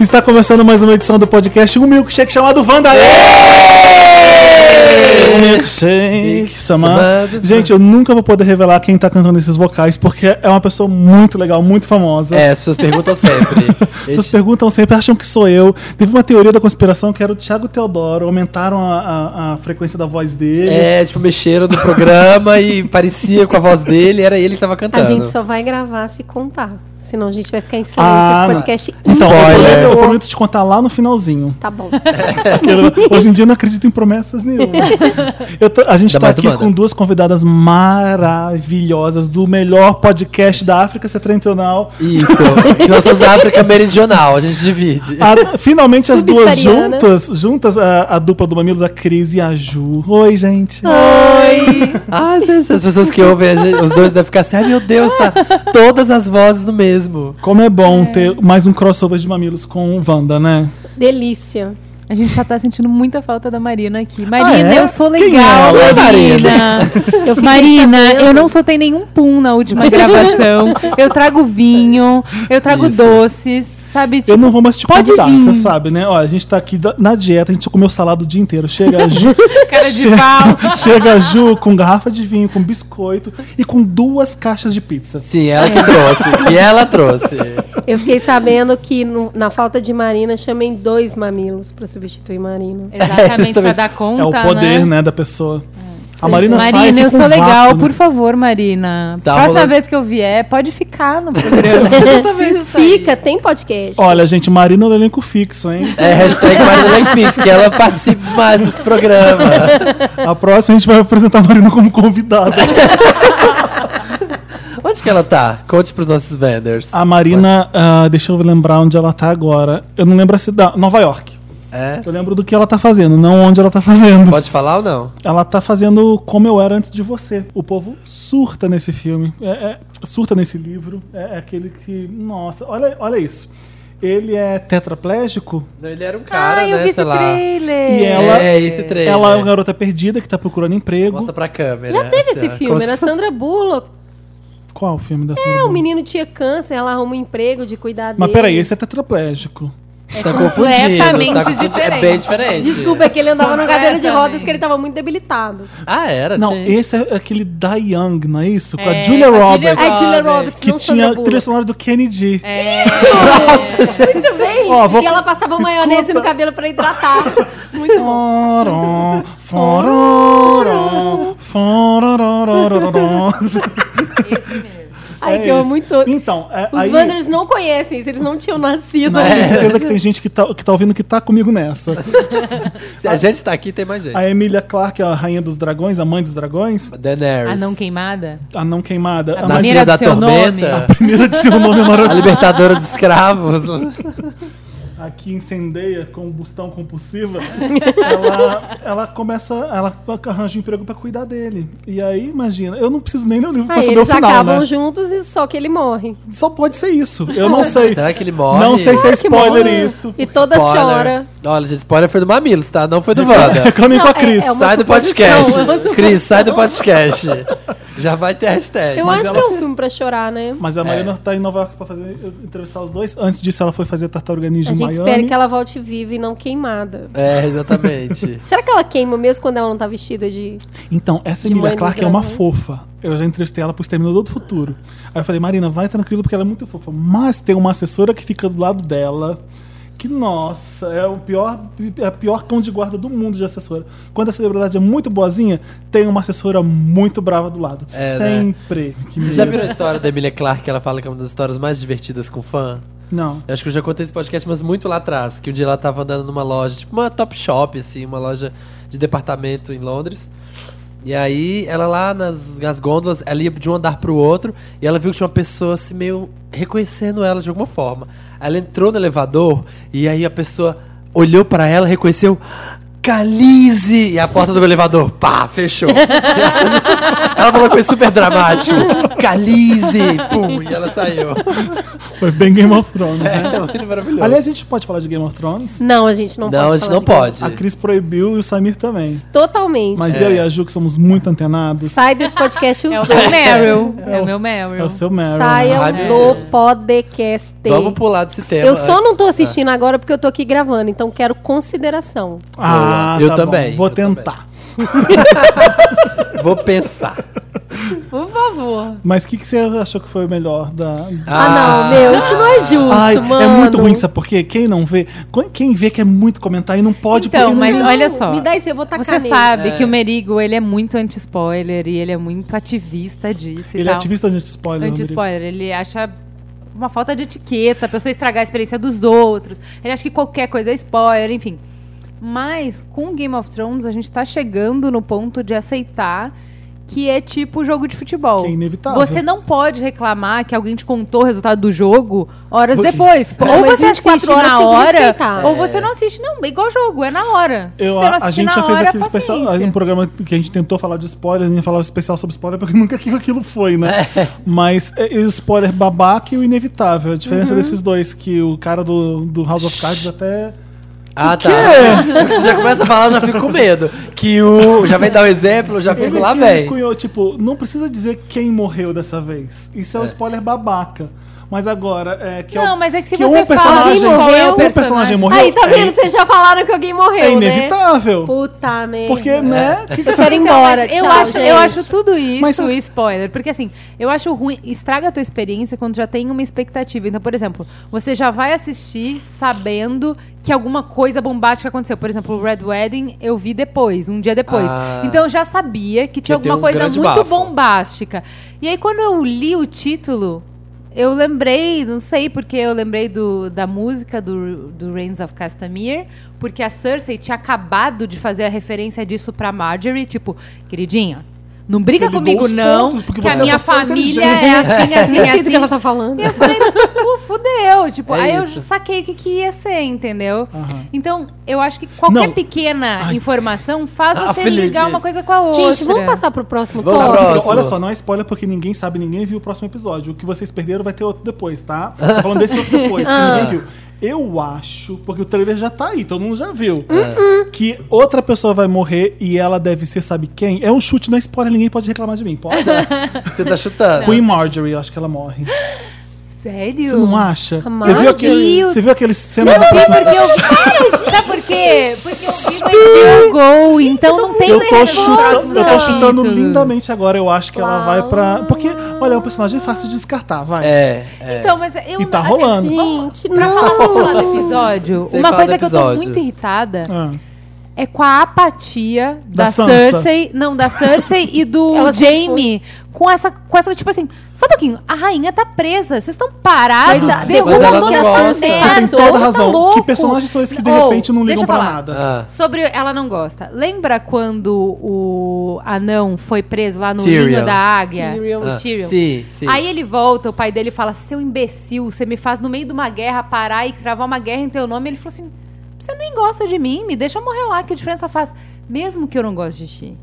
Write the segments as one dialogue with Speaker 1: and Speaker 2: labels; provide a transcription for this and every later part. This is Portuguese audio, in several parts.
Speaker 1: Está começando mais uma edição do podcast Um Milkshake chamado Vanda. Um milkshake chamado. Gente, eu nunca vou poder revelar quem tá cantando esses vocais, porque é uma pessoa muito legal, muito famosa.
Speaker 2: É, as pessoas perguntam sempre.
Speaker 1: Vocês
Speaker 2: Esse-
Speaker 1: perguntam sempre, acham que sou eu. Teve uma teoria da conspiração que era o Thiago Teodoro, aumentaram a, a- a frequência da voz dele.
Speaker 2: É, tipo, mexeram no programa e parecia com a voz dele, era ele que tava
Speaker 3: A
Speaker 2: cantando.
Speaker 3: gente só vai gravar se contar. Senão a gente vai ficar em silêncio
Speaker 1: Ah,
Speaker 3: esse
Speaker 1: não.
Speaker 3: podcast
Speaker 1: Então, eu
Speaker 2: Spoiler.
Speaker 1: prometo- eu
Speaker 3: inteiro.
Speaker 1: prometo te contar lá no finalzinho.
Speaker 3: Tá bom.
Speaker 1: Porque eu- Hoje em dia eu não acredito em promessas nenhuma. Eu tô- a gente
Speaker 2: Ainda
Speaker 1: está
Speaker 2: mais do
Speaker 1: aqui
Speaker 2: Wanda.
Speaker 1: com duas convidadas maravilhosas do melhor podcast da África é Setentrional.
Speaker 2: Isso. E Nós somos da África Meridional, a gente divide.
Speaker 4: Ah,
Speaker 1: A- finalmente as duas
Speaker 3: Subsaariana.
Speaker 1: juntas, juntas a, a dupla do Mamilos, a Cris e a Ju. Oi, gente.
Speaker 2: Ah, gente, as pessoas que ouvem, a gente- os dois devem ficar assim, ai meu Deus, tá todas as vozes no mesmo.
Speaker 1: Como é bom ter mais um crossover de Mamilos com Wanda, né?
Speaker 3: Delícia.
Speaker 4: A gente só tá sentindo muita falta da Marina aqui. Marina,
Speaker 1: Ah, é?
Speaker 4: eu sou
Speaker 1: Quem
Speaker 4: legal,
Speaker 1: é ela?
Speaker 4: Marina.
Speaker 3: Eu fiquei
Speaker 4: Marina,
Speaker 3: sabendo.
Speaker 4: eu não soltei nenhum pum na última gravação. Eu trago vinho, eu trago
Speaker 2: Isso.
Speaker 4: doces, sabe?
Speaker 1: Eu
Speaker 4: Tipo,
Speaker 1: não vou mais te
Speaker 4: Pode
Speaker 1: convidar,
Speaker 4: vir.
Speaker 1: você sabe, né? Ó, a gente tá aqui da- na dieta, a gente só comeu salada o dia inteiro. Chega a Ju,
Speaker 4: cara de pau.
Speaker 1: chega a Ju com garrafa de vinho, com biscoito e com duas caixas de pizza.
Speaker 2: Sim, ela que trouxe. E ela trouxe.
Speaker 3: Eu fiquei sabendo que no- na falta de Marina, chamem dois mamilos pra substituir Marina.
Speaker 4: É Exatamente, pra
Speaker 2: Exatamente.
Speaker 4: dar conta,
Speaker 1: É o poder, né, da pessoa. A Marina sai
Speaker 4: Marina,
Speaker 1: fica
Speaker 4: eu
Speaker 1: um
Speaker 4: sou
Speaker 1: vácuo
Speaker 4: legal,
Speaker 1: no-
Speaker 4: por favor, Marina.
Speaker 2: Tá
Speaker 4: Próxima
Speaker 2: rolando.
Speaker 4: vez que eu vier, pode ficar no programa.
Speaker 3: Se Fica, tem podcast.
Speaker 1: Olha, gente, Marina no elenco fixo, hein?
Speaker 2: É hashtag Marina Leifix, que ela participa demais desse programa.
Speaker 1: A próxima a gente vai apresentar a Marina como convidada.
Speaker 2: Onde que ela tá? Conte pros nossos vendors.
Speaker 1: A Marina, ah, deixa eu lembrar onde ela tá agora. Eu não lembro a cidade. Nova York.
Speaker 2: É?
Speaker 1: Eu lembro do que ela tá fazendo, não onde ela tá fazendo.
Speaker 2: Pode falar ou não?
Speaker 1: Ela tá fazendo Como Eu Era Antes de Você. O povo surta nesse filme, é- é- surta nesse livro. É, é aquele que. Nossa, olha, olha isso. Ele é tetraplégico
Speaker 2: Não, ele era um cara,
Speaker 4: Ai,
Speaker 2: né?
Speaker 4: Ah, eu vi esse
Speaker 2: sei lá.
Speaker 4: trailer.
Speaker 1: E ela-
Speaker 2: É, esse trailer.
Speaker 1: Ela é uma garota perdida que tá procurando emprego.
Speaker 2: Mostra pra câmera. tá
Speaker 3: Já teve esse
Speaker 2: ó, como
Speaker 3: filme,
Speaker 2: se
Speaker 3: era
Speaker 2: fosse-
Speaker 3: Sandra Bullock.
Speaker 1: Qual o filme da Sandra
Speaker 3: É, o
Speaker 1: Bullock?
Speaker 3: menino tinha câncer, ela arruma um emprego de cuidar
Speaker 1: Mas
Speaker 3: dele.
Speaker 1: peraí, esse é tetraplégico.
Speaker 2: Você tá confundindo. você tá
Speaker 4: completamente
Speaker 2: confundindo, É
Speaker 4: diferente.
Speaker 2: bem diferente.
Speaker 3: Desculpa, é que ele andava numa cadeira de
Speaker 4: Completamente.
Speaker 3: rodas que ele tava muito debilitado.
Speaker 2: Ah, era,
Speaker 1: Não,
Speaker 2: gente.
Speaker 1: esse é aquele Da Young, não é isso? Com a
Speaker 4: É,
Speaker 1: Julia
Speaker 4: com a Julia
Speaker 1: Roberts.
Speaker 3: A Julia
Speaker 4: Roberts.
Speaker 3: Roberts,
Speaker 1: Que
Speaker 3: não Sandra
Speaker 1: tinha
Speaker 3: Bullock.
Speaker 1: trilha sonora do Kennedy.
Speaker 4: É,
Speaker 3: Muito bem.
Speaker 1: Ó, vou-
Speaker 3: E ela passava um
Speaker 1: Escuta.
Speaker 3: maionese no cabelo pra hidratar. Muito bom.
Speaker 1: Forom, fororom, fororororororom.
Speaker 3: Ai,
Speaker 1: É
Speaker 3: que eu
Speaker 1: isso.
Speaker 3: amo muito.
Speaker 1: Então, é,
Speaker 3: Os
Speaker 1: aí-
Speaker 3: Wanderers não conhecem isso, eles não tinham nascido.
Speaker 1: Não, é. eu tenho
Speaker 3: ainda.
Speaker 1: certeza que tem gente que tá, que tá ouvindo que tá comigo nessa.
Speaker 2: Se a gente tá aqui, tem mais gente.
Speaker 1: A Emilia Clarke, a rainha dos dragões, a mãe dos dragões,
Speaker 2: Daenerys.
Speaker 4: a Ah,
Speaker 3: Ah,
Speaker 4: não queimada?
Speaker 1: a não queimada, a,
Speaker 4: A
Speaker 1: mais-
Speaker 4: maneira
Speaker 2: Nascida
Speaker 4: do
Speaker 2: da
Speaker 4: seu
Speaker 2: tormenta.
Speaker 1: primeira de seu nome é
Speaker 2: A
Speaker 1: maravilhosa.
Speaker 2: libertadora dos escravos.
Speaker 1: a que incendeia combustão um compulsiva, ela, ela começa, ela arranja um emprego pra cuidar dele. E aí, imagina, eu não preciso nem ler o livro pra
Speaker 3: Aí
Speaker 1: saber o
Speaker 3: eles
Speaker 1: final,
Speaker 3: acabam
Speaker 1: né?
Speaker 3: juntos e só que ele morre.
Speaker 1: Só pode ser isso. Eu não sei.
Speaker 2: Será que ele morre?
Speaker 1: Não sei se é
Speaker 3: que
Speaker 1: spoiler
Speaker 3: morre.
Speaker 1: isso.
Speaker 3: E toda
Speaker 2: Spoiler.
Speaker 3: chora.
Speaker 2: Olha, gente, spoiler foi do Mamilos, tá? Não foi do Wanda.
Speaker 1: Reclamem com a
Speaker 3: Não, é-
Speaker 1: Cris.
Speaker 3: é uma
Speaker 2: sai do
Speaker 3: suposição,
Speaker 2: podcast.
Speaker 3: é uma suposição.
Speaker 2: Cris, sai do podcast. Já vai ter hashtag.
Speaker 3: Eu
Speaker 2: Mas
Speaker 3: acho
Speaker 2: ela-
Speaker 3: que é um filme pra chorar, né?
Speaker 1: Mas a
Speaker 2: É.
Speaker 1: Marina tá em Nova York pra fazer, entrevistar os dois. Antes disso, ela foi fazer Tartaruga Ninja
Speaker 3: A
Speaker 1: em
Speaker 3: gente
Speaker 1: Miami.
Speaker 3: espera que ela volte viva e não queimada.
Speaker 2: É, exatamente.
Speaker 3: Será que ela queima mesmo quando ela não tá vestida de.
Speaker 1: Então, essa
Speaker 3: De
Speaker 1: Emilia
Speaker 3: mãe
Speaker 1: Clarke
Speaker 3: dos
Speaker 1: é uma
Speaker 3: dragões.
Speaker 1: fofa. Eu já entrevistei ela pro Exterminador do Futuro. Aí eu falei, Marina, vai tranquilo porque ela é muito fofa. Mas tem uma assessora que fica do lado dela. Que, nossa, é o pior, é a pior cão de guarda do mundo de assessora. Quando a celebridade é muito boazinha, tem uma assessora muito brava do lado.
Speaker 2: É, né?
Speaker 1: Sempre. Que
Speaker 2: Você já
Speaker 1: medo.
Speaker 2: viu a história da Emilia Clarke? que Ela fala que é uma das histórias mais divertidas com fã.
Speaker 1: Não.
Speaker 2: Eu acho que eu já contei esse podcast, mas muito lá atrás. Que um dia ela tava andando numa loja, tipo uma Top Shop, assim, uma loja de departamento em Londres. E aí, ela lá nas, nas gôndolas, ela ia de um andar pro outro e ela viu que tinha uma pessoa assim, meio reconhecendo ela de alguma forma. Ela entrou no elevador e aí a pessoa olhou pra ela, reconheceu. Calize! E a porta do elevador, pá, fechou. ela falou que foi super dramático. Calize! Pum! E ela saiu.
Speaker 1: Foi bem Game of Thrones, né?
Speaker 2: É muito maravilhoso.
Speaker 1: Aliás, a gente pode falar de Game of Thrones?
Speaker 3: Não, a gente não, pode.
Speaker 2: não, a gente
Speaker 3: falar
Speaker 2: não
Speaker 3: de Game
Speaker 2: pode.
Speaker 1: A Cris proibiu e o Samir também.
Speaker 3: of- Totalmente.
Speaker 1: Mas
Speaker 2: É.
Speaker 1: eu e a Ju, que somos muito antenados.
Speaker 3: Sai desse podcast os
Speaker 4: É o
Speaker 3: dois.
Speaker 4: meu Meryl. É
Speaker 1: o-
Speaker 4: o meu Meryl.
Speaker 1: É o seu Meryl. né?
Speaker 3: Saiam
Speaker 2: Ai, meu
Speaker 3: do
Speaker 2: Deus.
Speaker 3: podcast.
Speaker 2: Vamos pular desse tema.
Speaker 3: Eu só
Speaker 2: antes.
Speaker 1: É.
Speaker 3: não tô assistindo agora porque eu tô aqui gravando, então quero consideração.
Speaker 1: Ah,
Speaker 2: Eu
Speaker 1: tá
Speaker 2: também,
Speaker 1: bom. Vou
Speaker 2: eu
Speaker 1: tentar.
Speaker 2: Vou pensar.
Speaker 4: Por favor.
Speaker 1: Mas o que, que você achou que foi o melhor da.
Speaker 3: Ah, não, meu, isso não é justo,
Speaker 1: Ai,
Speaker 3: mano.
Speaker 1: é muito ruim, sabe por quê? Quem não vê, quem vê quer muito comentar e não pode
Speaker 4: Então,
Speaker 1: porque não é
Speaker 4: mas
Speaker 3: Não,
Speaker 4: olha só.
Speaker 3: Me dá isso, eu vou tacar
Speaker 4: Você
Speaker 3: nele.
Speaker 4: sabe que o Merigo, ele é muito anti-spoiler e ele é muito ativista disso e
Speaker 1: Ele é
Speaker 4: tal.
Speaker 1: ativista anti-spoiler. né, Rodrigo?
Speaker 4: Anti-spoiler, ele acha uma falta de etiqueta, a pessoa estragar a experiência dos outros. Ele acha que qualquer coisa é spoiler, enfim. Mas com Game of Thrones a gente tá chegando no ponto de aceitar que é tipo jogo de futebol.
Speaker 1: Que é inevitável.
Speaker 4: Você não pode reclamar que alguém te contou o resultado do jogo horas depois.
Speaker 3: Não,
Speaker 4: ou
Speaker 3: mas
Speaker 4: você
Speaker 3: 24
Speaker 4: assiste
Speaker 3: horas
Speaker 4: na
Speaker 3: tem que
Speaker 4: hora,
Speaker 3: respeitar.
Speaker 4: ou você não assiste, não, é igual jogo, é na hora. Se
Speaker 1: Eu,
Speaker 4: você não
Speaker 1: a, a
Speaker 4: assistir
Speaker 1: gente
Speaker 4: na
Speaker 1: já fez
Speaker 4: hora,
Speaker 1: aquele especial,
Speaker 4: paciência.
Speaker 1: um programa que a gente tentou falar de spoiler, nem falar especial sobre spoiler, porque nunca aquilo, aquilo foi, né? Mas é, e o spoiler babaca e o inevitável. A diferença
Speaker 4: Uhum.
Speaker 1: desses dois, que o cara do, do House of Cards até.
Speaker 2: Ah, tá. Porque você já começa a falar, eu já fico com medo. Que o. Já vem dar o exemplo, eu já fico
Speaker 1: Ele
Speaker 2: lá,
Speaker 1: que
Speaker 2: velho.
Speaker 1: cunhou, tipo, não precisa dizer quem morreu dessa vez. Isso é, um spoiler babaca. Mas agora, é que é o-
Speaker 4: Não, mas é que se
Speaker 1: que
Speaker 4: você
Speaker 1: um
Speaker 4: fala
Speaker 1: personagem,
Speaker 4: quem morreu, é
Speaker 1: um personagem morreu.
Speaker 3: Aí, tá
Speaker 1: é
Speaker 3: vendo? Vocês já falaram que alguém morreu,
Speaker 1: É
Speaker 3: né?
Speaker 1: inevitável.
Speaker 3: Puta merda.
Speaker 1: Porque, né?
Speaker 2: É.
Speaker 1: que que
Speaker 3: Eu
Speaker 1: você-
Speaker 3: quero ir
Speaker 4: Então,
Speaker 3: embora.
Speaker 4: mas eu,
Speaker 3: tchau,
Speaker 4: acho, eu
Speaker 3: gente.
Speaker 4: acho tudo isso
Speaker 1: Mas sabe-
Speaker 4: spoiler. Porque assim, eu acho ruim. Estraga a tua experiência quando já tem uma expectativa. Então, por exemplo, você já vai assistir sabendo que alguma coisa bombástica aconteceu. Por exemplo, o Red Wedding eu vi depois, um dia depois.
Speaker 2: Ah.
Speaker 4: então eu já sabia que tinha
Speaker 2: Já tem
Speaker 4: alguma
Speaker 2: um
Speaker 4: coisa
Speaker 2: grande
Speaker 4: muito
Speaker 2: bafo.
Speaker 4: bombástica. E aí, quando eu li o título. Eu lembrei, não sei porque eu lembrei do, da música do, do Reigns of Castamere, porque a Cersei tinha acabado de fazer a referência disso pra Marjorie, tipo, queridinha, não briga
Speaker 1: ligou
Speaker 4: comigo
Speaker 1: os
Speaker 4: não,
Speaker 1: pontos, porque
Speaker 4: que a
Speaker 1: você é uma
Speaker 4: minha
Speaker 1: pessoa
Speaker 4: família
Speaker 1: inteligente.
Speaker 4: é assim, assim,
Speaker 3: Nem sei do
Speaker 4: assim.
Speaker 3: que ela tá falando.
Speaker 4: E eu falei, pô, fudeu, tipo,
Speaker 2: É
Speaker 4: aí eu
Speaker 2: isso.
Speaker 4: saquei o que, que ia ser, entendeu?
Speaker 1: Aham.
Speaker 4: Então, eu acho que qualquer
Speaker 1: Não.
Speaker 4: pequena informação faz
Speaker 2: Ah,
Speaker 4: você
Speaker 2: Felipe.
Speaker 4: ligar uma coisa com a outra.
Speaker 3: Gente, vamos passar pro próximo
Speaker 2: Vamos
Speaker 3: tópico?
Speaker 2: pro
Speaker 1: Porque,
Speaker 2: Tá próximo.
Speaker 1: Olha só, não é spoiler porque ninguém sabe, ninguém viu o próximo episódio. O que vocês perderam vai ter outro depois, tá? Tô falando desse outro depois, que
Speaker 4: Ah.
Speaker 1: ninguém viu. Eu acho, porque o trailer já tá aí, todo mundo já viu.
Speaker 2: É.
Speaker 4: Uhum.
Speaker 1: Que outra pessoa vai morrer e ela deve ser, sabe quem? É um chute, não é spoiler, ninguém pode reclamar de mim, pode?
Speaker 2: Você tá chutando.
Speaker 1: Queen Marjorie, eu acho que ela morre.
Speaker 4: Sério?
Speaker 1: Você não acha? Você
Speaker 3: Marjorie.
Speaker 1: viu aquele, você viu aquele cena da
Speaker 4: Sim,
Speaker 1: próxima-
Speaker 4: porque eu Sabe por quê? Porque eu vi no HBO Go, então não tem
Speaker 1: Eu
Speaker 4: nada
Speaker 1: tô,
Speaker 4: nos
Speaker 1: chutando,
Speaker 4: próximos
Speaker 1: eu tô chutando
Speaker 4: capítulos.
Speaker 1: lindamente agora. Eu acho que ela vai pra. Porque, olha, é um personagem fácil de descartar, vai.
Speaker 2: É, é.
Speaker 4: Então, mas eu...
Speaker 1: E tá
Speaker 4: assim,
Speaker 1: rolando.
Speaker 3: Gente,
Speaker 4: Pra
Speaker 3: não.
Speaker 4: falar sem falar do episódio,
Speaker 2: Sem
Speaker 4: uma
Speaker 2: falar
Speaker 4: coisa
Speaker 2: do
Speaker 4: que eu tô
Speaker 2: episódio.
Speaker 4: muito irritada
Speaker 1: Ah.
Speaker 4: é com a apatia
Speaker 1: Da
Speaker 4: da,
Speaker 1: Sansa.
Speaker 4: Cersei. Não, da Cersei e do
Speaker 3: Ela sempre
Speaker 4: Jamie. Com essa, com essa, tipo assim, só um pouquinho, a rainha tá presa, vocês estão parados,
Speaker 3: Mas a-
Speaker 4: derruba
Speaker 2: mas ela não
Speaker 4: toda essa
Speaker 2: gosta.
Speaker 4: merda.
Speaker 1: Você tem toda a razão.
Speaker 4: Tá louco.
Speaker 1: que personagens são esses que de
Speaker 4: Oh,
Speaker 1: repente não
Speaker 4: deixa
Speaker 1: ligam
Speaker 4: eu
Speaker 1: pra
Speaker 4: falar.
Speaker 1: nada?
Speaker 2: Ah,
Speaker 4: Sobre ela não gosta. Lembra quando o anão foi preso lá no
Speaker 2: Tyrion.
Speaker 4: ninho da águia?
Speaker 3: Tyrion.
Speaker 4: O
Speaker 2: ah,
Speaker 4: Tyrion.
Speaker 2: Sim, sim.
Speaker 4: Aí ele volta, o pai dele fala: Seu imbecil, você me faz no meio de uma guerra parar e travar uma guerra em teu nome. Ele falou assim: Você nem gosta de mim, me deixa morrer lá, que diferença faz? Mesmo que eu não goste de ti,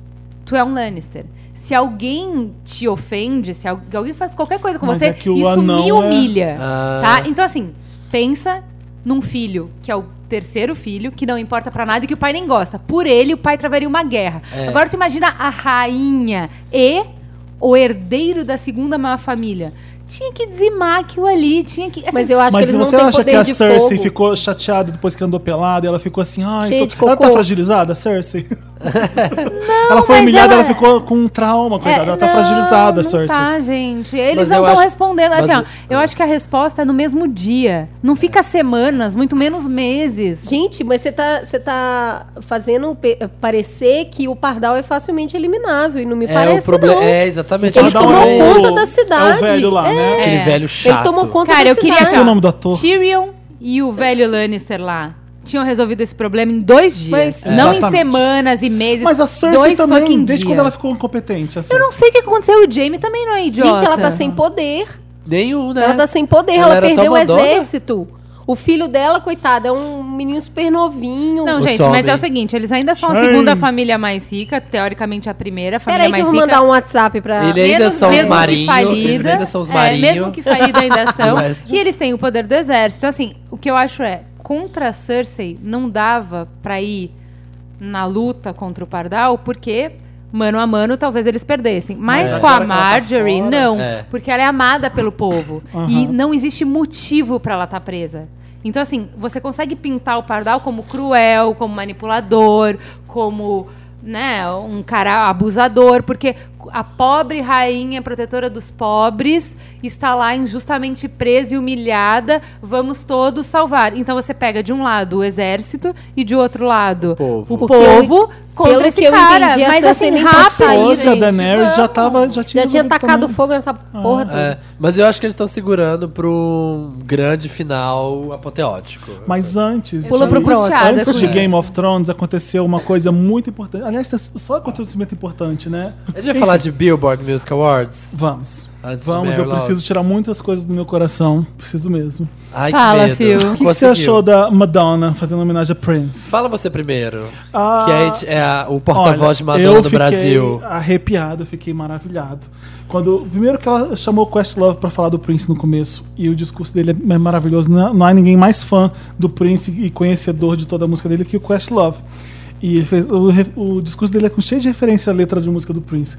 Speaker 4: tu é um Lannister. Se alguém te ofende, se al- alguém faz qualquer coisa com
Speaker 1: Mas
Speaker 4: você,
Speaker 1: é que o
Speaker 4: isso
Speaker 1: anão
Speaker 4: me
Speaker 1: é-
Speaker 4: humilha.
Speaker 2: Ah.
Speaker 4: Tá? Então, assim, pensa num filho que é o terceiro filho, que não importa pra nada e que o pai nem gosta. Por ele, o pai travaria uma guerra.
Speaker 2: É.
Speaker 4: Agora tu imagina a rainha e o herdeiro da segunda maior família. Tinha que dizimar aquilo ali, tinha que... assim,
Speaker 3: Mas eu acho
Speaker 1: Mas
Speaker 3: que eles
Speaker 1: você
Speaker 3: não têm
Speaker 1: acha
Speaker 3: poder
Speaker 1: que a
Speaker 3: de
Speaker 1: Cersei
Speaker 3: fogo.
Speaker 1: ficou chateada depois que andou pelada? Ela ficou assim, ai, tô-
Speaker 3: Cheia de
Speaker 1: ela tá
Speaker 3: cocô.
Speaker 1: fragilizada, Cersei? ela foi
Speaker 4: mas
Speaker 1: humilhada, ela...
Speaker 4: ela-
Speaker 1: ficou com um trauma, coitada. ela tá
Speaker 4: é, não,
Speaker 1: fragilizada,
Speaker 4: não
Speaker 1: Cersei.
Speaker 4: Tá, gente. Eles
Speaker 2: Mas eu
Speaker 4: não estão
Speaker 2: acho-
Speaker 4: respondendo. Assim,
Speaker 2: mas-
Speaker 4: ó, eu acho que a resposta é no mesmo dia. Não fica semanas, muito menos meses.
Speaker 3: Gente, mas você tá, você tá fazendo pe- parecer que o Pardal é facilmente eliminável. E não me
Speaker 2: é o
Speaker 3: parece,
Speaker 2: problema.
Speaker 3: não.
Speaker 2: É, exatamente.
Speaker 3: Ele
Speaker 2: o
Speaker 1: Pardal
Speaker 3: tomou
Speaker 2: problema.
Speaker 1: é
Speaker 3: conta da
Speaker 1: É o
Speaker 3: cidade.
Speaker 1: velho lá, né?
Speaker 2: Aquele
Speaker 4: É.
Speaker 2: velho chato.
Speaker 3: Ele tomou conta
Speaker 4: Cara,
Speaker 3: da
Speaker 4: eu queria-
Speaker 3: cidade.
Speaker 1: Esqueci o nome do ator.
Speaker 4: né? Tyrion e o velho Lannister lá tinham resolvido esse problema em dois dias.
Speaker 3: Mas- É.
Speaker 4: Não em
Speaker 1: Exatamente.
Speaker 4: semanas e meses.
Speaker 1: Mas a Cersei
Speaker 4: dois
Speaker 1: também,
Speaker 4: fucking
Speaker 1: desde quando
Speaker 4: dias.
Speaker 1: ela ficou incompetente. a
Speaker 4: Eu não
Speaker 1: Cersei.
Speaker 4: sei o que aconteceu. O Jamie também não é idiota.
Speaker 3: Gente, ela tá sem poder.
Speaker 2: Nenhum, né?
Speaker 3: Ela tá sem poder.
Speaker 2: Ela
Speaker 3: Ela,
Speaker 2: era
Speaker 3: perdeu o
Speaker 2: tomadona.
Speaker 3: exército. O O filho dela, coitado, é um menino super novinho.
Speaker 4: Não,
Speaker 2: O
Speaker 4: gente,
Speaker 2: Tommy.
Speaker 4: mas é o seguinte, eles ainda são a
Speaker 1: Shame.
Speaker 4: segunda família mais rica, teoricamente a primeira
Speaker 3: Peraí
Speaker 4: família
Speaker 3: que
Speaker 4: mais
Speaker 3: eu vou
Speaker 4: rica.
Speaker 3: mandar um WhatsApp pra...
Speaker 1: é
Speaker 2: Ele ainda
Speaker 4: Mesmo-
Speaker 2: são os
Speaker 4: mesmo que
Speaker 2: marinhos.
Speaker 4: falida,
Speaker 2: Eles ainda são os é.
Speaker 4: é,
Speaker 2: marinhos.
Speaker 4: mesmo que falido ainda são.
Speaker 2: Extras.
Speaker 4: e eles têm o poder do exército. Então, assim, o que eu acho é, contra Cersei não dava pra ir na luta contra o Pardal, porque mano a mano talvez eles perdessem. Mas
Speaker 2: Mas
Speaker 4: com a
Speaker 2: agora que ela tá
Speaker 4: Marjorie,
Speaker 2: fora,
Speaker 4: não.
Speaker 2: é.
Speaker 4: Porque ela é amada pelo povo. E
Speaker 1: Aham.
Speaker 4: não existe motivo pra ela estar presa. Então, assim, você consegue pintar o Pardal como cruel, como manipulador, como né, um cara abusador, porque a pobre rainha protetora dos pobres está lá injustamente presa e humilhada, vamos todos salvar. Então você pega de um lado o exército e de outro lado o
Speaker 2: povo.
Speaker 4: povo,
Speaker 3: Porque eu-
Speaker 4: contra
Speaker 3: pelo
Speaker 4: esse
Speaker 3: que eu
Speaker 4: cara.
Speaker 3: entendi, a
Speaker 4: Mas
Speaker 3: Cersei
Speaker 4: assim,
Speaker 3: nem
Speaker 4: rápido.
Speaker 3: saiu.
Speaker 1: Ou
Speaker 3: Aí,
Speaker 1: se a
Speaker 3: gente,
Speaker 1: Daenerys já tava. Já tinha,
Speaker 3: Já tinha
Speaker 1: resolvido
Speaker 3: tacado
Speaker 1: também.
Speaker 3: fogo nessa
Speaker 1: Ah,
Speaker 3: porra toda.
Speaker 2: É, mas eu acho que eles estão segurando para um grande final apoteótico.
Speaker 1: Mas antes.
Speaker 3: Pula
Speaker 1: de,
Speaker 3: pro próximo.
Speaker 1: Antes de
Speaker 4: Puxada,
Speaker 1: Game of Thrones aconteceu uma coisa muito importante. Aliás, só acontecimento importante, né?
Speaker 2: A gente vai falar de Billboard Music Awards?
Speaker 1: Vamos.
Speaker 2: Antes de
Speaker 1: Vamos,
Speaker 2: Mary
Speaker 1: eu preciso
Speaker 2: Lawrence.
Speaker 1: tirar muitas coisas do meu coração. Preciso mesmo.
Speaker 2: Ai,
Speaker 4: Fala,
Speaker 2: que
Speaker 4: Phil.
Speaker 2: medo.
Speaker 1: O
Speaker 4: O
Speaker 1: que, que você
Speaker 2: Conseguiu.
Speaker 1: achou da Madonna fazendo homenagem a Prince?
Speaker 2: Fala você primeiro.
Speaker 1: Ah,
Speaker 2: que é a- é, a- o
Speaker 1: Olha,
Speaker 2: porta-voz de
Speaker 1: eu
Speaker 2: Madonna do
Speaker 1: fiquei
Speaker 2: Brasil.
Speaker 1: Arrepiado, eu fiquei maravilhado. Quando primeiro que ela chamou o Questlove pra falar do Prince no começo e o discurso dele é maravilhoso. Não, não há ninguém mais fã do Prince e conhecedor de toda a música dele que o Questlove. E ele fez, o, re- o discurso dele é com cheio de referência à letra de música do Prince.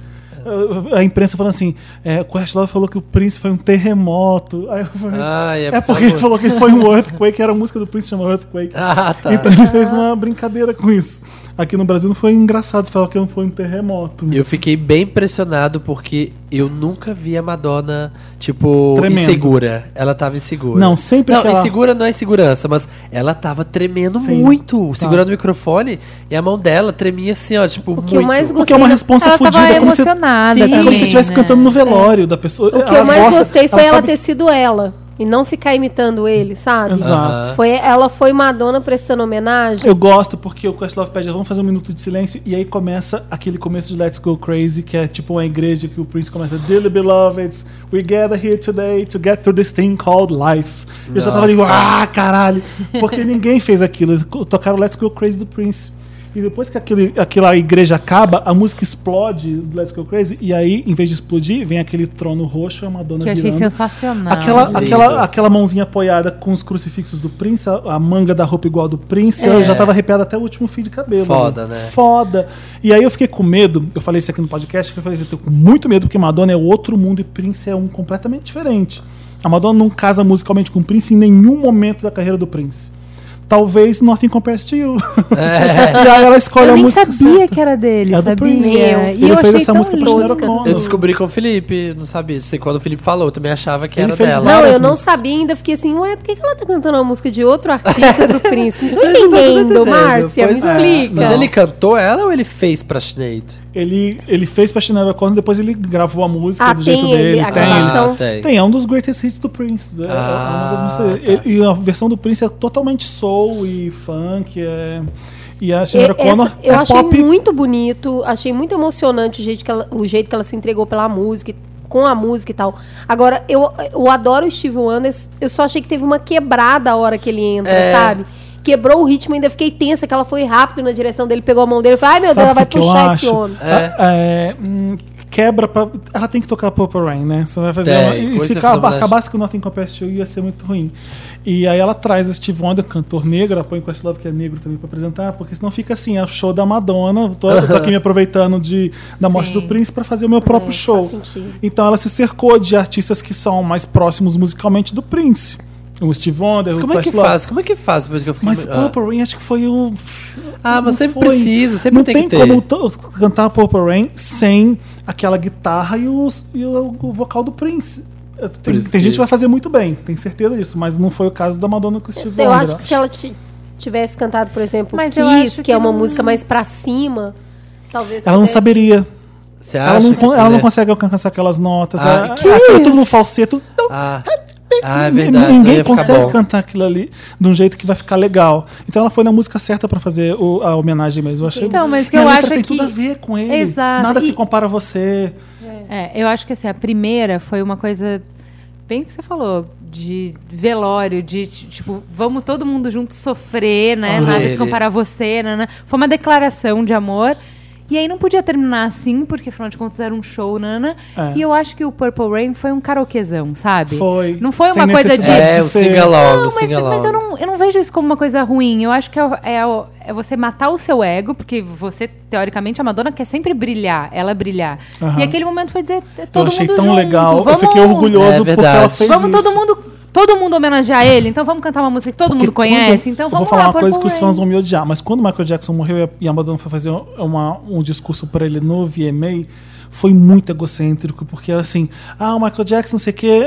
Speaker 1: Ah, A imprensa falando assim: é, o Questlove falou que o Prince foi um terremoto. Aí eu falei,
Speaker 2: Ai,
Speaker 1: é porque ele falou que ele foi um earthquake, era a música do Prince chama earthquake.
Speaker 2: Ah, tá.
Speaker 1: Então ele fez uma brincadeira com isso. Aqui no Brasil não foi engraçado falar que não foi um terremoto.
Speaker 2: Eu fiquei bem impressionado porque eu nunca vi a Madonna, tipo,
Speaker 1: Tremendo.
Speaker 2: insegura. Ela tava insegura.
Speaker 1: Não, sempre
Speaker 2: Não,
Speaker 1: que ela-
Speaker 2: insegura não é segurança, mas ela tava tremendo
Speaker 1: Sim, tá.
Speaker 2: muito, segurando o microfone e a mão dela tremia assim, ó, tipo,
Speaker 3: O
Speaker 2: muito.
Speaker 3: que eu mais
Speaker 1: Porque é uma
Speaker 3: Ela
Speaker 1: responsa
Speaker 4: tava
Speaker 1: fodida. é como se-
Speaker 4: emocionada
Speaker 1: Sim, é como se
Speaker 4: também,
Speaker 1: estivesse
Speaker 4: né?
Speaker 1: cantando no velório da pessoa.
Speaker 3: O que eu mais gostei foi ela,
Speaker 1: sabe-
Speaker 3: ter sido ela. E não ficar imitando ele, sabe?
Speaker 1: Exato.
Speaker 2: Aham.
Speaker 3: Foi, ela foi Madonna prestando homenagem.
Speaker 1: Eu gosto porque o Questlove pede, vamos fazer um minuto de silêncio, e aí começa aquele começo de Let's Go Crazy, que é tipo uma igreja que o Prince começa, Dearly beloveds, we gather here today to get through this thing called life. Eu já tava ali, ah, caralho, porque ninguém fez aquilo. Eles co- Tocaram Let's Go Crazy do Prince. E depois que aquele, aquela igreja acaba, a música explode do Let's Go Crazy, e aí, em vez de explodir, vem aquele trono roxo e a Madonna
Speaker 4: Que eu achei
Speaker 1: virando.
Speaker 4: sensacional.
Speaker 1: Aquela,
Speaker 2: Lindo.
Speaker 1: aquela, aquela mãozinha apoiada com os crucifixos do Prince, a, a manga da roupa igual a do Prince,
Speaker 4: É.
Speaker 1: eu já tava arrepiada até o último fio de cabelo.
Speaker 2: Foda, né?
Speaker 1: Foda. E aí eu fiquei com medo, eu falei isso aqui no podcast, que eu falei que eu tô com muito medo, porque Madonna é outro mundo e Prince é um completamente diferente. A Madonna não casa musicalmente com o Prince em nenhum momento da carreira do Prince. Talvez Nothing Compares to You.
Speaker 2: É,
Speaker 1: e aí ela escolhe
Speaker 4: Eu
Speaker 1: a
Speaker 4: nem
Speaker 1: música
Speaker 4: sabia
Speaker 1: certa.
Speaker 4: que era dele,
Speaker 1: É a do Prince.
Speaker 4: sabia? E
Speaker 1: Ele fez
Speaker 4: eu achei
Speaker 1: essa
Speaker 4: tão
Speaker 1: música pra
Speaker 4: lindo.
Speaker 1: Genaro Connor.
Speaker 2: Eu descobri com o Felipe, não sabia. Sei quando o Felipe falou, eu também achava que
Speaker 1: Ele
Speaker 2: era
Speaker 1: fez
Speaker 2: dela.
Speaker 3: Não,
Speaker 1: várias
Speaker 3: eu não
Speaker 1: músicas.
Speaker 3: sabia ainda. Fiquei assim, ué, por que que ela tá cantando uma música de outro artista pro Prince? Não tô entendendo, Márcia, me
Speaker 2: tá Pois é.
Speaker 3: explica.
Speaker 2: Mas ele cantou ela ou ele fez pra Sinead?
Speaker 1: Ele, ele fez pra Shinara Connor, depois ele gravou a música
Speaker 3: Ah,
Speaker 1: do
Speaker 3: tem
Speaker 1: jeito
Speaker 3: ele,
Speaker 1: dele.
Speaker 3: a
Speaker 1: tem ele.
Speaker 3: gravação.
Speaker 2: Ah, tem.
Speaker 1: Tem, é um dos greatest hits do Prince. É- é uma das
Speaker 2: Ah,
Speaker 1: músicas- e- E a versão do Prince é totalmente soul e funk. É... E a
Speaker 3: E-
Speaker 1: Shinara Connor
Speaker 3: essa-
Speaker 1: é
Speaker 3: eu achei
Speaker 1: pop.
Speaker 3: muito bonito, achei muito emocionante o jeito, que ela, o jeito que ela se entregou pela música, com a música e tal. Agora, eu, eu adoro o Steve Wonder, eu só achei que teve uma quebrada a hora que ele entra,
Speaker 1: É.
Speaker 3: sabe? Quebrou o ritmo, ainda fiquei tensa, que ela foi rápido na direção dele, pegou a mão dele, falei, ai meu
Speaker 1: Sabe
Speaker 3: Deus, ela
Speaker 1: o
Speaker 3: vai
Speaker 1: que que eu
Speaker 3: puxar esse
Speaker 1: acho?
Speaker 3: homem.
Speaker 1: A- é, hum, quebra pra. Ela tem que tocar Purple Rain, né? Você vai fazer
Speaker 2: Tem,
Speaker 1: uma- E
Speaker 2: coisa
Speaker 1: se
Speaker 2: que
Speaker 1: acaba-
Speaker 2: você-
Speaker 1: acabasse com o Nothing Compares to You, ia ser muito ruim. E aí ela traz o Steve Wonder, cantor negro, ela põe o Questlove, que é negro também, pra apresentar, porque senão fica assim, é o show da Madonna. Tô, eu tô aqui me aproveitando de, da morte
Speaker 4: Sim.
Speaker 1: do Prince pra fazer o meu próprio
Speaker 3: É,
Speaker 1: show.
Speaker 3: faz sentido.
Speaker 1: Então ela se cercou de artistas que são mais próximos musicalmente do Prince. O Steve Wonder,
Speaker 2: Mas
Speaker 1: o
Speaker 2: como é que
Speaker 1: Questlove.
Speaker 2: faz? Como é que faz? Depois que eu fiquei...
Speaker 1: Mas
Speaker 2: Ah.
Speaker 1: Purple Rain acho que foi o.
Speaker 2: Ah, mas
Speaker 1: não
Speaker 2: sempre precisa, sempre
Speaker 1: não
Speaker 2: tem
Speaker 1: tem,
Speaker 2: que ter.
Speaker 1: como t- cantar Purple Rain sem aquela guitarra e, os, e o, o vocal do Prince. É, Tem,
Speaker 2: isso
Speaker 1: tem
Speaker 2: que-
Speaker 1: gente que vai fazer muito bem, tenho certeza disso, mas não foi o caso da Madonna com o Steve
Speaker 3: Eu
Speaker 1: Wonder,
Speaker 3: acho que se ela ti- tivesse cantado, por exemplo,
Speaker 4: Mas eu
Speaker 3: Kiss,
Speaker 4: acho
Speaker 3: que,
Speaker 4: que
Speaker 3: é uma
Speaker 4: não-
Speaker 3: música mais pra cima, talvez
Speaker 1: Ela não
Speaker 3: pudesse-
Speaker 1: saberia.
Speaker 2: Você acha
Speaker 1: Ela não,
Speaker 2: que
Speaker 1: con- ela não
Speaker 2: consegue.
Speaker 1: consegue alcançar aquelas notas.
Speaker 2: Ah,
Speaker 1: ela-
Speaker 2: que
Speaker 1: aquilo tudo no falseto. Não,
Speaker 2: Ah, Ah, é verdade. não
Speaker 1: Ninguém
Speaker 2: ia ficar
Speaker 1: consegue
Speaker 2: bom.
Speaker 1: cantar aquilo ali de um jeito que vai ficar legal. Então ela foi na música certa pra fazer o- a homenagem mesmo. Eu achei
Speaker 4: Então, mas
Speaker 1: E
Speaker 4: que
Speaker 1: a
Speaker 4: eu
Speaker 1: letra
Speaker 4: acho
Speaker 1: tem
Speaker 4: que-
Speaker 1: tudo a ver com ele.
Speaker 4: Exato.
Speaker 1: Nada se
Speaker 4: E-
Speaker 1: compara a você.
Speaker 4: É, eu acho que assim, a primeira foi uma coisa bem o que você falou, de velório, de t- tipo, vamos todo mundo junto sofrer, né?
Speaker 2: Olha
Speaker 4: Nada
Speaker 2: ele.
Speaker 4: se comparar a você, né? né? Foi uma declaração de amor. E aí não podia terminar assim, porque afinal de contas era um show, nana.
Speaker 1: É.
Speaker 4: E eu acho que o Purple Rain foi um karaoquezão, sabe?
Speaker 1: Foi.
Speaker 4: Não foi
Speaker 1: Sem
Speaker 4: uma coisa de.
Speaker 1: necessidade.
Speaker 2: É,
Speaker 1: de
Speaker 2: o
Speaker 1: ser-
Speaker 2: singalong, o
Speaker 4: Não, mas,
Speaker 2: singalong.
Speaker 4: mas eu, não, eu não vejo isso como uma coisa ruim. Eu acho que é, o- é o- é você matar o seu ego, porque você, teoricamente, é a Madonna quer sempre brilhar, ela brilhar.
Speaker 1: Aham.
Speaker 4: E aquele momento foi dizer,
Speaker 1: Eu
Speaker 4: todo
Speaker 1: achei
Speaker 4: mundo
Speaker 1: tão
Speaker 4: junto,
Speaker 1: legal. Eu
Speaker 4: vamos-
Speaker 1: fiquei orgulhoso
Speaker 2: É
Speaker 1: porque ela
Speaker 2: verdade.
Speaker 1: fez
Speaker 4: Vamos
Speaker 1: isso.
Speaker 4: todo mundo, todo mundo homenagear ele, então vamos cantar uma música que todo
Speaker 1: Porque
Speaker 4: mundo conhece,
Speaker 1: quando-
Speaker 4: então
Speaker 1: eu
Speaker 4: vamos
Speaker 1: vou falar
Speaker 4: lá,
Speaker 1: uma coisa que
Speaker 4: Purple
Speaker 1: os fãs
Speaker 4: Rain.
Speaker 1: vão me odiar, mas quando o Michael Jackson morreu e a- e a Madonna foi fazer uma- um discurso para ele no VMA, foi muito egocêntrico, porque era assim, ah, o Michael Jackson, não sei o que,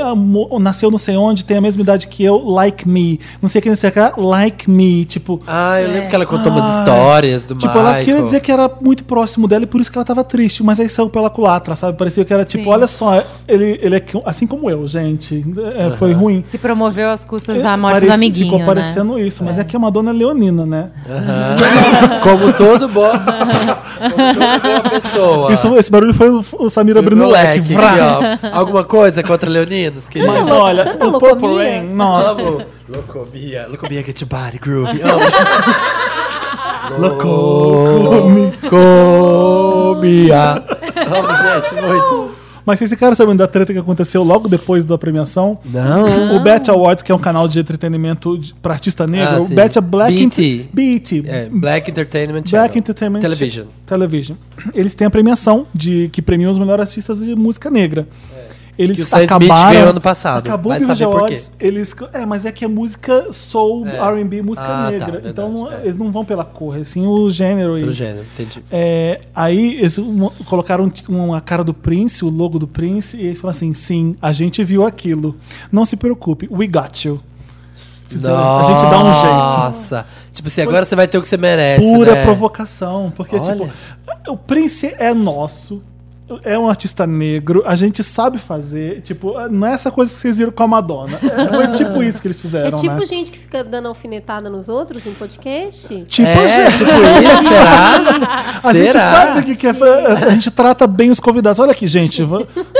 Speaker 1: nasceu não sei onde, tem a mesma idade que eu, like me. Não sei o que, não sei o que, like me. Tipo,
Speaker 2: Ah, eu lembro que ela contou umas
Speaker 1: Ai.
Speaker 2: histórias do
Speaker 1: É. tipo,
Speaker 2: Michael.
Speaker 1: ela queria dizer que era muito próximo dela e por isso que ela tava triste, mas aí saiu pela culatra, sabe? Parecia que era tipo,
Speaker 4: Sim.
Speaker 1: olha só, ele, ele é que- assim como eu, gente. É, Foi ruim.
Speaker 4: Se promoveu às custas da
Speaker 1: É,
Speaker 4: morte do
Speaker 1: parece-
Speaker 4: amiguinho,
Speaker 1: Ficou
Speaker 4: né?
Speaker 1: parecendo isso, mas é que a Madonna é leonina, né?
Speaker 2: Aham. Ah. Como todo bom. Como toda boa pessoa.
Speaker 1: Isso, é esse barulho foi o, o Samir
Speaker 2: Abriu
Speaker 1: abrindo o
Speaker 2: o
Speaker 1: leque. vrá.
Speaker 2: aqui, ó. Alguma coisa contra Leoninos, querido?
Speaker 1: Mas
Speaker 3: Tanta lou-
Speaker 1: olha,
Speaker 3: tanta
Speaker 1: o Purple
Speaker 3: loucomia.
Speaker 1: Rain, nossa,
Speaker 2: Amo. Locomia. Locomia Tá get your body groovy. Oh. Amo. Locomia. Amo, gente, muito.
Speaker 1: mas vocês ficaram sabendo da treta que aconteceu logo depois da premiação?
Speaker 2: Não.
Speaker 4: Ah.
Speaker 1: O Bet Awards, que é um canal de entretenimento de- pra artista negro,
Speaker 2: Ah,
Speaker 1: o
Speaker 2: sim.
Speaker 1: Bet é Black...
Speaker 2: BET.
Speaker 1: BET.
Speaker 2: É, Black Entertainment Channel.
Speaker 1: Black Entertainment
Speaker 2: Television.
Speaker 1: Television. Eles têm a premiação de que premia os melhores artistas de música negra.
Speaker 2: É.
Speaker 1: Eles
Speaker 2: Que o Sam Smith
Speaker 1: acabaram.
Speaker 2: ganhou ano passado.
Speaker 1: Acabou
Speaker 2: Vai
Speaker 1: o Video
Speaker 2: saber por quê.
Speaker 1: Awards. Eles, é, mas é que é música soul,
Speaker 2: É.
Speaker 1: R&B, música
Speaker 2: Ah, tá,
Speaker 1: negra.
Speaker 2: verdade,
Speaker 1: então não-
Speaker 2: é.
Speaker 1: eles não vão pela cor, é sim o gênero.
Speaker 2: Pelo
Speaker 1: e,
Speaker 2: gênero, entendi.
Speaker 1: é, aí eles um- colocaram uma cara do Prince, o logo do Prince, e ele falou assim: sim, a gente viu aquilo. Não se preocupe, we got you. Fizeram- a gente dá um jeito.
Speaker 2: Nossa. Tipo assim, agora você vai ter o que você merece.
Speaker 1: Pura
Speaker 2: né?
Speaker 1: provocação. Porque,
Speaker 2: Olha.
Speaker 1: tipo, o Prince é nosso. É um artista negro, a gente sabe fazer. Tipo, não é essa coisa que vocês viram com a Madonna. É, Foi tipo isso que eles
Speaker 3: É
Speaker 1: fizeram,
Speaker 3: tipo
Speaker 1: né?
Speaker 3: gente que fica dando alfinetada nos outros em podcast.
Speaker 1: Tipo,
Speaker 2: é,
Speaker 1: gente,
Speaker 2: tipo isso, será?
Speaker 1: a gente
Speaker 2: Será?
Speaker 1: sabe o que, que é. A gente trata bem os convidados. Olha aqui, gente.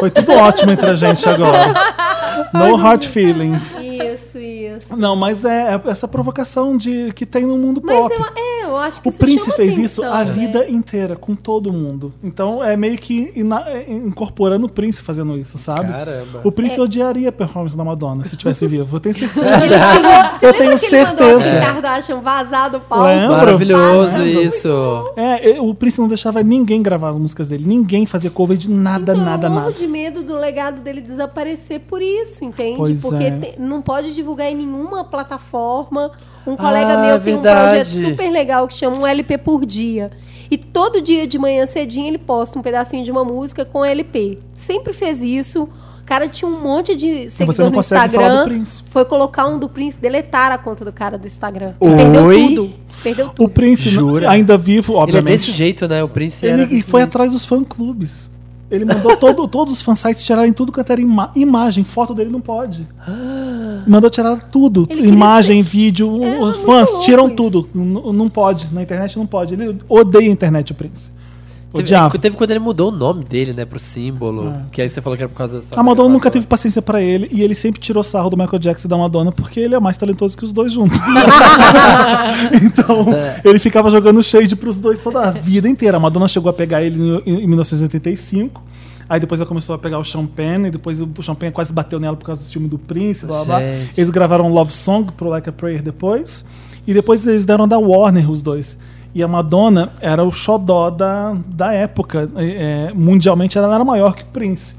Speaker 1: Foi tudo ótimo entre a gente agora. No hard feelings.
Speaker 3: Isso, isso.
Speaker 1: Não, mas é, é essa provocação de que tem no mundo
Speaker 3: Mas
Speaker 1: pop.
Speaker 3: eu, é, eu acho que
Speaker 1: O
Speaker 3: isso
Speaker 1: Prince
Speaker 3: chama
Speaker 1: fez
Speaker 3: atenção. né?
Speaker 1: isso a vida inteira, com todo mundo. Então é meio que ina- é, incorporando o Prince fazendo isso, sabe?
Speaker 2: Caramba.
Speaker 1: O Prince odiaria a performance da Madonna se tivesse vivo. Eu tenho
Speaker 3: Ele
Speaker 1: certeza.
Speaker 3: tirou- É. você
Speaker 1: Eu
Speaker 3: lembra
Speaker 1: tenho
Speaker 3: que ele mandou
Speaker 1: certeza.
Speaker 3: o Kardashian vazar do palco?
Speaker 1: Lembro.
Speaker 2: Maravilhoso
Speaker 1: Lembro.
Speaker 2: isso.
Speaker 1: é, e- o Prince não deixava ninguém gravar as músicas dele, ninguém fazia cover de nada,
Speaker 3: Então,
Speaker 1: nada,
Speaker 3: eu morro
Speaker 1: nada.
Speaker 3: de medo do legado dele desaparecer por isso, entende?
Speaker 1: Pois
Speaker 3: Porque
Speaker 1: é.
Speaker 3: te- não pode divulgar em nenhuma plataforma. Um colega
Speaker 2: Ah,
Speaker 1: é
Speaker 3: meu tem um projeto
Speaker 2: verdade.
Speaker 3: super legal que chama um LP por dia. E todo dia de manhã cedinho ele posta um pedacinho de uma música com LP. Sempre fez isso. O cara tinha um monte de seguidor
Speaker 1: Você não
Speaker 3: no
Speaker 1: consegue
Speaker 3: Instagram.
Speaker 1: falar do Prince.
Speaker 3: Foi colocar um do Prince, deletar a conta do cara do Instagram.
Speaker 2: Oi?
Speaker 3: Perdeu tudo. Perdeu tudo.
Speaker 1: O Prince
Speaker 2: Jura?
Speaker 1: ainda vivo,
Speaker 2: Ele é desse
Speaker 1: obviamente.
Speaker 2: jeito, né? O Prince
Speaker 1: Ele,
Speaker 2: era
Speaker 1: e
Speaker 2: desse
Speaker 1: foi
Speaker 2: jeito.
Speaker 1: atrás dos fã-clubes. Ele mandou todo- todos os fansites tirarem tudo quanto era ima- imagem, foto dele não pode. Mandou tirar tudo,
Speaker 3: Ele queria
Speaker 1: imagem, vídeo, um,
Speaker 3: É,
Speaker 1: os
Speaker 3: muito
Speaker 1: fãs
Speaker 3: louco
Speaker 1: tiram
Speaker 3: isso.
Speaker 1: tudo. N- não pode, na internet não pode. Ele odeia a internet, o É. Prince. Odiava.
Speaker 2: Teve, teve quando ele mudou o nome dele, né? Pro símbolo. Que aí você falou que era por causa dessa.
Speaker 1: A Madonna Ah, nunca teve paciência pra ele e ele sempre tirou sarro do Michael Jackson e da Madonna porque ele é mais talentoso que os dois juntos. então, ele ficava jogando shade pros dois toda a vida inteira. A Madonna chegou a pegar ele em, em 1985. Aí depois ela começou a pegar o Champagne, e depois o Champagne quase bateu nela por causa do filme do Príncipe, blá blá blá.
Speaker 2: Gente.
Speaker 1: Eles gravaram Love Song pro Like a Prayer depois. E depois eles deram da Warner, os dois. E a Madonna era o xodó da, da época. É, é, mundialmente ela era maior que o Prince.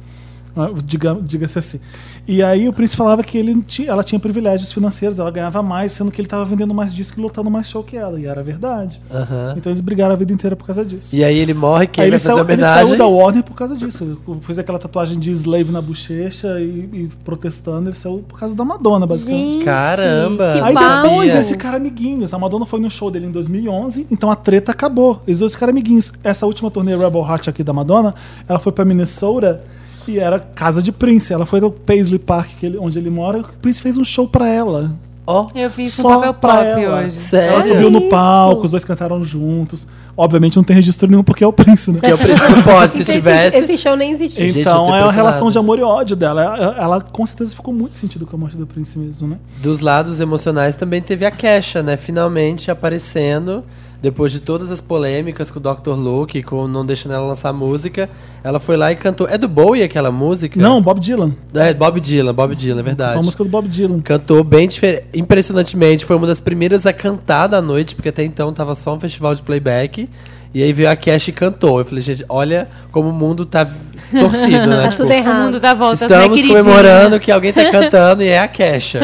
Speaker 1: Ah, diga- Diga-se assim. E aí o Prince falava que ele ti- ela tinha privilégios financeiros, ela ganhava mais, sendo que ele estava vendendo mais disco e lotando mais show que ela. E era verdade.
Speaker 2: Aham.
Speaker 1: Então eles brigaram a vida inteira por causa disso.
Speaker 2: E aí ele morre, que
Speaker 1: Aí
Speaker 2: ele vai
Speaker 1: ele
Speaker 2: fazer
Speaker 1: saiu, ele
Speaker 2: homenagem.
Speaker 1: saiu da Warner por causa disso. Fez aquela tatuagem de slave na bochecha e, e protestando. Ele saiu por causa da Madonna, basicamente.
Speaker 3: Gente,
Speaker 2: Caramba.
Speaker 3: que
Speaker 1: Aí
Speaker 3: babado.
Speaker 1: depois
Speaker 2: Sabia.
Speaker 1: eles ficaram amiguinhos. A Madonna foi no show dele em 2011, então a treta acabou. Eles dois ficaram amiguinhos. Essa última turnê Rebel Heart aqui da Madonna, ela foi pra Minnesota e era casa de Prince. Ela foi no Paisley Park, que ele- onde ele mora. O Prince fez um show pra ela.
Speaker 2: Ó,
Speaker 4: Eu fiz isso
Speaker 1: Só
Speaker 4: no papel
Speaker 1: pra
Speaker 4: próprio
Speaker 1: ela.
Speaker 4: hoje.
Speaker 2: sério.
Speaker 1: Ela subiu no
Speaker 3: isso.
Speaker 1: palco, os dois cantaram juntos. Obviamente não tem registro nenhum porque é o Prince, né?
Speaker 2: Que eu preciso não pode, se
Speaker 3: Esse-
Speaker 2: tivesse.
Speaker 3: Esse show nem existia.
Speaker 2: Gente, eu tô
Speaker 1: Então é a
Speaker 2: impressionado.
Speaker 1: relação de amor e ódio dela. Ela, ela, com certeza ficou muito sentido com a morte do Prince mesmo, né?
Speaker 2: Dos lados emocionais também teve a Kesha, né? Finalmente aparecendo. Depois de todas as polêmicas com o Dr. Luke, com não deixando ela lançar música, ela foi lá e cantou. É do Bowie aquela música?
Speaker 1: Não, Bob Dylan.
Speaker 2: É, Bob Dylan, Bob Dylan, é verdade.
Speaker 1: Foi a música do Bob Dylan.
Speaker 2: Cantou bem diferente. Impressionantemente, foi uma das primeiras a cantar da noite, porque até então tava só um festival de playback. E aí veio a Cash e cantou. Eu falei, gente, olha como o mundo tá torcido, né?
Speaker 3: Tá
Speaker 2: Tipo,
Speaker 3: tudo
Speaker 4: O
Speaker 3: errado. tá
Speaker 4: mundo dá voltas, né,
Speaker 2: Estamos
Speaker 4: queridinha?
Speaker 2: comemorando que alguém tá cantando e é a Kesha.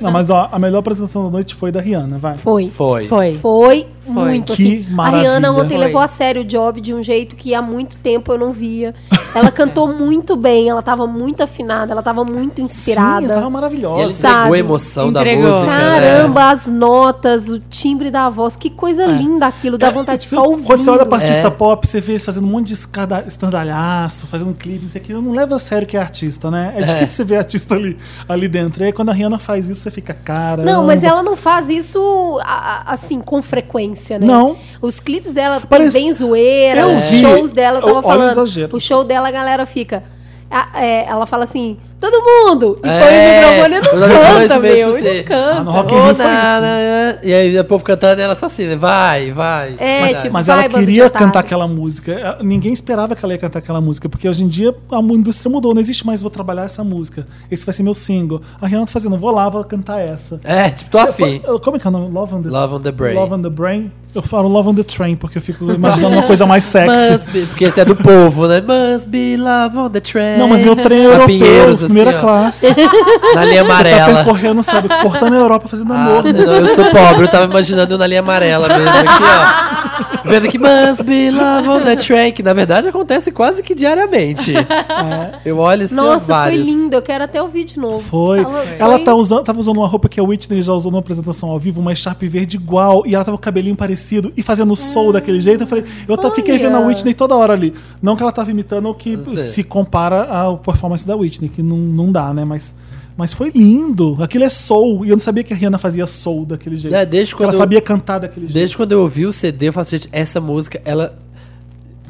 Speaker 1: Não, mas ó, a melhor apresentação da noite foi da Rihanna, vai.
Speaker 3: Foi.
Speaker 2: Foi.
Speaker 4: Foi.
Speaker 3: Foi
Speaker 4: Foi.
Speaker 3: muito
Speaker 1: Que
Speaker 3: assim.
Speaker 1: maravilha.
Speaker 3: A Rihanna ontem
Speaker 4: Foi.
Speaker 3: levou a sério o job de um jeito que há muito tempo eu não via. Ela cantou muito bem, ela tava muito afinada, ela tava muito
Speaker 1: Sim,
Speaker 3: inspirada.
Speaker 1: tava
Speaker 2: E ele
Speaker 1: maravilhosa.
Speaker 3: Sabe?
Speaker 2: entregou a emoção
Speaker 4: Entregou.
Speaker 2: da música. né?
Speaker 3: Caramba,
Speaker 1: É.
Speaker 3: as notas, o timbre da voz, que coisa linda aquilo, dá vontade de
Speaker 1: Você-
Speaker 3: ficar ouvindo.
Speaker 1: Quando você olha pra artista
Speaker 2: É.
Speaker 1: pop, você vê eles fazendo um monte de escada- estandalhaço, fazendo clipe, não sei o que. Não leva a sério que é artista, né? É, difícil você ver artista ali, ali dentro. E aí quando a Rihanna faz isso, você fica, cara.
Speaker 3: Não, mas ela não faz isso a- a- assim, com frequência, né?
Speaker 1: Não.
Speaker 3: Os clipes dela tem
Speaker 1: Parece-
Speaker 3: bem zoeira,
Speaker 1: Eu
Speaker 3: os
Speaker 1: vi.
Speaker 3: shows dela, eu tava
Speaker 1: Olha o
Speaker 3: falando.
Speaker 1: exagero.
Speaker 3: O show dela, a galera fica. a- é, ela fala assim, todo mundo! E
Speaker 2: É,
Speaker 3: põe o microfone e
Speaker 2: eu
Speaker 3: não
Speaker 2: já falei
Speaker 3: canta,
Speaker 2: isso mesmo
Speaker 3: meu.
Speaker 2: pra
Speaker 3: E
Speaker 2: você.
Speaker 3: não canta.
Speaker 1: Ah, no Rock in
Speaker 2: Ô,
Speaker 1: Rio foi
Speaker 2: na,
Speaker 1: isso.
Speaker 2: na, na. E aí o povo cantando e ela assassina. Vai, vai.
Speaker 3: É,
Speaker 2: vai.
Speaker 3: tipo-
Speaker 1: Mas
Speaker 3: Vai,
Speaker 1: ela
Speaker 3: bando de
Speaker 1: queria
Speaker 3: otário.
Speaker 1: cantar aquela música. Eh, Ninguém esperava que ela ia cantar aquela música, porque hoje em dia a mu- indústria mudou, não existe mais vou trabalhar essa música. Esse vai ser meu single. A Rihanna tá fazendo, vou lá, vou cantar essa.
Speaker 2: É, tipo, tô afim.
Speaker 1: Eu- Como é que é o nome? Love on the,
Speaker 2: Love on the Brain.
Speaker 1: Love on the Brain? Eu falo Love on the Train, porque eu fico imaginando uma coisa mais
Speaker 2: Must
Speaker 1: sexy.
Speaker 2: be, porque esse é do povo, né? Must be love on the train.
Speaker 1: Não, mas meu trem é
Speaker 2: Pra
Speaker 1: europeu,
Speaker 2: Pinheiros, assim,
Speaker 1: primeira
Speaker 2: ó,
Speaker 1: classe.
Speaker 2: Na linha
Speaker 1: Tá
Speaker 2: amarela.
Speaker 1: percorrendo, sabe, cortando a Europa, fazendo
Speaker 2: Ah,
Speaker 1: amor. né?
Speaker 2: não, eu sou pobre, eu tava imaginando eu na linha amarela mesmo aqui, ó. Vendo que must be love on the train, que na verdade acontece quase que diariamente.
Speaker 1: É.
Speaker 2: Eu olho assim, ó,
Speaker 3: Nossa,
Speaker 2: vários.
Speaker 3: foi lindo. Eu quero até ouvir de novo.
Speaker 1: Ah, Foi.
Speaker 3: Ela,
Speaker 1: Ela
Speaker 3: foi-
Speaker 1: tá usando, tava usando uma roupa que a Whitney já usou numa apresentação ao vivo, uma Sharpe verde igual, e ela tava com o cabelinho parecido e fazendo soul daquele jeito. Eu falei, eu ta- fiquei
Speaker 3: Olha.
Speaker 1: vendo a Whitney toda hora ali. Não que ela tava imitando ou que
Speaker 2: Pois é.
Speaker 1: se compara à performance da Whitney, que não, não dá, né? Mas, mas foi lindo. Aquilo é soul, e eu não sabia que a Rihanna fazia soul daquele jeito.
Speaker 2: É, desde
Speaker 1: ela
Speaker 2: quando eu-
Speaker 1: sabia cantar daquele jeito.
Speaker 2: Desde quando eu ouvi o CD, eu falo, assim, gente, essa música, ela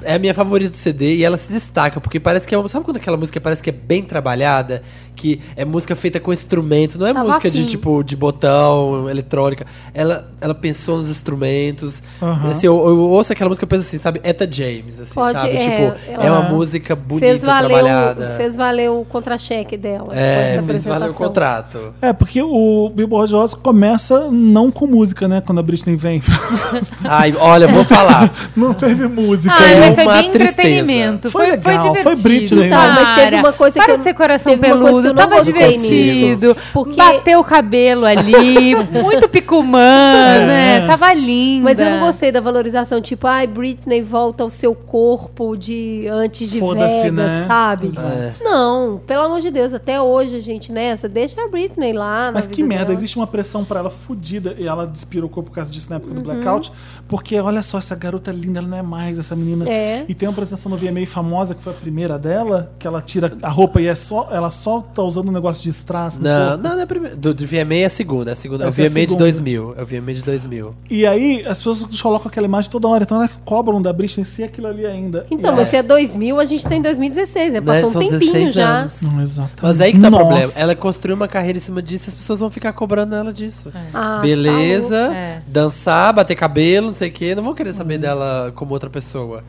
Speaker 2: é a minha favorita do CD e ela se destaca, porque parece que é uma. Sabe quando aquela música parece que é bem trabalhada? Que é música feita com instrumento, não é
Speaker 3: Tava
Speaker 2: música de
Speaker 3: afim.
Speaker 2: tipo de botão, eletrônica. Ela, ela pensou nos instrumentos.
Speaker 1: Aham.
Speaker 2: Assim, eu, eu ouço aquela música e penso assim, sabe? Eta James, assim,
Speaker 3: Pode-
Speaker 2: sabe?
Speaker 3: é,
Speaker 2: tipo,
Speaker 3: ela
Speaker 2: é uma música
Speaker 1: um
Speaker 2: bonita,
Speaker 3: fez valer,
Speaker 2: trabalhada.
Speaker 3: o, fez valer o contra-cheque dela. com
Speaker 2: é,
Speaker 3: essa
Speaker 2: fez valer o
Speaker 3: apresentação.
Speaker 2: contrato.
Speaker 1: É, porque o Billboard Hot começa não com música, né? Quando a Britney vem.
Speaker 2: Ai, olha, vou falar.
Speaker 1: não teve música. né?
Speaker 4: Ai,
Speaker 3: é
Speaker 4: mas foi
Speaker 2: uma
Speaker 4: bem
Speaker 2: tristeza.
Speaker 4: entretenimento.
Speaker 1: Foi
Speaker 4: Foi, foi,
Speaker 1: legal, foi
Speaker 4: divertido.
Speaker 1: Britney, né?
Speaker 3: Então, mas teve
Speaker 4: Para,
Speaker 3: uma coisa
Speaker 4: para
Speaker 3: que eu-
Speaker 4: de ser coração
Speaker 3: teve uma coisa que
Speaker 4: peludo.
Speaker 3: eu não
Speaker 4: Tava
Speaker 3: gostei
Speaker 4: divertido.
Speaker 3: nisso, porque-
Speaker 4: Bateu o cabelo ali. muito picumã,
Speaker 1: É.
Speaker 4: né? Tava linda.
Speaker 3: Mas eu não gostei da valorização, tipo, ai, Britney volta ao seu corpo de antes de
Speaker 1: Foda-se,
Speaker 3: Vegas,
Speaker 1: né?
Speaker 3: sabe?
Speaker 2: Exato.
Speaker 3: Não, pelo amor de Deus, até hoje a gente nessa, deixa a Britney lá. na
Speaker 1: Mas que
Speaker 3: vida
Speaker 1: merda,
Speaker 3: dela.
Speaker 1: existe uma pressão pra ela fodida e ela despirocou por causa disso na
Speaker 3: Uhum.
Speaker 1: época do blackout. Porque olha só, essa garota linda, ela não é mais essa menina.
Speaker 3: É.
Speaker 1: E tem uma apresentação no VMA famosa, que foi a primeira dela, que ela tira a roupa e é só, ela só tá usando um negócio de strass. no
Speaker 2: Não,
Speaker 1: corpo.
Speaker 2: não, não é a primeira. Do, do VMA é a segunda. É a segunda. É o
Speaker 1: Essa é a
Speaker 2: VMA de
Speaker 1: segunda.
Speaker 2: 2000. É o VMA de 2000.
Speaker 1: E aí as pessoas colocam aquela imagem toda hora, então elas cobram da Britney se aquilo ali ainda.
Speaker 3: Então,
Speaker 1: E
Speaker 3: mas se é 2000, a gente tá em 2016, né?
Speaker 2: Né,
Speaker 3: Passou
Speaker 2: são
Speaker 3: um tempinho
Speaker 2: 16
Speaker 3: já.
Speaker 2: anos.
Speaker 1: ela- Não, exatamente.
Speaker 2: Mas aí que tá o
Speaker 1: Hum. Nossa.
Speaker 2: problema. Ela construiu uma carreira em cima disso e as pessoas vão ficar cobrando ela disso.
Speaker 1: É.
Speaker 3: Ah,
Speaker 2: Beleza,
Speaker 4: louco. É.
Speaker 2: dançar, bater cabelo, não sei o quê. Não vão querer
Speaker 1: Hum.
Speaker 2: saber dela como outra pessoa.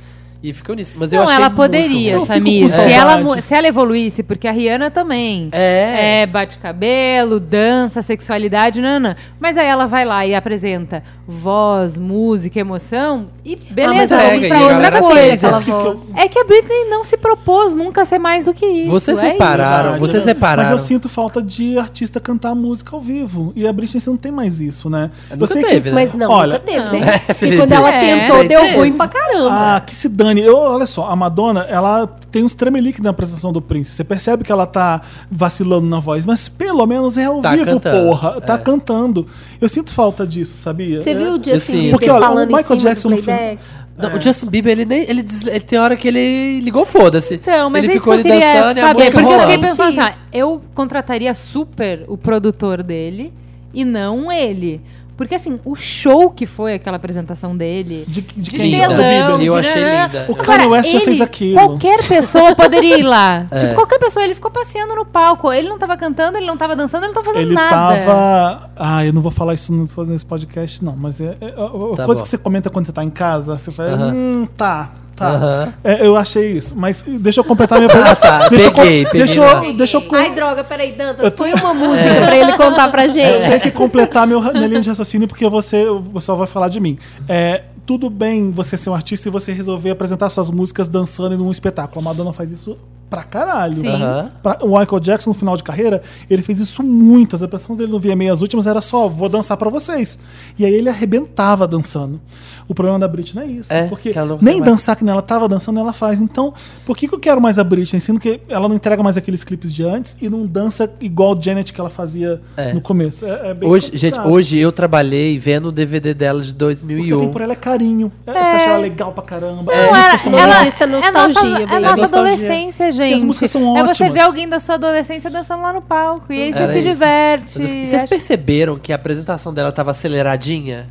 Speaker 2: E ficou nisso. Mas eu
Speaker 4: Não,
Speaker 2: achei
Speaker 4: ela
Speaker 2: muito
Speaker 4: poderia,
Speaker 1: Eu fico com
Speaker 4: Samir. Se
Speaker 1: saudade.
Speaker 4: ela, mu- se ela evoluísse, porque a Rihanna também.
Speaker 2: É.
Speaker 4: É, bate cabelo, dança, sexualidade, nana. Mas aí ela vai lá e apresenta voz, música, emoção e
Speaker 3: Ah,
Speaker 4: beleza,
Speaker 2: mas é,
Speaker 4: vamos
Speaker 2: que
Speaker 4: pra
Speaker 2: a
Speaker 4: outra
Speaker 2: galera aceita.
Speaker 3: aquela
Speaker 4: coisa.
Speaker 1: O que que eu-
Speaker 3: voz.
Speaker 4: É que a Britney não se propôs nunca ser mais do que isso.
Speaker 2: Vocês
Speaker 4: é isso.
Speaker 2: repararam,
Speaker 1: Verdade,
Speaker 2: vocês
Speaker 1: né?
Speaker 2: repararam.
Speaker 1: Mas eu sinto falta de artista cantar música ao vivo. E a Britney você não tem mais isso, né?
Speaker 2: Nunca teve, né?
Speaker 3: Mas não,
Speaker 1: Olha,
Speaker 3: nunca teve,
Speaker 4: não.
Speaker 3: né? e
Speaker 2: Felipe.
Speaker 3: quando ela
Speaker 4: É.
Speaker 3: tentou, deu
Speaker 2: Teve.
Speaker 3: ruim pra caramba.
Speaker 1: Ah, que se dane. Eu, olha só, a Madonna, ela tem uns tremeliques na apresentação do Prince. Você percebe que ela tá vacilando na voz, mas pelo menos é ao
Speaker 2: Tá
Speaker 1: vivo,
Speaker 2: cantando,
Speaker 1: porra. Tá
Speaker 2: é.
Speaker 1: cantando. Eu sinto falta disso, sabia? É.
Speaker 3: Você
Speaker 2: eu
Speaker 3: viu o Justin
Speaker 2: sinto.
Speaker 3: Bieber
Speaker 1: Porque, olha, o
Speaker 3: falando em
Speaker 1: Michael
Speaker 3: cima do
Speaker 1: Jackson no filme-
Speaker 3: playback?
Speaker 2: Não, O Justin Bieber, ele nem. Ele, des- ele tem hora que ele ligou, foda-se.
Speaker 4: Então, mas
Speaker 2: ele
Speaker 4: é isso
Speaker 2: ficou
Speaker 4: que eu
Speaker 2: ali
Speaker 4: queria
Speaker 2: dançando e a
Speaker 4: saber.
Speaker 2: música
Speaker 4: Porque ah, eu
Speaker 2: rolando.
Speaker 4: fiquei pensando assim,
Speaker 3: Isso.
Speaker 4: ah, eu contrataria super o produtor dele e não ele. Porque assim, o show que foi aquela apresentação dele.
Speaker 1: De, de,
Speaker 4: De
Speaker 1: quem?
Speaker 2: linda.
Speaker 1: Da
Speaker 4: telão,
Speaker 1: Bieber.
Speaker 4: de-
Speaker 2: Eu achei linda.
Speaker 1: O
Speaker 2: Eu-
Speaker 1: cara- Kanye West já fez aquilo.
Speaker 4: Qualquer pessoa poderia ir lá.
Speaker 2: É.
Speaker 4: Tipo, qualquer pessoa, ele ficou passeando no palco. Ele não tava cantando, ele não tava dançando, ele não tava fazendo
Speaker 1: Ele
Speaker 4: nada.
Speaker 1: tava. Ah, eu não vou falar isso no- nesse podcast, não, mas é, é- é- a
Speaker 2: Tá
Speaker 1: coisa
Speaker 2: bom.
Speaker 1: que você comenta quando você tá em casa, você fala,
Speaker 2: Aham.
Speaker 1: hum, tá, tá.
Speaker 2: Aham.
Speaker 1: É, eu achei isso, mas deixa eu completar minha pergunta.
Speaker 2: tá,
Speaker 1: deixa eu com-
Speaker 2: peguei, peguei
Speaker 1: Deixa
Speaker 2: lá.
Speaker 1: eu, deixa eu com-
Speaker 3: Ai, droga, peraí, Dantas, põe uma música pra ele contar pra
Speaker 1: Tem
Speaker 3: gente.
Speaker 2: É.
Speaker 1: que completar meu, ra- minha linha de raciocínio, porque você só vai falar de mim. É, tudo bem você ser um artista e você resolver apresentar suas músicas dançando em um espetáculo. A Madonna faz isso pra caralho.
Speaker 4: Sim.
Speaker 2: Aham.
Speaker 1: Pra- o Michael Jackson, no final de carreira, ele fez isso muito. As apresentações dele no VMA, as últimas, era só, vou dançar pra vocês. E aí ele arrebentava dançando. O problema da Britney é isso.
Speaker 2: É,
Speaker 1: porque
Speaker 2: que ela não consegue
Speaker 1: nem
Speaker 2: mais.
Speaker 1: dançar que nem ela tava dançando, ela faz. Então, por que, que eu quero mais a Britney? Sendo que ela não entrega mais aqueles clipes de antes e não dança igual Janet que ela fazia
Speaker 2: É.
Speaker 1: no começo. É, é bem
Speaker 2: Hoje,
Speaker 1: complicado.
Speaker 2: gente, hoje eu trabalhei vendo o DVD dela de
Speaker 1: O que você
Speaker 2: 2001.
Speaker 1: tem por ela é carinho. É, Você acha ela legal pra caramba.
Speaker 4: Não,
Speaker 1: As
Speaker 4: era-
Speaker 1: músicas são
Speaker 4: ela-
Speaker 1: legais.
Speaker 3: Isso é
Speaker 4: é nossa-
Speaker 3: nostalgia,
Speaker 4: É
Speaker 3: baby.
Speaker 4: nossa,
Speaker 1: É nostalgia.
Speaker 4: adolescência, gente.
Speaker 1: músicas são
Speaker 4: É você
Speaker 1: ótimas.
Speaker 4: ver alguém da sua adolescência dançando lá no palco. E aí você
Speaker 2: Era
Speaker 4: se
Speaker 2: isso.
Speaker 4: diverte.
Speaker 2: Mas Vocês perceberam que a apresentação dela tava aceleradinha?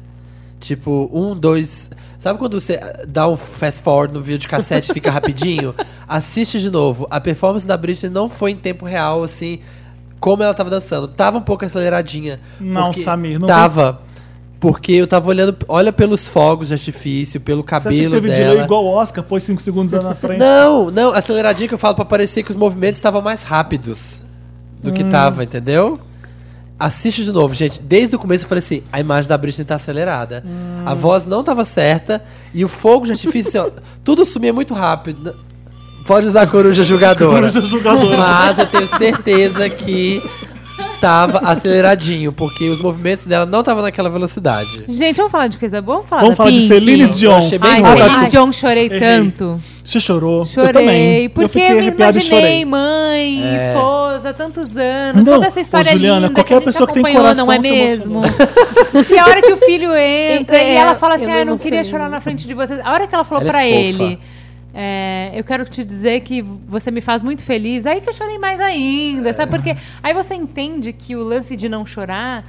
Speaker 2: Tipo, um, dois. Sabe quando você ah, dá um fast forward no vídeo de cassete e fica rapidinho? Assiste de novo. A performance da Britney não foi em tempo real, assim, como ela tava dançando. Tava um pouco aceleradinha.
Speaker 1: Não,
Speaker 2: porque-
Speaker 1: Samir, não
Speaker 2: Tava. Porque eu tava olhando. Olha pelos fogos de artifício, pelo
Speaker 1: Você acha que
Speaker 2: cabelo
Speaker 1: teve
Speaker 2: dela.
Speaker 1: delay igual o Oscar? Pôs 5 segundos lá na frente.
Speaker 2: Não, não, aceleradinho que eu falo pra parecer que os movimentos estavam mais rápidos do
Speaker 1: Hum.
Speaker 2: que tava, entendeu? Assiste de novo, gente. Desde o começo eu falei assim: a imagem da Britney tá acelerada.
Speaker 1: Hum.
Speaker 2: A voz não tava certa e o fogo de artifício, assim, ó, tudo sumia muito rápido. Pode usar a coruja julgadora.
Speaker 1: Coruja julgadora.
Speaker 2: Mas eu tenho certeza que tava aceleradinho, porque os movimentos dela não estavam naquela velocidade.
Speaker 4: Gente, vamos falar de coisa boa? Vamos falar
Speaker 1: Vamos
Speaker 4: da
Speaker 1: falar de
Speaker 4: Pink?
Speaker 1: Celine
Speaker 2: Eu
Speaker 1: Dion.
Speaker 2: achei bem
Speaker 4: Ai,
Speaker 2: ruim.
Speaker 1: Ah, tá,
Speaker 4: Celine
Speaker 1: desculpa.
Speaker 4: Dion, chorei
Speaker 1: Errei.
Speaker 4: tanto.
Speaker 1: Você chorou?
Speaker 4: Chorei,
Speaker 1: eu também. eu
Speaker 4: porque
Speaker 1: fiquei
Speaker 4: me
Speaker 1: arrepiado e
Speaker 4: imaginei
Speaker 1: chorei. É.
Speaker 4: mãe, esposa, tantos anos,
Speaker 1: Não,
Speaker 4: toda essa história
Speaker 1: ô, Juliana,
Speaker 4: linda
Speaker 1: qualquer
Speaker 4: que a gente
Speaker 1: pessoa que tem
Speaker 4: acompanhou,
Speaker 1: coração
Speaker 4: não é
Speaker 1: se
Speaker 4: mesmo? e a hora que o filho entra
Speaker 3: É,
Speaker 4: e ela fala assim,
Speaker 3: eu
Speaker 4: ah, eu
Speaker 3: não
Speaker 4: não queria
Speaker 3: sei.
Speaker 4: chorar na frente de vocês. A hora que ela falou
Speaker 2: Ela é
Speaker 4: pra
Speaker 2: fofa.
Speaker 4: ele, é, eu quero te dizer que você me faz muito feliz, aí que eu chorei mais ainda, sabe? Porque aí você entende que o lance de não chorar...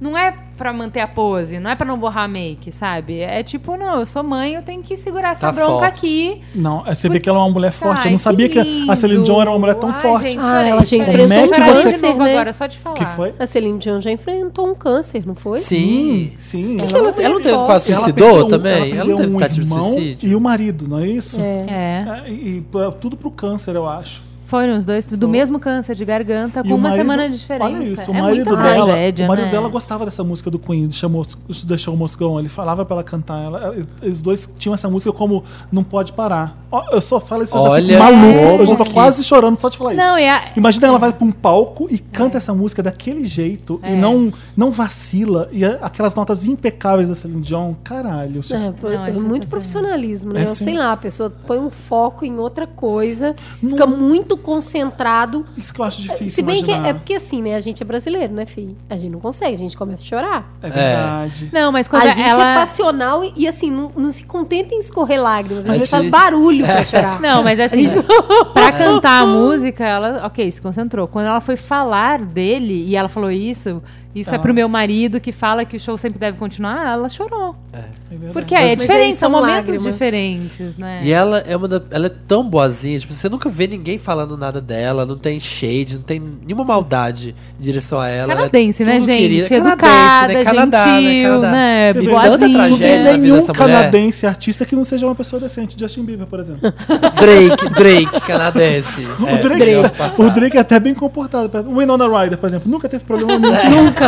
Speaker 4: Não é pra manter a pose, não é pra não borrar a make, sabe? É tipo, não, eu sou mãe, eu tenho que segurar essa
Speaker 2: Tá
Speaker 4: bronca
Speaker 2: forte.
Speaker 4: aqui.
Speaker 1: Não, é, você vê que ela é uma mulher forte.
Speaker 4: Ai,
Speaker 1: eu não sabia que, a Celine
Speaker 4: lindo.
Speaker 1: Dion era uma mulher tão
Speaker 4: Ai,
Speaker 1: forte.
Speaker 4: Gente,
Speaker 3: Ah,
Speaker 4: olha,
Speaker 3: ela já
Speaker 4: olha,
Speaker 1: enfrentou
Speaker 4: eu tô
Speaker 1: um
Speaker 4: chorando
Speaker 1: câncer,
Speaker 4: de novo
Speaker 3: né?
Speaker 4: agora, só de falar.
Speaker 1: O que, que foi?
Speaker 3: A Celine Dion já enfrentou um câncer, não foi?
Speaker 2: Sim.
Speaker 1: Sim.
Speaker 2: Hum. É
Speaker 1: um
Speaker 2: Que que ela, ela não teve
Speaker 3: Ela
Speaker 2: quase
Speaker 1: Ela
Speaker 2: suicidou
Speaker 1: perdeu-
Speaker 2: também? Ela,
Speaker 1: perdeu
Speaker 2: não teve
Speaker 1: um
Speaker 2: tentativa de
Speaker 1: irmão
Speaker 2: suicídio?
Speaker 1: E o marido, não é isso?
Speaker 3: É.
Speaker 4: É,
Speaker 1: É, e, e pra- tudo pro câncer, eu acho.
Speaker 4: foram os dois do mesmo câncer de
Speaker 2: Tá
Speaker 4: garganta,
Speaker 1: E
Speaker 4: com
Speaker 1: o
Speaker 4: uma
Speaker 1: marido-
Speaker 4: semana de diferença.
Speaker 1: Olha isso, o
Speaker 4: é
Speaker 1: marido
Speaker 4: muita
Speaker 1: dela,
Speaker 4: tragédia,
Speaker 1: o marido
Speaker 4: né?
Speaker 1: dela gostava dessa música do Queen, chamou, deixou o Moscão, ele falava pra ela cantar, ela, eles dois tinham essa música como não pode parar. Ó, eu só falo isso, eu já
Speaker 2: Olha
Speaker 1: fico maluco, eu já tô
Speaker 2: como que-
Speaker 1: quase chorando só de falar
Speaker 4: Não,
Speaker 1: isso.
Speaker 4: e a-
Speaker 1: Imagina ela vai pra um palco e canta
Speaker 3: É.
Speaker 1: essa música daquele jeito e não não vacila e a- aquelas notas impecáveis da Celine Dion, caralho. você-
Speaker 3: É, pô,
Speaker 4: Não,
Speaker 3: é
Speaker 4: essa
Speaker 3: muito
Speaker 4: tá
Speaker 3: profissionalismo, né?
Speaker 1: É,
Speaker 3: Eu
Speaker 1: sim.
Speaker 3: sei lá, a pessoa põe um foco em outra coisa, fica muito concentrado.
Speaker 1: Isso que eu acho difícil
Speaker 3: Se bem que é- é
Speaker 1: imaginar.
Speaker 3: porque assim, né? A gente é brasileiro, né, filho? A gente não consegue, a gente começa a chorar.
Speaker 1: É verdade.
Speaker 4: Não, mas quando
Speaker 3: a gente é
Speaker 4: ela...
Speaker 3: passional e, e, assim, não, não se contenta em escorrer lágrimas, a
Speaker 2: A
Speaker 3: gente
Speaker 2: gente-
Speaker 3: faz barulho
Speaker 1: É.
Speaker 3: pra chorar.
Speaker 4: Não, mas assim, pra cantar a música, ela, ok, se concentrou. Quando ela foi falar dele, e ela falou isso, isso é
Speaker 1: Ela-
Speaker 4: pro meu marido que fala que o show sempre deve continuar, ela chorou.
Speaker 1: É verdade.
Speaker 4: Porque aí é
Speaker 3: Mas aí
Speaker 4: diferente,
Speaker 3: são
Speaker 4: são momentos
Speaker 3: lágrimas.
Speaker 4: diferentes, né?
Speaker 2: E ela é uma da, ela é tão boazinha, tipo, você nunca vê ninguém falando nada dela, não tem shade, não tem nenhuma maldade em direção a ela. ela é
Speaker 4: Canadense, né,
Speaker 2: tudo
Speaker 4: gente?
Speaker 2: querida. né?
Speaker 4: Educada,
Speaker 2: Canadá,
Speaker 4: gentil,
Speaker 3: é
Speaker 4: né?
Speaker 1: Você vê
Speaker 2: tanta
Speaker 4: boazinha.
Speaker 1: Não tem
Speaker 2: tragédia na vida
Speaker 1: nenhum
Speaker 2: dessa mulher.
Speaker 1: canadense artista que não seja uma pessoa decente. Justin Bieber, por exemplo.
Speaker 2: É, Drake, Drake, canadense. É,
Speaker 1: O, Drake, o Drake é até bem comportado. O Winona Ryder, por exemplo, nunca teve problema nenhum.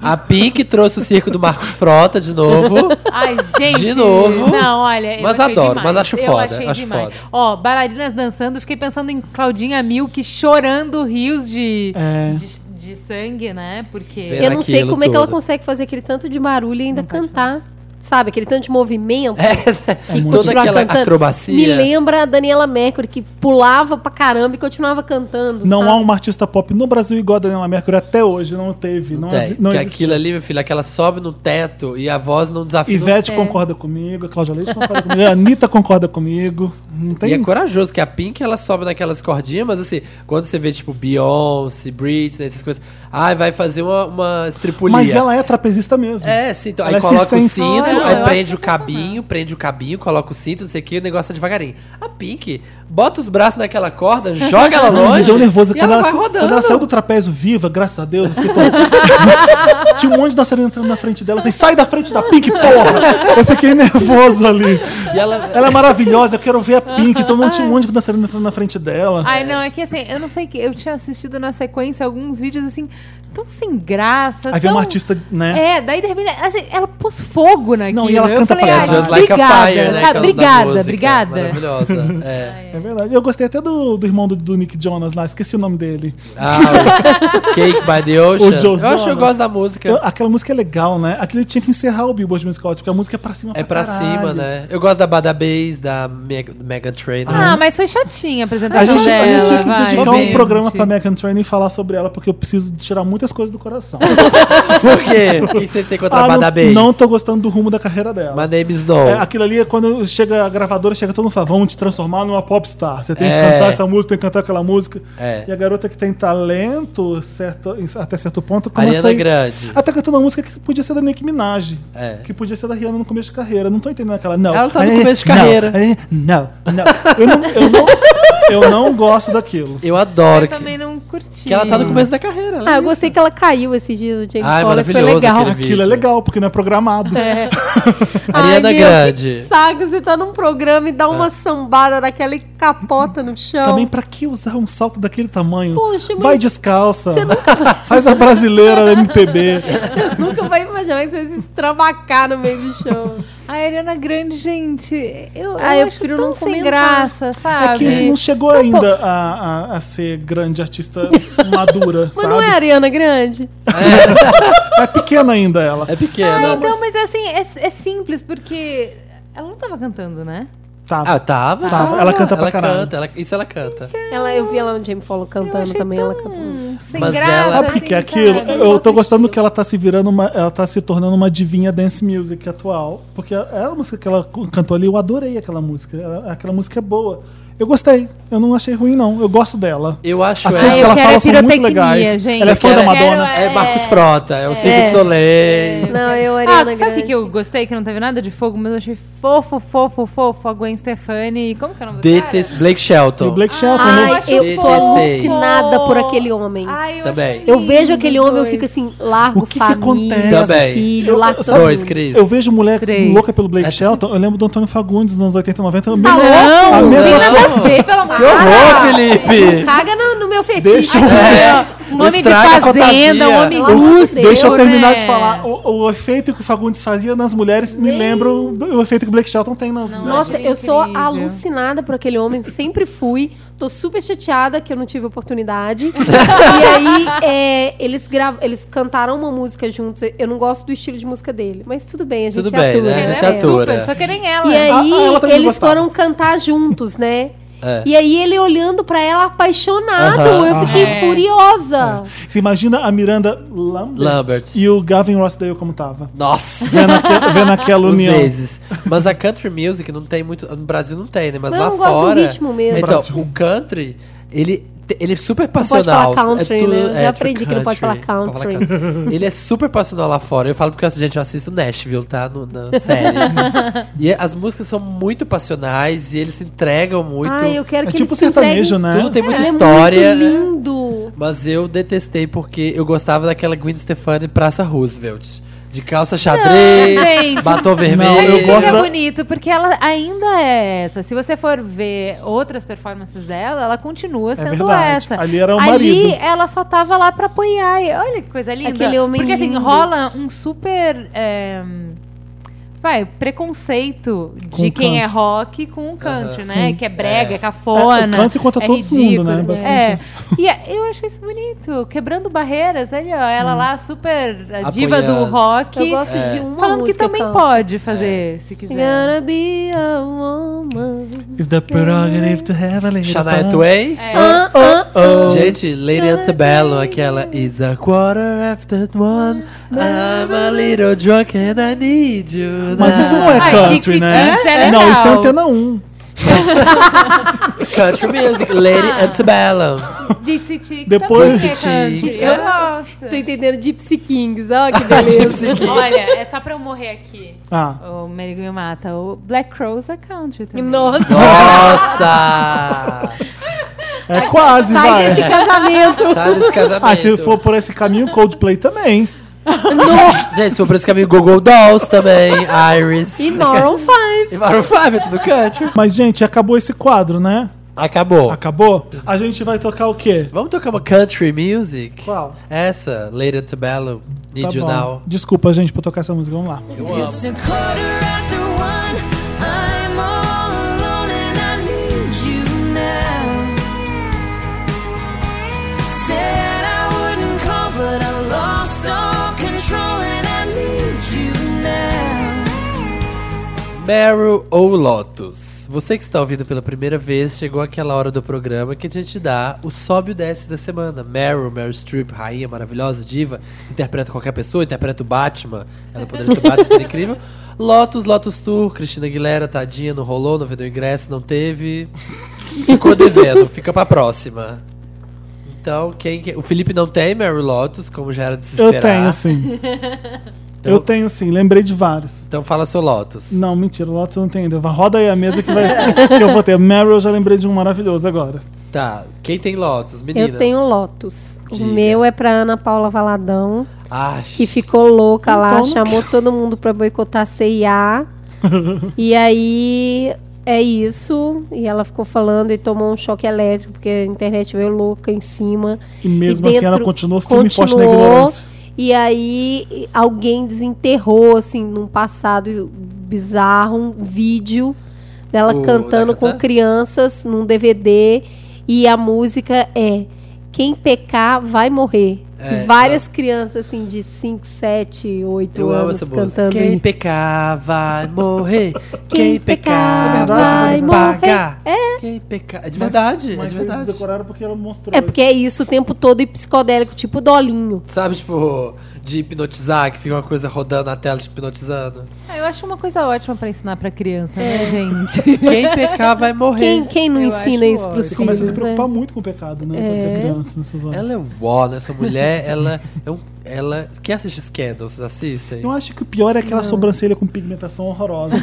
Speaker 2: A Pink trouxe o circo do Marcos Frota de novo.
Speaker 4: Ai, gente.
Speaker 2: De novo.
Speaker 4: Não, olha. eu
Speaker 2: Mas
Speaker 4: achei
Speaker 2: adoro,
Speaker 4: demais.
Speaker 2: mas acho
Speaker 4: Eu
Speaker 2: foda,
Speaker 4: achei
Speaker 2: acho
Speaker 4: demais.
Speaker 2: foda.
Speaker 4: Ó, bailarinas dançando, fiquei pensando em Claudinha Milk chorando rios de,
Speaker 1: É.
Speaker 4: de, de sangue, né? Porque.
Speaker 2: Pena
Speaker 3: Eu não sei
Speaker 2: aquilo
Speaker 3: como é que ela
Speaker 2: tudo.
Speaker 3: consegue fazer aquele tanto de barulho e ainda cantar. Sabe, aquele tanto de movimento.
Speaker 2: É,
Speaker 3: E
Speaker 2: toda
Speaker 3: continuar
Speaker 2: aquela
Speaker 3: cantando.
Speaker 2: acrobacia.
Speaker 3: Me lembra a Daniela Mercury, que pulava pra caramba e continuava cantando.
Speaker 1: Não
Speaker 3: sabe?
Speaker 1: há uma artista pop no Brasil igual a Daniela Mercury até hoje, não teve. Não,
Speaker 2: Tem,
Speaker 1: exi- não
Speaker 2: que
Speaker 1: existe.
Speaker 2: aquilo ali, meu filho, aquela sobe no teto e a voz não desafia.
Speaker 1: Ivete
Speaker 3: É.
Speaker 1: concorda comigo, a Cláudia Leite concorda comigo, a Anitta concorda comigo. Não
Speaker 2: E é
Speaker 1: tem.
Speaker 2: corajoso, que a Pink ela sobe naquelas cordinhas, mas assim, quando você vê, tipo, Beyoncé, Britney, essas coisas, ai, vai fazer uma, uma estripulia.
Speaker 1: Mas ela é trapezista mesmo.
Speaker 2: É, sim, então, aí
Speaker 1: Ela se
Speaker 2: coloca o
Speaker 1: sente-
Speaker 2: cinto,
Speaker 4: Não, eu
Speaker 2: aí
Speaker 4: acho
Speaker 2: prende o
Speaker 4: sensacional.
Speaker 2: cabinho, prende o cabinho, coloca o cinto, não sei o que, o negócio é devagarinho. A Pink bota os braços naquela corda, joga ela
Speaker 1: Ai,
Speaker 2: longe.
Speaker 1: Me deu nervoso
Speaker 2: e
Speaker 1: quando
Speaker 2: ela
Speaker 1: ela,
Speaker 2: vai
Speaker 1: sa-
Speaker 2: rodando.
Speaker 1: quando ela saiu do trapézio viva, graças a Deus. eu fiquei tão- Tinha um monte de dançarina entrando na frente dela. Eu falei, sai da frente da Pink, porra! Eu fiquei nervoso ali.
Speaker 2: E ela,
Speaker 1: Ela é maravilhosa, eu quero ver a Pink. Então não tinha um monte de dançarina entrando na frente dela.
Speaker 4: Ai, não, é que assim, eu não sei que. Eu tinha assistido na sequência alguns vídeos assim, tão sem graça.
Speaker 1: Aí vem
Speaker 4: tão...
Speaker 2: então,
Speaker 1: uma artista, né?
Speaker 4: É, daí de repente, assim, ela pôs fogo naquilo.
Speaker 1: Não, e ela
Speaker 4: eu
Speaker 1: canta
Speaker 4: falei,
Speaker 1: pra
Speaker 4: ai,
Speaker 1: ela.
Speaker 2: é, Just like
Speaker 4: obrigada,
Speaker 2: a fire, né?
Speaker 4: sabe?
Speaker 2: aquela da
Speaker 4: Obrigada,
Speaker 2: música,
Speaker 4: obrigada.
Speaker 2: Maravilhosa. É.
Speaker 1: É verdade. Eu gostei até do, do irmão do, do Nick Jonas lá, esqueci o nome dele.
Speaker 2: Ah, o Cake by the Ocean.
Speaker 1: O Joe
Speaker 2: eu acho que eu
Speaker 1: Jonas.
Speaker 2: gosto da música.
Speaker 1: Eu- aquela música é legal, né? Aquilo tinha que encerrar o Billboard Music Awards, porque a música é pra cima
Speaker 2: É pra
Speaker 1: caralho.
Speaker 2: cima, né? Eu gosto da Badabase, da Meg- Megan Trainor.
Speaker 4: Ah, mas foi chatinha a
Speaker 1: Né? A
Speaker 4: apresentação
Speaker 1: gente, a
Speaker 2: é
Speaker 1: gente
Speaker 4: dela.
Speaker 1: tinha que
Speaker 4: vai,
Speaker 1: dedicar um
Speaker 4: gente.
Speaker 1: programa pra Megan Trainor e falar sobre ela, porque eu preciso tirar muitas coisas do coração.
Speaker 2: Por quê? O que você tem contra a
Speaker 1: Ah,
Speaker 2: Badabase?
Speaker 1: não, não tô gostando do rumo da carreira dela.
Speaker 2: My name is No.
Speaker 1: É, aquilo ali é quando chega a gravadora, chega todo mundo e fala, vamos te transformar numa popstar. Você tem
Speaker 2: É.
Speaker 1: que cantar essa música, tem que cantar aquela música.
Speaker 2: É.
Speaker 1: E a garota que tem talento certo, em- até certo ponto começa
Speaker 2: Ariana
Speaker 1: a ir-
Speaker 2: Grande.
Speaker 1: Até cantando uma música que podia ser da Nicki Minaj.
Speaker 2: É.
Speaker 1: Que podia ser da Rihanna no começo de carreira. Não tô entendendo aquela. Não.
Speaker 2: Ela tá no
Speaker 1: Eh,
Speaker 2: começo de
Speaker 1: não,
Speaker 2: carreira.
Speaker 1: eh, Não, não. Eu não, eu não, eu não gosto daquilo.
Speaker 2: Eu adoro.
Speaker 4: Eu
Speaker 2: que,
Speaker 4: também não curti.
Speaker 2: que ela tá no começo da carreira. ela
Speaker 3: Ah,
Speaker 2: é
Speaker 3: eu
Speaker 2: isso.
Speaker 3: gostei que ela caiu esses dias do James
Speaker 2: Ai,
Speaker 3: Corden, foi
Speaker 2: maravilhoso
Speaker 3: legal.
Speaker 2: aquele
Speaker 1: Aquilo é legal, porque não é programado.
Speaker 3: É.
Speaker 2: Ariana
Speaker 3: meu,
Speaker 2: Grande.
Speaker 3: que saco, você tá num programa e dá uma sambada daquela e capota no chão.
Speaker 1: Também, pra que usar um salto daquele tamanho?
Speaker 3: Poxa, mas
Speaker 1: Vai descalça.
Speaker 3: Você nunca, vai-
Speaker 1: Faz a brasileira da MPB.
Speaker 3: você nunca vai imaginar que você vai se estrabacar no meio do chão.
Speaker 4: A Ariana Grande, gente, eu,
Speaker 3: Ah,
Speaker 4: eu,
Speaker 3: eu
Speaker 4: acho
Speaker 3: prefiro
Speaker 4: tão
Speaker 3: não
Speaker 4: sem
Speaker 3: comentar.
Speaker 4: graça,
Speaker 3: Ah,
Speaker 4: sabe?
Speaker 1: É que não chegou
Speaker 3: Tá
Speaker 1: ainda a, a- a ser grande artista madura,
Speaker 3: Mas não
Speaker 1: sabe?
Speaker 3: é a Ariana Grande?
Speaker 1: É pequena ainda ela.
Speaker 2: É pequena.
Speaker 1: né?
Speaker 4: Ah, então, mas assim, é, é simples, porque ela não tava cantando, né?
Speaker 1: Tá.
Speaker 2: Ah, tava.
Speaker 1: Tava. Ela canta pra caralho.
Speaker 2: canta, ela- isso ela canta.
Speaker 3: Ela, eu vi ela no James Follow
Speaker 4: eu
Speaker 3: cantando
Speaker 4: achei
Speaker 3: também,
Speaker 4: tão
Speaker 3: ela cantando.
Speaker 4: sem
Speaker 2: Mas
Speaker 4: graça.
Speaker 2: ela-
Speaker 1: Sabe o que, que é
Speaker 4: assim,
Speaker 1: aquilo?
Speaker 4: sabe?
Speaker 1: Eu tô gostando que ela tá se virando uma. Ela tá se tornando uma divinha dance music atual. Porque a, a música que ela cu- cantou ali, eu adorei aquela música. Ela- Aquela música é boa. Eu gostei. Eu não achei ruim, não. Eu gosto dela.
Speaker 2: Eu acho
Speaker 1: As
Speaker 2: ela.
Speaker 1: coisas
Speaker 4: eu
Speaker 1: que ela
Speaker 4: quero
Speaker 1: fala
Speaker 4: é
Speaker 1: são muito
Speaker 4: pirotecnia,
Speaker 1: legais.
Speaker 4: gente.
Speaker 1: Ela é
Speaker 4: Eu
Speaker 1: fã da
Speaker 4: quero-
Speaker 1: Madonna.
Speaker 4: quero-
Speaker 2: É Marcos Frota, é o Cirque
Speaker 3: É.
Speaker 2: du Soleil.
Speaker 3: Não, eu, Ariana
Speaker 4: Ah, sabe o
Speaker 3: Grande.
Speaker 4: que, que eu gostei? Que não teve nada de fogo, mas eu achei fofo, fofo, fofo a Gwen Stefani. Como que é o nome do
Speaker 2: Detest Blake
Speaker 1: E o
Speaker 2: Shelton.
Speaker 1: Blake Shelton.
Speaker 3: Ai,
Speaker 1: né?
Speaker 4: Ah, acho
Speaker 3: eu sou
Speaker 4: fofo.
Speaker 3: alucinada por aquele homem.
Speaker 4: Ai, eu
Speaker 2: Também.
Speaker 4: acho
Speaker 3: Eu
Speaker 4: lindo
Speaker 3: vejo aquele
Speaker 4: os
Speaker 3: homem, eu
Speaker 4: dois.
Speaker 3: fico assim, largo,
Speaker 1: O que que
Speaker 3: família,
Speaker 1: acontece?
Speaker 2: Também.
Speaker 3: filho,
Speaker 1: Eu-
Speaker 3: largo
Speaker 1: sabe-
Speaker 2: Dois,
Speaker 3: tudo.
Speaker 2: Cris.
Speaker 1: Eu vejo mulher
Speaker 4: Três.
Speaker 1: louca pelo Blake Shelton. Eu lembro do Antônio Fagundes nos anos 80 e 90. mesmo-
Speaker 4: Não,
Speaker 1: a
Speaker 4: não tem
Speaker 1: mesma-
Speaker 4: nada a ver, pelo amor de
Speaker 2: Que horror,
Speaker 3: Não
Speaker 2: Felipe!
Speaker 3: caga no, no meu fetiche.
Speaker 1: Deixa eu-
Speaker 2: É,
Speaker 4: Nome de
Speaker 2: estraga a
Speaker 4: fazenda, um
Speaker 2: fantasia.
Speaker 4: homem
Speaker 3: Pelo amor de
Speaker 4: russo.
Speaker 3: Deus,
Speaker 1: Deixa eu terminar
Speaker 4: né?
Speaker 1: de falar. O, o efeito que o Fagundes fazia nas mulheres me lembra o, o efeito que o Blake Shelton tem nas mulheres.
Speaker 3: Nossa, eu sou
Speaker 4: Incrível.
Speaker 3: alucinada por aquele homem, sempre fui. Tô super chateada que eu não tive oportunidade. e aí, é, eles, grava- eles cantaram uma música juntos. Eu não gosto do estilo de música dele, mas tudo bem, a gente
Speaker 2: Tudo bem,
Speaker 3: atua.
Speaker 2: né? A gente
Speaker 4: Ela é
Speaker 2: atua.
Speaker 4: super, só que nem ela.
Speaker 3: E é aí,
Speaker 1: Ah, ela também
Speaker 3: eles
Speaker 1: gostava.
Speaker 3: foram cantar juntos, né?
Speaker 2: É.
Speaker 3: E aí, ele olhando pra ela apaixonado.
Speaker 2: Aham. É.
Speaker 3: eu fiquei
Speaker 4: É.
Speaker 3: furiosa.
Speaker 1: Você imagina a Miranda Lambert,
Speaker 2: Lambert.
Speaker 1: e o Gavin Rossdale como tava.
Speaker 2: Nossa!
Speaker 1: Vendo, aque- vendo aquela
Speaker 2: Os
Speaker 1: união. É
Speaker 2: vezes. Mas a country music não tem muito. No Brasil não tem, né? Mas
Speaker 3: Mas
Speaker 2: lá
Speaker 3: eu não gosto do
Speaker 2: fora.
Speaker 3: ritmo mesmo.
Speaker 2: Então,
Speaker 1: Brasil.
Speaker 2: o country, ele. te- Ele é super
Speaker 3: pode falar
Speaker 2: passional.
Speaker 3: country,
Speaker 2: é tudo-
Speaker 3: né? Eu já
Speaker 2: é, tipo,
Speaker 3: aprendi que não pode falar country.
Speaker 2: Não pode falar country. Ele é super passional lá fora. Eu falo porque, assim, gente, eu assisto Nashville, tá? No, na série. e as músicas são muito passionais e eles se entregam muito.
Speaker 3: Ai, eu quero
Speaker 1: É
Speaker 3: que
Speaker 1: tipo
Speaker 3: eles se entreguem
Speaker 1: sertanejo, né?
Speaker 2: Tudo tem muita
Speaker 3: Ela
Speaker 2: história.
Speaker 3: É muito lindo.
Speaker 2: Mas eu detestei porque eu gostava daquela Gwen Stefani Praça Roosevelt. De calça xadrez,
Speaker 4: gente.
Speaker 2: batom vermelho.
Speaker 1: Não, eu
Speaker 4: Mas
Speaker 1: gosto
Speaker 4: fica
Speaker 1: da-
Speaker 4: é bonito, porque ela ainda é essa. Se você for ver outras performances dela, ela continua sendo
Speaker 1: É verdade.
Speaker 4: essa.
Speaker 1: Ali era o
Speaker 4: Ali,
Speaker 1: marido.
Speaker 4: ela só tava lá pra apoiar. E Olha que coisa linda.
Speaker 3: Aquele homem
Speaker 4: porque assim,
Speaker 3: lindo.
Speaker 4: rola um super... é, vai, preconceito de
Speaker 1: Com o
Speaker 4: quem é
Speaker 1: country.
Speaker 4: rock com o country,
Speaker 1: Aham.
Speaker 4: né?
Speaker 1: Sim.
Speaker 4: Que é brega,
Speaker 2: É.
Speaker 1: É, o
Speaker 4: cafona.
Speaker 1: country contra
Speaker 4: é
Speaker 1: todo mundo, né?
Speaker 4: ridículo.
Speaker 1: Basicamente
Speaker 4: É.
Speaker 1: isso.
Speaker 4: E é- eu acho isso bonito, quebrando barreiras. Olha, ó,
Speaker 1: Hum.
Speaker 4: ela lá, super a diva do
Speaker 2: Apoiando.
Speaker 4: rock.
Speaker 3: eu gosto
Speaker 1: É.
Speaker 3: de uma
Speaker 4: Falando que
Speaker 3: música
Speaker 4: também
Speaker 3: country.
Speaker 4: pode fazer, se
Speaker 2: É.
Speaker 4: quiser.
Speaker 3: Gotta be a woman.
Speaker 1: Is the prerogative to have a little
Speaker 2: Shania
Speaker 1: fun. Oh.
Speaker 2: Twain.
Speaker 4: É.
Speaker 3: Ah, ah, ah.
Speaker 2: Gente, Lady Antebellum, aquela It's a quarter after one I'm a little drunk and I need you
Speaker 1: Mas
Speaker 2: now."
Speaker 1: isso não é
Speaker 4: Ai,
Speaker 1: country,
Speaker 4: Dixie
Speaker 1: né?
Speaker 4: Chicks é
Speaker 1: não,
Speaker 4: legal.
Speaker 1: isso é antena 1.
Speaker 2: Country music, Lady Antebellum
Speaker 4: Dixie Chicks
Speaker 1: Depois-
Speaker 4: também é country.
Speaker 2: Dixie
Speaker 4: Eu
Speaker 3: Chicks.
Speaker 4: gosto.
Speaker 3: Tô entendendo Gypsy Kings, ó, que
Speaker 1: Tá
Speaker 3: beleza.
Speaker 4: Olha, é só pra eu morrer aqui.
Speaker 1: Ah,
Speaker 4: O Merigo me mata. O Black Crowes é country também.
Speaker 3: Nossa,
Speaker 2: Nossa
Speaker 1: é quase,
Speaker 3: sai desse
Speaker 1: vai.
Speaker 3: casamento.
Speaker 2: Tá nesse casamento
Speaker 1: Ah, se for por esse caminho, Coldplay também.
Speaker 2: Gente, se for por esse caminho, Google Dolls também Iris
Speaker 3: E Maroon 5.
Speaker 2: E Maroon 5 é tudo country
Speaker 1: Mas, gente, acabou esse quadro, né?
Speaker 2: Acabou
Speaker 1: Acabou? A gente vai tocar o quê?
Speaker 2: Vamos tocar uma country music?
Speaker 1: Qual? Tá
Speaker 2: Essa, Lady Antebellum Need You Now
Speaker 1: Desculpa, gente, por tocar essa música. Vamos lá.
Speaker 2: Tá Eu amo.
Speaker 5: It's a quarter after one. I'm all alone and I need you now. Said I wouldn't call, but I lost all control and I need you now.
Speaker 2: Meryl ou Lotus? Você que está ouvindo pela primeira vez, chegou aquela hora do programa que a gente dá o sobe e o desce da semana. Meryl, Meryl Streep, rainha maravilhosa, diva, interpreta qualquer pessoa, interpreta o Batman. Ela poderia ser o Batman, seria incrível. Lotus, Lotus Tour, Cristina Aguilera, tadinha, não rolou, não vendeu ingresso, não teve. Ficou devendo, fica pra próxima. Então, quem que- O Felipe não tem Meryl Lotus, como já era de se
Speaker 1: Eu
Speaker 2: esperar.
Speaker 1: tenho, sim. Eu tenho, sim. Lembrei de vários.
Speaker 2: Então fala seu Lotus.
Speaker 1: Não, mentira, Lotus eu não tenho ainda. Vai- Roda aí a mesa que, vai, que eu vou ter. Meryl, eu já lembrei de um maravilhoso agora.
Speaker 2: Tá, quem tem Lotus? Meninas.
Speaker 3: Eu tenho Lotus.
Speaker 2: Diga.
Speaker 3: O meu é pra Ana Paula Valadão,
Speaker 2: Ai.
Speaker 3: que ficou louca lá,
Speaker 1: Então, não-
Speaker 3: chamou todo mundo pra boicotar CIA. e aí é isso. E ela ficou falando e tomou um choque elétrico, porque a internet veio louca em cima.
Speaker 1: E mesmo
Speaker 3: E
Speaker 1: assim, ela
Speaker 3: dentro-
Speaker 1: continuou firme e forte na
Speaker 3: continuou.
Speaker 1: ignorância.
Speaker 3: E aí e- alguém desenterrou, assim, num passado bizarro, um vídeo dela
Speaker 2: O
Speaker 3: cantando com
Speaker 2: Dakota?
Speaker 3: crianças num DVD. E a música é Quem Pecar Vai Morrer.
Speaker 2: É,
Speaker 3: e várias crianças, assim, de 5, 7, 8
Speaker 2: Eu amo
Speaker 3: anos
Speaker 2: essa música.
Speaker 3: cantando.
Speaker 2: Quem
Speaker 3: Quem,
Speaker 2: pecar vai morrer. Quem
Speaker 3: Quem pecar
Speaker 2: pecar vai
Speaker 1: vai
Speaker 2: pagar. Quem pecar. É de verdade,
Speaker 1: Mas
Speaker 2: é de
Speaker 1: eles
Speaker 2: verdade.
Speaker 1: decoraram porque ela mostrou.
Speaker 3: É porque é isso o tempo todo e psicodélico, tipo dolinho.
Speaker 2: Sabe, tipo, de hipnotizar, que fica uma coisa rodando na tela te hipnotizando.
Speaker 4: Ah, eu acho uma coisa ótima pra ensinar pra criança,
Speaker 5: É.
Speaker 4: né, gente?
Speaker 2: Quem pecar vai
Speaker 3: Quem,
Speaker 2: morrer.
Speaker 3: quem não
Speaker 4: Eu
Speaker 3: ensina
Speaker 4: acho
Speaker 3: isso pros
Speaker 1: Você
Speaker 4: ótimo.
Speaker 3: filhos?
Speaker 1: começa a se
Speaker 3: né?
Speaker 1: preocupar muito com o pecado, né? Quando você é criança nessas horas.
Speaker 2: Ela é uó, né? Essa mulher, ela é um. Ela. Quem assiste Scandal? Vocês assistem?
Speaker 1: Eu acho que o pior é aquela sobrancelha com pigmentação horrorosa.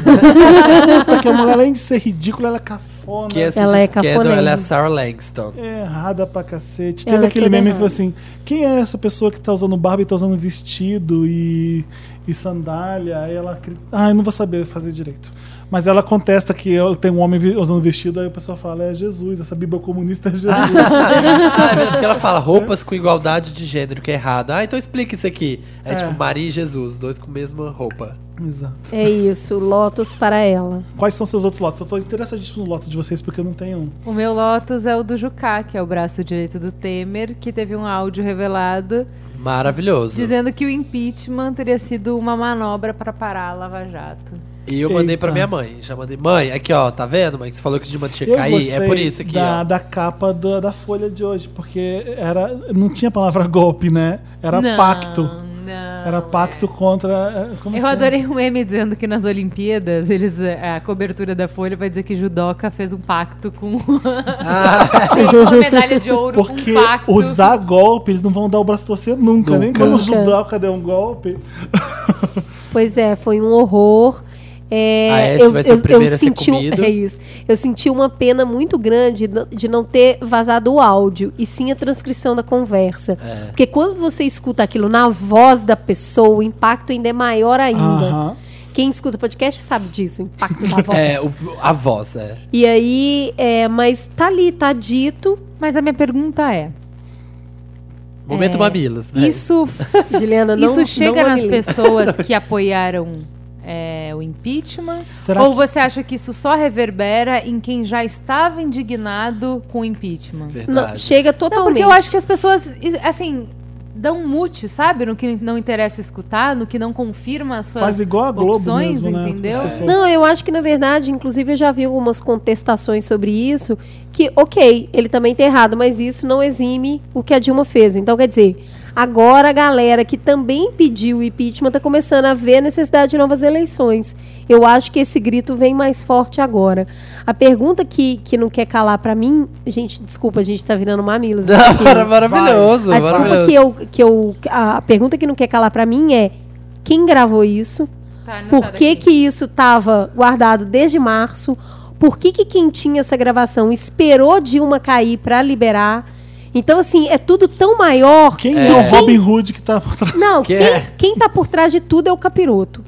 Speaker 1: Porque a mulher, além de ser ridícula, ela é cafona.
Speaker 2: Quem assiste
Speaker 3: Ela é
Speaker 2: Scandal,
Speaker 3: cafonenga.
Speaker 2: ela é a Sarah Langston.
Speaker 1: É errada pra cacete.
Speaker 3: Ela
Speaker 1: Teve
Speaker 3: é
Speaker 1: aquele
Speaker 3: toda
Speaker 1: meme que
Speaker 3: errada.
Speaker 1: falou assim: quem é essa pessoa que tá usando barba e tá usando vestido e, e sandália? Aí ela. cri- Ai, não vou saber fazer direito. Mas ela contesta que eu- tem um homem vi- usando vestido, aí o pessoal fala: é Jesus, essa Bíblia comunista é Jesus.
Speaker 2: Ah, é mesmo que ela fala roupas com igualdade de gênero, que é errado. Ah, então explica isso aqui. É,
Speaker 1: É.
Speaker 2: tipo Maria e Jesus, dois com a mesma roupa.
Speaker 1: Exato.
Speaker 3: É isso, Lotus para ela.
Speaker 1: Quais são seus outros lotos? Eu tô interessadíssimo no loto de vocês porque eu não tenho um.
Speaker 4: o meu Lotus é o do Jucá, que é o braço direito do Temer, que teve um áudio revelado
Speaker 2: Maravilhoso.
Speaker 4: dizendo que o impeachment teria sido uma manobra pra parar a Lava Jato.
Speaker 2: E eu mandei pra
Speaker 1: Eita.
Speaker 2: minha mãe. Já mandei. Mãe, aqui ó, tá vendo, mãe? Que você falou que o Dilma tinha que
Speaker 1: Eu
Speaker 2: cair. É
Speaker 1: gostei
Speaker 2: por isso aqui,
Speaker 1: da,
Speaker 2: ó.
Speaker 1: da capa da, da folha de hoje, porque era, não tinha a palavra golpe, né? Era
Speaker 4: Não,
Speaker 1: pacto.
Speaker 4: não,
Speaker 1: Era pacto contra. eh, Como
Speaker 4: Eu
Speaker 1: que é?
Speaker 4: adorei um meme dizendo que nas Olimpíadas, eles, eh, a cobertura da Folha vai dizer que judoca fez um pacto com
Speaker 2: Ah,
Speaker 4: uma medalha de ouro
Speaker 1: Porque
Speaker 4: com um pacto.
Speaker 1: usar golpe, eles não vão dar o braço a torcer nunca, nem
Speaker 2: Nunca.
Speaker 1: quando o
Speaker 3: Nunca.
Speaker 1: judoca deu um golpe.
Speaker 3: Pois é, foi um horror. É,
Speaker 2: A Aécio Ah, vai ser o primeiro a ser
Speaker 3: senti um-
Speaker 2: comido.
Speaker 3: é isso. Eu senti uma pena muito grande n- de não ter vazado o áudio, e sim a transcrição da conversa.
Speaker 2: É.
Speaker 3: Porque quando você escuta aquilo na voz da pessoa, o impacto ainda é maior ainda.
Speaker 1: Aham.
Speaker 3: Quem escuta podcast sabe disso, o impacto da voz.
Speaker 2: É, o- a voz, é.
Speaker 3: E aí, é, mas tá ali, tá dito.
Speaker 4: Mas a minha pergunta é,
Speaker 3: É,
Speaker 2: Momento Mamilas. vai.
Speaker 4: isso
Speaker 3: Juliana, não é
Speaker 4: Isso chega
Speaker 3: não
Speaker 4: nas
Speaker 3: habilita.
Speaker 4: pessoas que apoiaram é, o o impeachment?
Speaker 1: Será
Speaker 4: Ou
Speaker 1: que-
Speaker 4: você acha que isso só reverbera em quem já estava indignado com o impeachment?
Speaker 3: Não,
Speaker 2: Verdade.
Speaker 3: chega
Speaker 4: Não,
Speaker 3: totalmente.
Speaker 4: porque eu acho que as pessoas, i- assim, dão mute, sabe? No que não interessa escutar, no que não confirma as suas
Speaker 1: Faz igual a Globo
Speaker 4: opções,
Speaker 1: mesmo, né?
Speaker 4: entendeu?
Speaker 1: As pessoas-
Speaker 3: Não, eu acho que na verdade, inclusive eu já vi algumas contestações sobre isso, que ok, ele também tá errado, mas isso não exime o que a Dilma fez. Então, quer dizer, agora a galera que também pediu o impeachment tá começando a ver a necessidade de novas eleições. Eu acho que esse grito vem mais forte agora. A pergunta que, que não quer calar pra mim, gente, desculpa, a gente tá virando mamilos. aqui.
Speaker 2: Mara- maravilhoso,
Speaker 3: A desculpa
Speaker 2: maravilhoso.
Speaker 3: que eu, que eu a a pergunta que não quer calar pra mim é quem gravou isso?
Speaker 4: Tá, anotado
Speaker 3: Por que,
Speaker 4: aqui.
Speaker 3: que isso estava guardado desde março? Por que, que quem tinha essa gravação esperou Dilma cair para liberar? Então, assim, é tudo tão maior.
Speaker 1: Quem
Speaker 3: que
Speaker 1: é, o Robin Hood que tá por trás?
Speaker 3: Não,
Speaker 2: Que
Speaker 3: quem,
Speaker 2: é?
Speaker 3: quem tá por trás de tudo é o capiroto.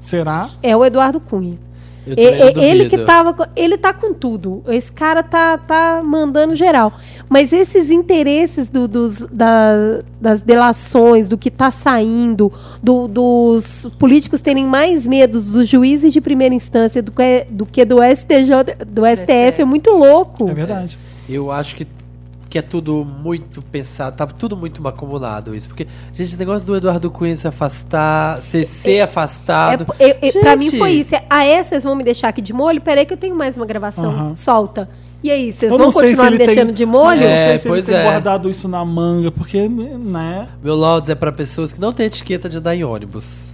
Speaker 1: Será?
Speaker 3: É o Eduardo Cunha.
Speaker 2: Eu
Speaker 3: E-
Speaker 2: também não
Speaker 3: e- É, ele que
Speaker 2: duvido.
Speaker 3: tava. co- Ele tá com tudo. Esse cara tá, tá mandando geral. Mas esses interesses do- dos, da- das delações, do que tá saindo, do- dos políticos terem mais medo dos juízes de primeira instância do que, do, que do STJ, do STF, é muito louco.
Speaker 1: É verdade.
Speaker 2: Eu acho que, que é tudo muito pensado, tá tudo muito macumunado isso. Porque, gente, esse negócio do Eduardo Cunha se afastar, ser, ser
Speaker 3: É,
Speaker 2: afastado.
Speaker 3: po- eu- eu- pra mim
Speaker 2: Gente.
Speaker 3: foi isso. É, Ah, é? Vocês vão me deixar aqui de molho? Peraí que eu tenho mais uma gravação.
Speaker 1: Aham.
Speaker 3: Solta. E aí, vocês
Speaker 1: Eu
Speaker 3: vão
Speaker 1: não sei se
Speaker 3: continuar me
Speaker 1: ele tem-
Speaker 3: deixando de
Speaker 1: Mas
Speaker 3: molho?
Speaker 1: Eu não
Speaker 2: É,
Speaker 1: sei se ele
Speaker 2: pois
Speaker 1: tem
Speaker 2: é.
Speaker 1: guardado isso na manga, porque, né?
Speaker 2: Meu Lords é pra pessoas que não têm etiqueta de andar em ônibus.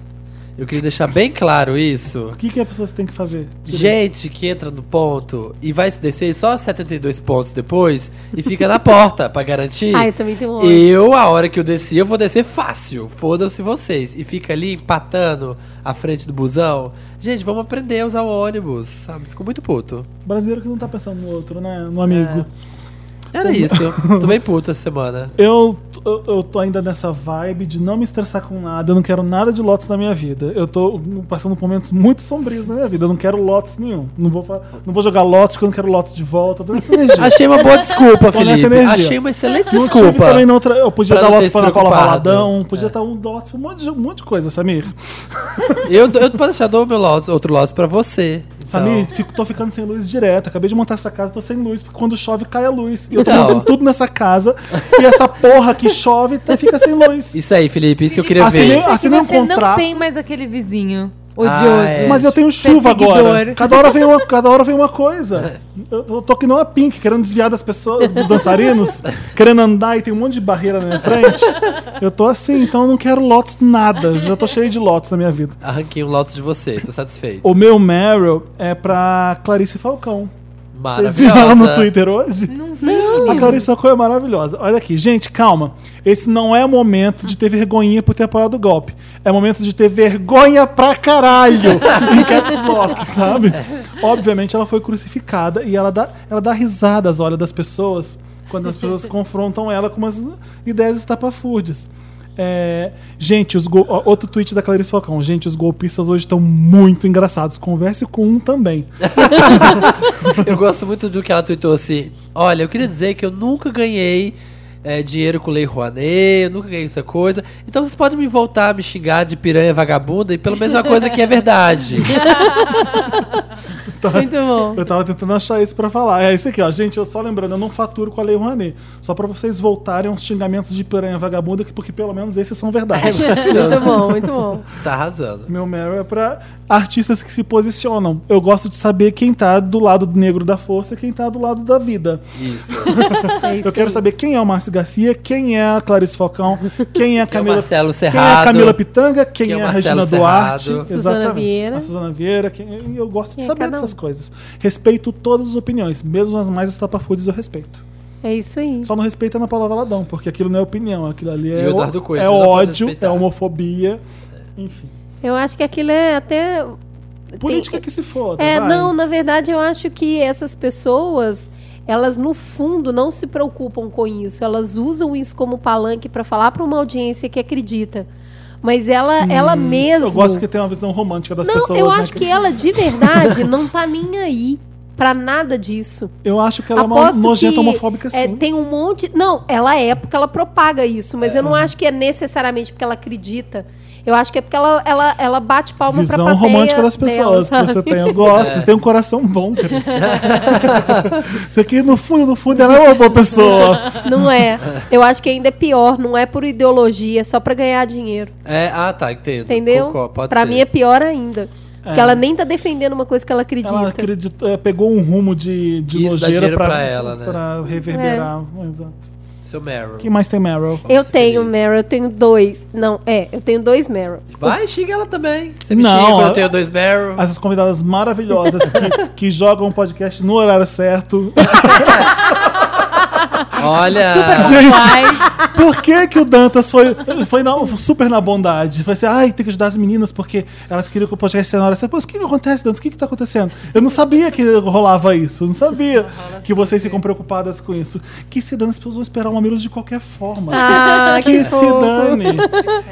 Speaker 2: Eu queria deixar bem claro isso.
Speaker 1: O que, que a pessoa tem que fazer?
Speaker 2: Gente que entra no ponto e vai se descer só 72 pontos depois e fica na porta pra garantir.
Speaker 3: Ah, eu também tenho ódio.
Speaker 2: Eu, a hora que eu desci, eu vou descer fácil. Fodam-se vocês. E fica ali empatando a frente do busão. Gente, vamos aprender a usar o ônibus, sabe? Fico muito puto.
Speaker 1: Brasileiro que não tá pensando no outro, né? No
Speaker 4: É.
Speaker 1: amigo.
Speaker 2: Era isso. Tô bem puto essa semana.
Speaker 1: Eu, eu, eu tô ainda nessa vibe de não me estressar com nada, eu não quero nada de lotes na minha vida. Eu tô passando por momentos muito sombrios na minha vida, eu não quero lotes nenhum. Não vou, fa- não vou jogar lotes porque eu não quero lotes de volta, eu tô nessa energia.
Speaker 2: Achei uma boa desculpa,
Speaker 1: Tô nessa
Speaker 2: Felipe.
Speaker 1: energia.
Speaker 2: Achei uma excelente
Speaker 1: Não tive
Speaker 2: desculpa.
Speaker 1: também não tra- eu podia
Speaker 2: Pra
Speaker 1: dar
Speaker 2: não ter
Speaker 1: lotes
Speaker 2: se
Speaker 1: pra Ana Paula
Speaker 2: preocupado. É. Então.
Speaker 1: Valadão, podia dar um lotes pra um monte, de, um monte de coisa, Samir.
Speaker 2: Eu, eu posso deixar dou meu Lotus, outro Lotus pra você. Então,
Speaker 1: Samir, fico- tô ficando sem luz direto. Acabei de montar essa casa, tô sem luz, porque quando chove cai a luz. E eu tô
Speaker 2: Então.
Speaker 1: montando tudo nessa casa, e essa porra que chove tá- fica sem luz.
Speaker 2: Isso aí, Felipe. Isso que eu
Speaker 4: Felipe,
Speaker 2: queria
Speaker 1: Assim,
Speaker 2: ver.
Speaker 1: nem-
Speaker 4: pensa
Speaker 1: assinei
Speaker 4: que
Speaker 1: um
Speaker 4: tá. você não
Speaker 1: contrato.
Speaker 4: tem mais aquele vizinho odioso.
Speaker 2: Ah, é.
Speaker 1: Mas eu tenho chuva agora.
Speaker 4: Perseguidor.
Speaker 1: Cada hora, vem uma, cada hora vem uma coisa. Eu eu tô que não a Pink, querendo desviar das pessoas, dos dançarinos, querendo andar e tem um monte de barreira na minha frente. Eu tô assim, então eu não quero lotes nada. Já tô cheio de lotes na minha vida.
Speaker 2: Arranquei um Lotus de você, tô satisfeito.
Speaker 1: O meu Meryl é pra Clarice Falcão. Vocês
Speaker 2: Maravilhosa.
Speaker 1: viram ela no Twitter hoje?
Speaker 4: Não vi, menino.
Speaker 1: A Clarice Falcão é maravilhosa. Olha aqui, gente, calma. Esse não é momento de ter vergonhinha por ter apoiado o golpe. É momento de ter vergonha pra caralho em caps lock, sabe? Obviamente ela foi crucificada e ela dá, ela dá risadas, olha, das pessoas quando as pessoas confrontam ela com umas ideias estapafúrdias. É, gente, os gol- ó, outro tweet da Clarice Falcão. Gente, os golpistas hoje estão muito engraçados. Converse com um também.
Speaker 2: Eu gosto muito do que ela tweetou assim. Olha, eu queria dizer que eu nunca ganhei é, dinheiro com Lei Rouanet, eu nunca ganhei essa coisa. Então vocês podem me voltar a me xingar de piranha vagabunda e pelo menos é uma coisa que é verdade.
Speaker 1: Tá?
Speaker 3: Muito bom.
Speaker 1: Eu tava tentando achar isso pra falar. É isso aqui, ó. Gente, eu só lembrando, eu não faturo com a Lei Rouanet. Só pra vocês voltarem aos xingamentos de piranha vagabunda, que- porque pelo menos esses são
Speaker 3: É
Speaker 1: verdade.
Speaker 3: Muito Tá bom, muito bom.
Speaker 2: tá arrasando.
Speaker 1: Meu Meryl é pra artistas que se posicionam. Eu gosto de saber quem tá do lado negro da força e quem tá do lado da vida.
Speaker 2: Isso.
Speaker 3: É isso
Speaker 1: Eu quero
Speaker 3: aí.
Speaker 1: saber quem é o Márcio Garcia, quem é a Clarice Falcão, quem é a
Speaker 2: Quem é o
Speaker 1: Camila,
Speaker 2: Marcelo
Speaker 1: quem é a
Speaker 2: Serrado.
Speaker 1: Camila Pitanga, quem,
Speaker 2: Quem é o
Speaker 1: é a
Speaker 2: Marcelo
Speaker 1: Regina
Speaker 2: Serrado.
Speaker 1: Duarte,
Speaker 2: Suzana
Speaker 1: exatamente,
Speaker 3: Vieira.
Speaker 1: a Suzana Vieira. quem- e eu gosto de
Speaker 3: Quem é
Speaker 1: saber
Speaker 3: cada um.
Speaker 1: dessas coisas. Respeito todas as opiniões, mesmo as mais estapafúrdias eu respeito.
Speaker 3: É isso aí.
Speaker 1: Só não respeita Ana Paula Valadão, porque aquilo não é opinião, aquilo ali é,
Speaker 2: o Eduardo Coelho,
Speaker 1: é
Speaker 2: não dá pra
Speaker 1: ódio,
Speaker 2: respeitar.
Speaker 1: é homofobia, enfim.
Speaker 3: Eu acho que aquilo é até.
Speaker 1: Política
Speaker 3: tem-
Speaker 1: que se foda,
Speaker 3: É,
Speaker 1: vai.
Speaker 3: não, na verdade eu acho que essas pessoas, elas no fundo não se preocupam com isso. Elas usam isso como palanque pra falar pra uma audiência que acredita. Mas
Speaker 1: Hum.
Speaker 3: ela, ela mesma.
Speaker 1: Eu gosto que tem uma visão romântica das né,
Speaker 3: não,
Speaker 1: pessoas.
Speaker 3: eu
Speaker 1: né,
Speaker 3: acho que ela de verdade não tá nem aí pra nada disso.
Speaker 1: Eu acho que ela é uma
Speaker 3: Aposto
Speaker 1: nojenta
Speaker 3: que,
Speaker 1: homofóbica, sim.
Speaker 3: é, tem um monte. Não, ela é porque ela propaga isso, mas eu não acho que é necessariamente porque ela acredita. Eu acho que é porque ela, ela, ela bate palma pra
Speaker 1: Visão
Speaker 3: plateia
Speaker 1: romântica das
Speaker 3: dela,
Speaker 1: pessoas
Speaker 3: sabe?
Speaker 1: que você tem. Eu gosto,
Speaker 2: É.
Speaker 1: você tem um coração bom, Cris. Isso aqui, no fundo, no fundo, ela é uma boa pessoa.
Speaker 3: Não é. Eu acho que ainda é pior. Não é por ideologia, é só pra ganhar dinheiro.
Speaker 2: É, ah, tá, entendo.
Speaker 3: Entendeu?
Speaker 2: Concordo, pode
Speaker 3: pra
Speaker 2: ser.
Speaker 3: mim é pior ainda. Porque ela nem tá defendendo uma coisa que ela acredita.
Speaker 1: Ela acreditou- é, pegou um rumo de, de
Speaker 2: Isso dá
Speaker 1: nojeira
Speaker 2: dinheiro
Speaker 1: pra,
Speaker 2: pra ela, né?
Speaker 1: pra reverberar.
Speaker 3: É.
Speaker 1: Exato.
Speaker 2: Seu Meryl.
Speaker 1: Quem mais tem Meryl?
Speaker 2: Vamos
Speaker 3: Eu
Speaker 2: ser
Speaker 3: tenho
Speaker 2: felizes.
Speaker 3: Meryl, eu tenho dois. Não, é, eu tenho dois Meryl.
Speaker 2: Vai, xinga ela também. Você me
Speaker 1: Não,
Speaker 2: xinga,
Speaker 1: eu-
Speaker 2: eu tenho dois Meryl.
Speaker 1: Essas convidadas maravilhosas que, que jogam o podcast no horário certo.
Speaker 2: Olha.
Speaker 1: Gente,
Speaker 4: Mas
Speaker 1: por que, que o Dantas foi, foi na- super na bondade? Foi assim, ai, tem que ajudar as meninas porque elas queriam que o podcast fosse na hora certa. Mas o que, que acontece, Dantas? O que, que tá acontecendo? Eu não sabia que rolava isso. Eu não sabia que vocês ficam preocupadas com isso. Que se dane, as pessoas vão esperar o Mamilos de qualquer forma.
Speaker 3: Ah, que,
Speaker 1: Que se
Speaker 3: fofo. É.
Speaker 1: dane.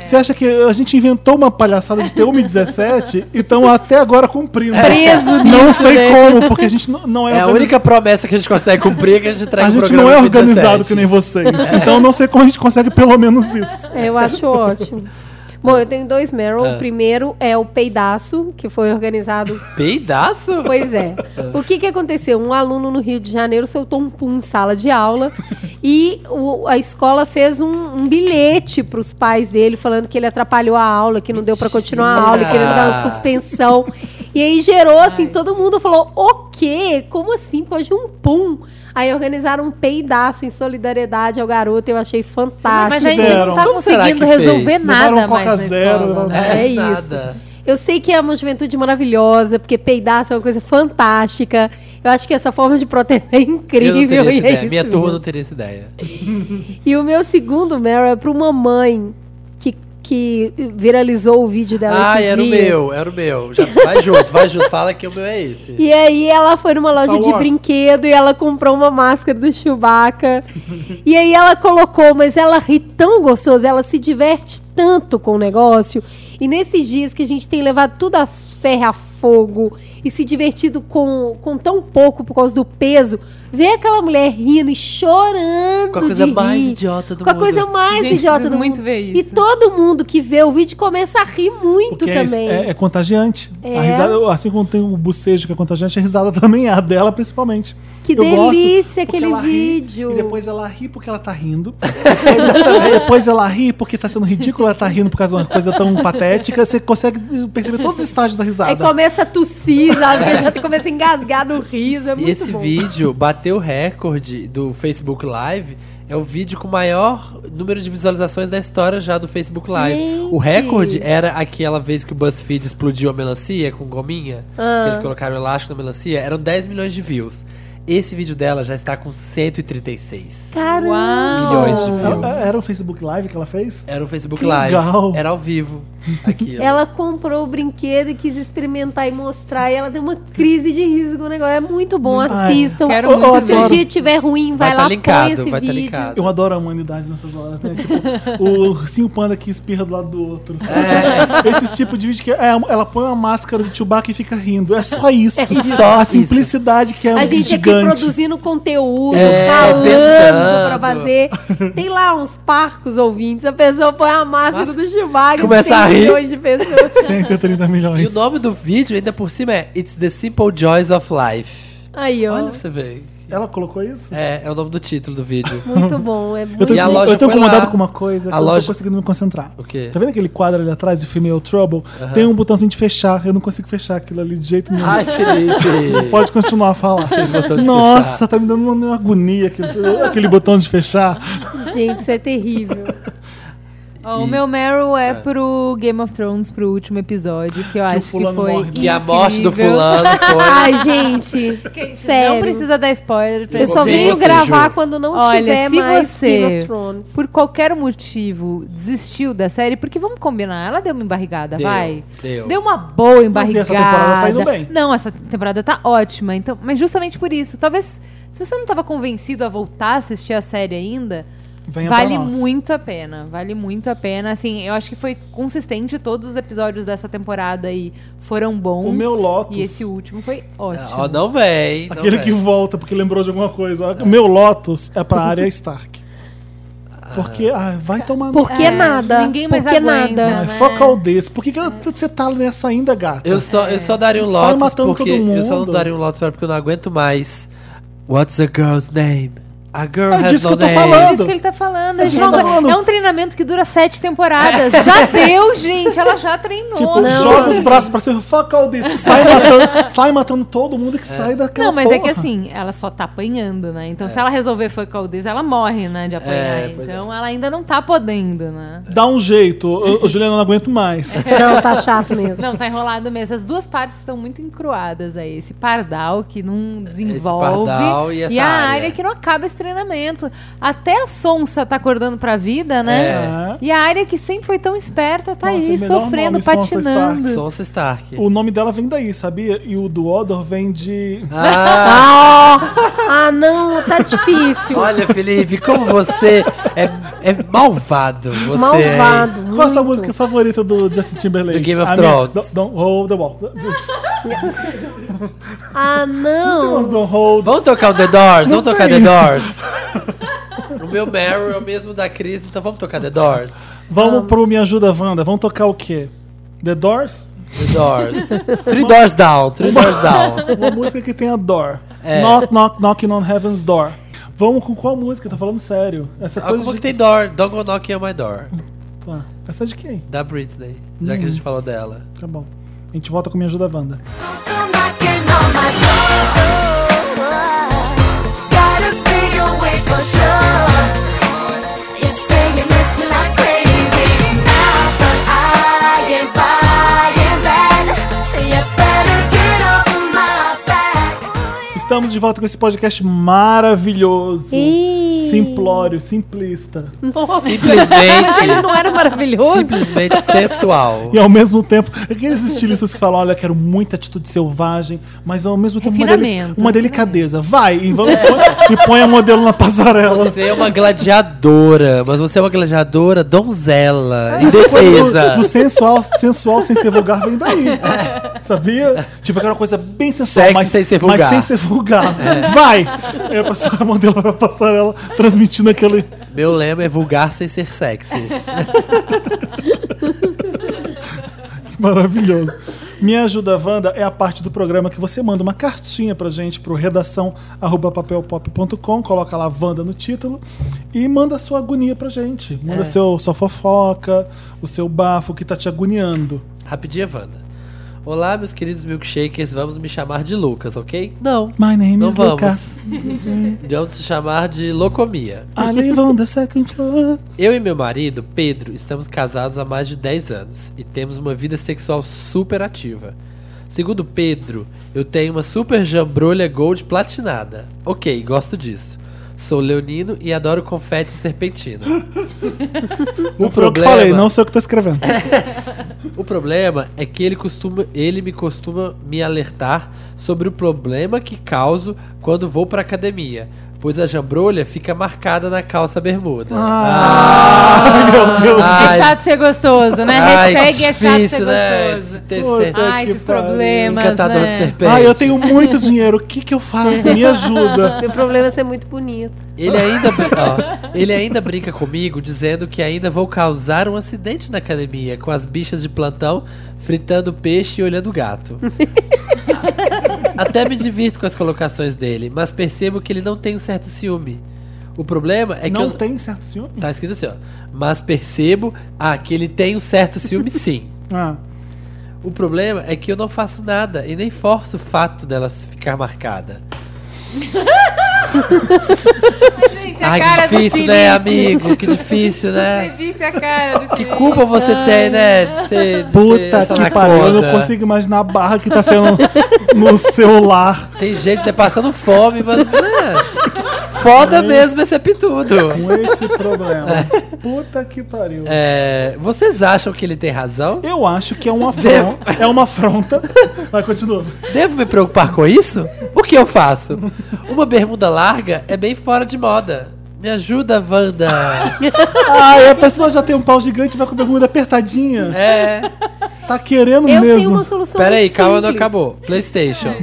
Speaker 1: Você acha que a gente inventou uma palhaçada de ter 1,17 e estão até agora cumprindo?
Speaker 3: Preso
Speaker 1: Não
Speaker 3: nisso,
Speaker 1: sei
Speaker 3: né?
Speaker 1: como, porque a gente não, não é,
Speaker 2: É a
Speaker 1: organizado.
Speaker 2: única promessa que a gente consegue cumprir é que a gente traz
Speaker 1: A
Speaker 2: um
Speaker 1: gente
Speaker 2: programa
Speaker 1: não é
Speaker 2: de
Speaker 1: organizado
Speaker 2: 17.
Speaker 1: que nem vocês. Então não sei como a gente consegue pelo menos isso.
Speaker 3: É, Eu acho ótimo. Bom, eu tenho dois Meryl.
Speaker 2: Ah.
Speaker 3: O primeiro é o peidaço, que foi organizado.
Speaker 2: Peidaço?
Speaker 3: Pois é. O que, que aconteceu? Um aluno no Rio de Janeiro soltou um pum em sala de aula e o- a escola fez um, um bilhete para os pais dele falando que ele atrapalhou a aula, que não deu para continuar a aula, que ele dar uma suspensão. E aí gerou assim, todo mundo falou: "O quê? Como assim? Pode um pum?" Aí organizaram um peidaço em solidariedade ao garoto, eu achei fantástico.
Speaker 4: mas a gente não tá
Speaker 2: Como será
Speaker 4: conseguindo
Speaker 2: que fez?
Speaker 4: resolver
Speaker 1: Levaram
Speaker 4: nada
Speaker 1: um
Speaker 4: mais
Speaker 1: Coca
Speaker 4: na
Speaker 1: Zero,
Speaker 4: escola, né?
Speaker 3: É isso.
Speaker 2: nada.
Speaker 3: Eu sei que é uma juventude maravilhosa, porque peidaço é uma coisa fantástica. Eu acho que essa forma de protesto é
Speaker 2: Eu não
Speaker 3: incrível.
Speaker 2: teria essa
Speaker 3: E, é
Speaker 2: ideia.
Speaker 3: isso
Speaker 2: Minha turma
Speaker 3: mesmo.
Speaker 2: não teria essa ideia.
Speaker 3: e o meu segundo Meryl é para uma mãe que, que viralizou o vídeo dela
Speaker 2: ah,
Speaker 3: esses
Speaker 2: era o
Speaker 3: dias.
Speaker 2: meu, era o meu. Já, vai junto, vai junto. Fala que o meu é esse.
Speaker 3: E aí ela foi numa loja
Speaker 1: Star
Speaker 3: de
Speaker 1: Wars.
Speaker 3: brinquedo e ela comprou uma máscara do Chewbacca. e aí ela colocou, mas ela ri tão gostoso, ela se diverte tanto com o negócio. E nesses dias que a gente tem levado tudo às ferras a fogo e se divertido com, com tão pouco por causa do peso, ver aquela mulher rindo e chorando
Speaker 2: Com a coisa
Speaker 3: de
Speaker 2: mais
Speaker 3: rir,
Speaker 2: idiota do
Speaker 3: com a
Speaker 2: mundo.
Speaker 3: coisa mais
Speaker 4: Gente,
Speaker 3: idiota
Speaker 4: preciso
Speaker 3: do
Speaker 4: muito
Speaker 3: mundo.
Speaker 4: ver
Speaker 3: E
Speaker 4: isso.
Speaker 3: todo mundo que vê o vídeo começa a rir muito
Speaker 1: Porque é,
Speaker 3: também.
Speaker 1: é- é contagiante.
Speaker 3: É.
Speaker 1: A risada, assim como tem o bocejo que é contagiante, a risada também é a dela, principalmente.
Speaker 3: Que
Speaker 1: gosto
Speaker 3: delícia
Speaker 1: porque
Speaker 3: aquele
Speaker 1: ela ri,
Speaker 3: vídeo.
Speaker 1: e depois ela ri porque ela tá rindo. Depois, ela- depois ela ri porque tá sendo ridícula, ela tá rindo por causa de uma coisa tão patética. Você consegue perceber todos os estágios da risada.
Speaker 3: Aí começa a tossir, sabe? Eu já começa a engasgar no riso. É
Speaker 2: E
Speaker 3: muito
Speaker 2: esse
Speaker 3: bom.
Speaker 2: vídeo bateu o recorde do Facebook Live. É o vídeo com o maior número de visualizações da história já do Facebook Live.
Speaker 3: Gente!
Speaker 2: O recorde era aquela vez que o BuzzFeed explodiu a melancia com gominha.
Speaker 3: Ah.
Speaker 2: que Eles colocaram elástico na melancia. Eram 10 milhões de views. Esse vídeo dela já está com 136
Speaker 3: Caramba!
Speaker 2: milhões de
Speaker 1: Ela-
Speaker 2: views.
Speaker 1: Era o Facebook Live que ela fez?
Speaker 2: Era o Facebook
Speaker 1: Que
Speaker 2: Live.
Speaker 1: legal.
Speaker 2: Era ao vivo. Aqui, ó.
Speaker 3: Ela comprou o brinquedo e quis experimentar e mostrar. E ela deu uma crise de riso com o negócio. É muito bom, assistam.
Speaker 4: quero
Speaker 1: muito
Speaker 3: Se o seu
Speaker 1: adoro.
Speaker 3: dia estiver ruim, vai,
Speaker 2: Vai tá
Speaker 3: lá, põe
Speaker 2: linkado,
Speaker 3: esse
Speaker 2: vai tá
Speaker 3: vídeo.
Speaker 2: linkado.
Speaker 1: Eu adoro a humanidade nessas horas, né? Tipo, o ursinho panda que espirra do lado do outro. Esses tipos de vídeo que é, ela põe uma máscara do Chewbacca e fica rindo. É só isso.
Speaker 2: Só
Speaker 1: a
Speaker 2: isso.
Speaker 1: simplicidade que é
Speaker 3: A
Speaker 1: um
Speaker 3: gente aqui
Speaker 1: gigante.
Speaker 3: produzindo conteúdo,
Speaker 2: É,
Speaker 3: falando
Speaker 2: pensando.
Speaker 3: pra fazer. Tem lá uns parcos ouvintes. A pessoa põe a máscara do Chewbacca. e
Speaker 2: Começa
Speaker 3: tem
Speaker 2: a rir.
Speaker 3: milhões de pessoas.
Speaker 1: 130
Speaker 2: E
Speaker 1: milhões.
Speaker 2: o nome do vídeo, ainda por cima, é It's the Simple Joys of Life.
Speaker 3: Aí, ó.
Speaker 2: Olha pra você ver.
Speaker 1: Ela colocou isso?
Speaker 2: É, é o nome do título do vídeo.
Speaker 3: Muito bom. É
Speaker 1: Eu
Speaker 3: muito
Speaker 1: tô,
Speaker 2: E a loja
Speaker 1: eu tô
Speaker 2: foi
Speaker 1: incomodado
Speaker 2: lá.
Speaker 1: com uma coisa que
Speaker 2: A
Speaker 1: eu não tô
Speaker 2: loja-
Speaker 1: conseguindo me concentrar.
Speaker 2: O quê?
Speaker 1: Tá vendo aquele quadro ali atrás de Female Trouble? Tem um botãozinho de fechar. Eu não consigo fechar aquilo ali de jeito nenhum.
Speaker 2: Ai, Felipe!
Speaker 1: Pode continuar a falar.
Speaker 2: botão de
Speaker 1: Nossa,
Speaker 2: fechar.
Speaker 1: tá me dando uma agonia aquele, aquele botão de fechar.
Speaker 3: Gente, isso é terrível.
Speaker 4: Ó, Ah, O
Speaker 2: E-
Speaker 4: meu Meryl é, pro Game of Thrones, pro último episódio, que eu
Speaker 1: o
Speaker 4: acho que
Speaker 1: fulano
Speaker 4: foi.
Speaker 1: morre.
Speaker 2: Que a morte do
Speaker 4: incrível.
Speaker 2: fulano foi.
Speaker 3: Ai, gente. sério.
Speaker 4: Não precisa dar spoiler pra
Speaker 3: Eu só
Speaker 2: Você,
Speaker 3: venho
Speaker 2: você,
Speaker 3: gravar
Speaker 2: Ju.
Speaker 3: quando não
Speaker 4: Olha,
Speaker 3: tiver
Speaker 4: se
Speaker 3: mais
Speaker 4: você-
Speaker 3: Game of Thrones.
Speaker 4: por qualquer motivo, desistiu da série, porque vamos combinar, ela deu uma embarrigada,
Speaker 2: Deu,
Speaker 4: vai.
Speaker 2: deu.
Speaker 4: uma boa
Speaker 1: Mas
Speaker 4: embarrigada.
Speaker 1: essa temporada tá indo bem.
Speaker 4: Não, essa temporada tá ótima. Então, mas justamente por isso, talvez se você não estava convencido a voltar a assistir a série ainda,
Speaker 1: Venha
Speaker 4: Vale
Speaker 1: pra nós.
Speaker 4: muito a pena, vale muito a pena. Assim, eu acho que foi consistente todos os episódios dessa temporada aí foram bons.
Speaker 1: O meu Lotus.
Speaker 4: E esse último
Speaker 2: É,
Speaker 4: foi ótimo.
Speaker 2: Ah, Ó, não vem. não
Speaker 1: Aquele
Speaker 2: vem.
Speaker 1: que volta porque lembrou de alguma coisa. O meu Lotus é pra área Stark.
Speaker 2: Ah.
Speaker 1: Porque, ai, vai tomar no
Speaker 3: Porque
Speaker 4: É,
Speaker 3: nada.
Speaker 4: ninguém mais
Speaker 3: porque
Speaker 4: aguenta,
Speaker 1: Ai,
Speaker 3: nada.
Speaker 4: né?
Speaker 1: foca o desse. Por que, que ela- você tá nessa ainda, gata?
Speaker 2: Eu só, eu só daria um
Speaker 1: Sai
Speaker 2: Lotus
Speaker 1: matando
Speaker 2: porque.
Speaker 1: todo
Speaker 2: Eu só não
Speaker 1: mundo.
Speaker 2: daria um Lotus pra ela porque eu não aguento mais. What's a girl's name? A girl
Speaker 1: É
Speaker 2: has
Speaker 1: disso
Speaker 2: no
Speaker 1: que eu
Speaker 2: name.
Speaker 1: tô falando.
Speaker 4: É isso que ele tá falando.
Speaker 1: É isso que
Speaker 4: gente.
Speaker 1: eu tô falando.
Speaker 4: É um treinamento que dura sete temporadas. já deu, gente. Ela já treinou.
Speaker 1: Tipo,
Speaker 3: Não.
Speaker 1: joga os braços pra cima, fuck all this. Sai matando, sai matando todo mundo que sai daquela
Speaker 4: Não, mas é que
Speaker 1: porra.
Speaker 4: assim, ela só tá apanhando, né? Então, se ela resolver fuck all this, ela morre, né? De apanhar.
Speaker 2: É, pois é.
Speaker 4: então, ela ainda não tá podendo, né?
Speaker 1: Dá um jeito. Eu, eu, Juliana, eu não aguento mais.
Speaker 2: É.
Speaker 3: Não, tá chato mesmo.
Speaker 4: Não, tá enrolado mesmo. As duas partes estão muito encruadas aí. Esse pardal que não desenvolve.
Speaker 2: pardal e essa
Speaker 4: a
Speaker 2: área.
Speaker 4: área. que não acaba esse treinamento. Até a Sonsa tá acordando pra vida, né?
Speaker 1: É.
Speaker 4: E a área que sempre foi tão esperta tá
Speaker 1: Nossa, é
Speaker 4: aí,
Speaker 1: o melhor
Speaker 4: sofrendo,
Speaker 1: nome, Sonsa
Speaker 4: patinando.
Speaker 2: Sonsa Stark.
Speaker 1: O nome dela vem daí, sabia? E o do Odor vem de.
Speaker 2: Ah,
Speaker 3: Ah, não, tá difícil.
Speaker 2: olha, Felipe, como você é, é malvado. Você
Speaker 3: Malvado. muito.
Speaker 1: Qual é a sua música favorita do Justin Timberlake?
Speaker 2: Do Game of
Speaker 1: A minha-
Speaker 2: Thrones.
Speaker 1: Don't, don't hold the wall.
Speaker 3: Ah, não.
Speaker 1: Don't hold.
Speaker 2: Vamos tocar o The Doors,
Speaker 1: Não
Speaker 2: vamos tocar The
Speaker 1: tem.
Speaker 2: Doors. O meu Meryl é o mesmo da Cris, então vamos tocar The Doors.
Speaker 1: Vamos pro Me Ajuda Wanda. Vamos tocar o quê? The Doors?
Speaker 2: The Doors. Three Doors Down, Three Doors Down.
Speaker 1: Uma música que tem a door.
Speaker 2: É.
Speaker 1: Knock, knock, knocking on heaven's door. Vamos com qual música? Tô falando sério. Essa
Speaker 2: Ah,
Speaker 1: coisa
Speaker 2: como
Speaker 1: de...
Speaker 2: que tem Door? Don't go knocking on my é door.
Speaker 1: Tá. Essa é de quem?
Speaker 2: Da Britney, já que a gente falou dela.
Speaker 1: Tá bom. A gente volta com Me Ajuda Wanda. Estamos de volta com esse podcast maravilhoso.
Speaker 3: Ih.
Speaker 1: Simplório, simplista.
Speaker 2: Simplesmente,
Speaker 3: Ele não era maravilhoso?
Speaker 2: simplesmente sensual.
Speaker 1: E ao mesmo tempo, aqueles estilistas que falam: olha, quero muita atitude selvagem, mas ao mesmo tempo uma, deli-
Speaker 4: Refinamento,
Speaker 1: uma delicadeza. Vai e, vamos, põe, e põe a modelo na passarela.
Speaker 2: Você é uma gladiadora, mas você é uma gladiadora donzela,
Speaker 1: Coisa
Speaker 2: indefesa.
Speaker 1: Do, do sensual, sensual sem ser vulgar vem daí. Sabia? Tipo, aquela coisa bem
Speaker 2: É.
Speaker 1: sensual,
Speaker 2: Sexy
Speaker 1: mas
Speaker 2: sem ser
Speaker 1: Mas
Speaker 2: vulgar. É.
Speaker 1: sem ser vulgar. Vai! Aí a pessoa- a modelo vai passar ela transmitindo aquele.
Speaker 2: Meu lema é vulgar sem ser sexy.
Speaker 1: Maravilhoso. Me ajuda, Wanda, é a parte do programa que você manda uma cartinha pra gente pro redação arroba papelpop.com, coloca lá Wanda no título e manda a sua agonia pra gente.
Speaker 2: É.
Speaker 1: Manda seu, sua fofoca, o seu bafo que tá te agoniando.
Speaker 2: Rapidinha, Wanda. Olá, meus queridos milkshakers, vamos me chamar de Lucas, ok? Não.
Speaker 1: My name
Speaker 2: Não
Speaker 1: is
Speaker 2: vamos.
Speaker 1: Luca.
Speaker 2: Vamos se chamar de Locomia.
Speaker 1: I live on the second floor.
Speaker 2: Eu e meu marido, Pedro, estamos casados há mais de 10 anos e temos uma vida sexual super ativa. Segundo Pedro, eu tenho uma super jambrolha gold platinada. Ok, gosto disso. Sou leonino e adoro confete e serpentina.
Speaker 1: Não foi eu que falei, não sei o que tô escrevendo.
Speaker 2: É. O problema é que ele costuma, ele me costuma me alertar sobre o problema que causo quando vou pra academia, pois a jambrolha fica marcada na calça bermuda.
Speaker 1: Ah.
Speaker 4: Ah,
Speaker 2: Ah.
Speaker 1: Ai, meu Deus.
Speaker 2: Ai,
Speaker 4: É chato ser gostoso, né? Hashtag
Speaker 2: que
Speaker 4: é chato ser
Speaker 2: difícil, né?
Speaker 4: gostoso.
Speaker 2: Ter
Speaker 1: Puta
Speaker 2: ser-
Speaker 1: Puta
Speaker 4: Ai,
Speaker 1: que
Speaker 4: esses
Speaker 1: pariu.
Speaker 4: problemas,
Speaker 2: encantador
Speaker 4: né?
Speaker 2: de serpente.
Speaker 1: Ai, Ah, eu tenho muito dinheiro, o que que eu faço? Me ajuda.
Speaker 3: Meu problema é ser muito bonito.
Speaker 2: Ele ainda, ó, ele ainda brinca comigo dizendo que ainda vou causar um acidente na academia com as bichas de plantão fritando peixe e olhando gato. Até me divirto com as colocações dele, mas percebo que ele não tem um certo ciúme. O problema é que
Speaker 1: não
Speaker 2: eu-
Speaker 1: tem certo senhor?
Speaker 2: tá escrito assim, ó. Mas percebo ah, que ele tem um certo ciúme sim.
Speaker 1: Ah.
Speaker 2: O problema é que eu não faço nada e nem forço o fato dela ficar marcada.
Speaker 4: Gente, a
Speaker 2: Ai, que
Speaker 4: cara do
Speaker 2: difícil,
Speaker 4: Felipe.
Speaker 2: né, amigo? Que difícil,
Speaker 4: Você
Speaker 2: né?
Speaker 4: visse a cara do
Speaker 2: Que
Speaker 4: Felipe.
Speaker 2: culpa você tem, né? De ser, de ter
Speaker 1: Puta
Speaker 2: essa
Speaker 1: que pariu, eu não
Speaker 2: maracota?
Speaker 1: consigo imaginar a barra que tá sendo no celular.
Speaker 2: Tem gente né, passando fome, mas. Né, foda mesmo esse pitudo.
Speaker 1: Com esse problema. Puta que pariu.
Speaker 2: É, vocês acham que ele tem razão?
Speaker 1: Eu acho que é uma afronta. É uma afronta. Vai, continua.
Speaker 2: Devo me preocupar com isso? O que eu faço? Uma bermuda larga é bem fora de moda. Me ajuda, Wanda!
Speaker 1: Ai, a pessoa já tem um pau gigante e vai com a bermuda apertadinha.
Speaker 2: é.
Speaker 1: Tá querendo
Speaker 3: Eu tenho
Speaker 1: mesmo.
Speaker 3: uma solução
Speaker 2: Pera aí,
Speaker 3: muito
Speaker 2: calma, não
Speaker 3: simples.
Speaker 2: acabou. PlayStation.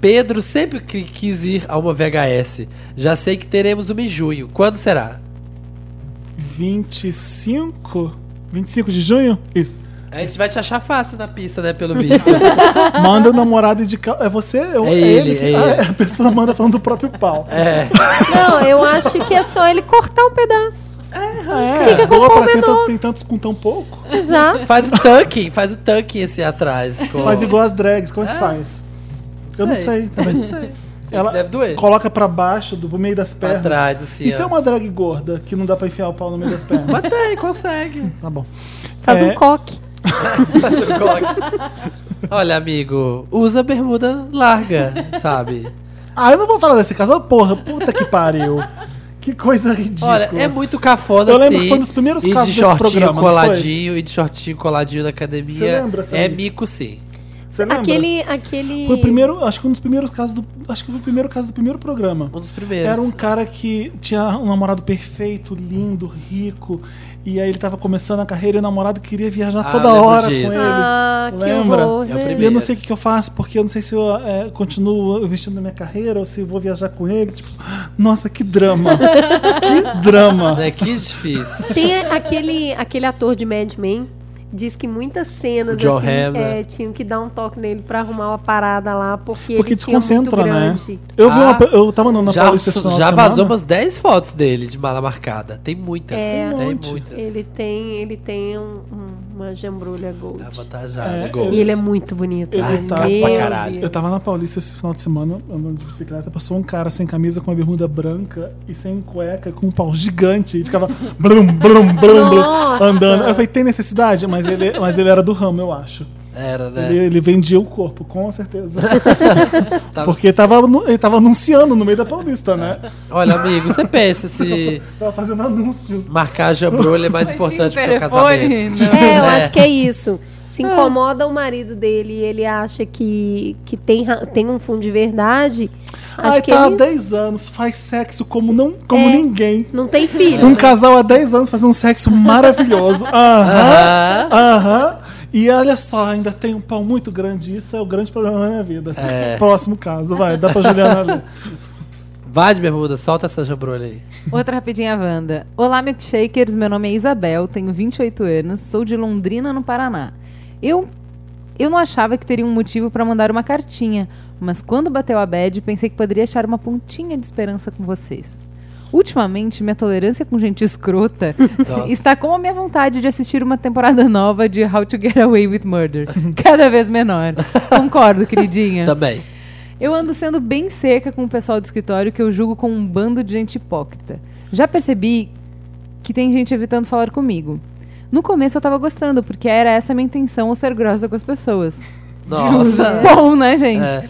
Speaker 2: Pedro sempre qui- quis ir a uma VHS. Já sei que teremos uma em junho. Quando será?
Speaker 1: 25? 25 de junho? Isso.
Speaker 2: A gente vai te achar fácil na pista, né? Pelo visto.
Speaker 1: Manda o namorado indicar. É você? Eu,
Speaker 2: É ele,
Speaker 1: que-
Speaker 2: é
Speaker 1: Ah,
Speaker 2: ele.
Speaker 1: A pessoa manda falando do próprio pau.
Speaker 2: É.
Speaker 3: Não, eu acho que é só ele cortar um pedaço.
Speaker 1: Ah, é.
Speaker 3: Fica com
Speaker 1: Boa
Speaker 3: o pau
Speaker 1: pra quem
Speaker 3: menor.
Speaker 1: tá- tem tantos com tão pouco.
Speaker 2: É.
Speaker 3: Exato.
Speaker 2: Faz o tanking, faz o tanking esse atrás. Com...
Speaker 1: Faz igual as drags, como é que
Speaker 2: É.
Speaker 1: faz? Eu não sei também. Ela
Speaker 2: Deve doer.
Speaker 1: coloca pra baixo, do pro meio das pernas.
Speaker 2: Atrás, assim.
Speaker 1: Isso é
Speaker 2: ó.
Speaker 1: uma drag gorda que não dá pra enfiar o pau no meio das pernas.
Speaker 2: Mas tem, consegue.
Speaker 1: tá bom.
Speaker 3: Faz
Speaker 1: É,
Speaker 3: um coque.
Speaker 2: Faz o coque. Olha, amigo, usa bermuda larga, sabe?
Speaker 1: Ah, eu não vou falar desse casal, porra. Puta que pariu. Que coisa ridícula.
Speaker 2: Olha, é muito cafona,
Speaker 1: Eu
Speaker 2: assim.
Speaker 1: lembro que foi um dos primeiros
Speaker 2: e
Speaker 1: casos
Speaker 2: de
Speaker 1: desse
Speaker 2: shortinho
Speaker 1: programa, não
Speaker 2: coladinho, e de shortinho coladinho na academia.
Speaker 1: Você lembra, Samir?
Speaker 2: É mico, sim.
Speaker 1: Você lembra?
Speaker 3: Aquele, aquele...
Speaker 1: Foi o primeiro, acho que um dos primeiros casos do. Acho que foi o primeiro caso do primeiro programa.
Speaker 2: Um dos primeiros.
Speaker 1: Era um cara que tinha um namorado perfeito, lindo, rico. E aí ele tava começando a carreira e o namorado queria viajar
Speaker 2: Ah,
Speaker 1: toda
Speaker 2: eu lembro
Speaker 1: hora
Speaker 2: disso.
Speaker 1: com ele.
Speaker 3: Ah, que
Speaker 1: Lembra?
Speaker 3: horror.
Speaker 2: É o
Speaker 1: E
Speaker 2: primeiro.
Speaker 1: eu não sei o que, que eu faço, porque eu não sei se eu eh, continuo investindo na minha carreira ou se eu vou viajar com ele. Tipo, nossa, que drama! que drama!
Speaker 2: Né? Que difícil.
Speaker 3: Tem aquele, aquele ator de Mad Men. Diz que muitas cenas
Speaker 2: O John
Speaker 3: assim,
Speaker 2: Hamm,
Speaker 3: é,
Speaker 2: né?
Speaker 3: tinham que dar um toque nele pra arrumar uma parada lá, porque,
Speaker 1: Porque
Speaker 3: ele tinha
Speaker 1: desconcentra,
Speaker 3: muito
Speaker 1: né?
Speaker 3: grande.
Speaker 1: Eu, vi
Speaker 2: Ah,
Speaker 1: uma, eu tava andando na
Speaker 2: já
Speaker 1: Paulista esse final
Speaker 2: já
Speaker 1: de
Speaker 2: vazou
Speaker 1: semana.
Speaker 2: umas 10 fotos dele de mala marcada. Tem muitas.
Speaker 3: É.
Speaker 1: Um
Speaker 2: tem
Speaker 1: monte.
Speaker 2: muitas.
Speaker 3: Ele tem, ele tem um- um- uma jambrulha gold.
Speaker 2: Avantajada,
Speaker 1: É,
Speaker 2: Tá gol.
Speaker 3: E ele é muito bonito.
Speaker 1: Ele
Speaker 3: Ai,
Speaker 1: tá pra
Speaker 3: meu
Speaker 2: caralho.
Speaker 1: Eu
Speaker 3: Deus.
Speaker 1: tava na Paulista esse final de semana, andando de bicicleta, passou um cara sem camisa, com uma bermuda branca e sem cueca, com um pau gigante, e ficava blum, blum, blum, blum,
Speaker 3: Nossa!
Speaker 1: andando. Eu falei, tem necessidade? Mas ele, mas ele era do ramo, eu acho.
Speaker 2: Era, né?
Speaker 1: Ele, ele vendia o corpo, com certeza.
Speaker 2: Tava-
Speaker 1: Porque tava, anu- ele tava anunciando no meio da Paulista, né?
Speaker 2: Olha, amigo, você pensa se
Speaker 1: Tava fazendo anúncio.
Speaker 2: marcar a jambrulha é mais
Speaker 4: Mas
Speaker 2: importante
Speaker 4: tinha
Speaker 2: pro seu
Speaker 4: telefone, né?
Speaker 2: casamento.
Speaker 4: não.
Speaker 3: É, eu
Speaker 2: É.
Speaker 3: acho que é isso. Se incomoda o marido dele e ele acha que, que tem, ra- tem um fundo de verdade, acho
Speaker 1: Ai,
Speaker 3: que
Speaker 1: tá há
Speaker 3: ele
Speaker 1: 10 anos, faz sexo como, não, como
Speaker 3: É.
Speaker 1: ninguém.
Speaker 3: não tem filho.
Speaker 1: Um casal há 10 anos fazendo um sexo maravilhoso. Aham.
Speaker 2: Aham.
Speaker 1: Aham. E olha só, ainda tem um pau muito grande. Isso é o grande problema da minha vida.
Speaker 2: É.
Speaker 1: Próximo caso, vai, dá pra Juliana ler.
Speaker 2: Vai de bermuda, solta essa jambrulha aí.
Speaker 4: Outra rapidinha, Wanda. Olá, milkshakers. Meu nome é Isabel, tenho 28 anos, sou de Londrina, no Paraná. Eu, eu não achava que teria um motivo para mandar uma cartinha, mas quando bateu a bad, pensei que poderia achar uma pontinha de esperança com vocês. Ultimamente, minha tolerância com gente escrota
Speaker 2: Nossa.
Speaker 4: está como a minha vontade de assistir uma temporada nova de How to Get Away with Murder, cada vez menor. Concordo, queridinha.
Speaker 2: Também.
Speaker 4: Eu ando sendo bem seca com o pessoal do escritório que eu julgo como um bando de gente hipócrita. Já percebi que tem gente evitando falar comigo. No começo eu tava gostando, porque era essa a minha intenção, eu ser grossa com as pessoas.
Speaker 2: Nossa.
Speaker 4: Bom, né, gente?
Speaker 2: É.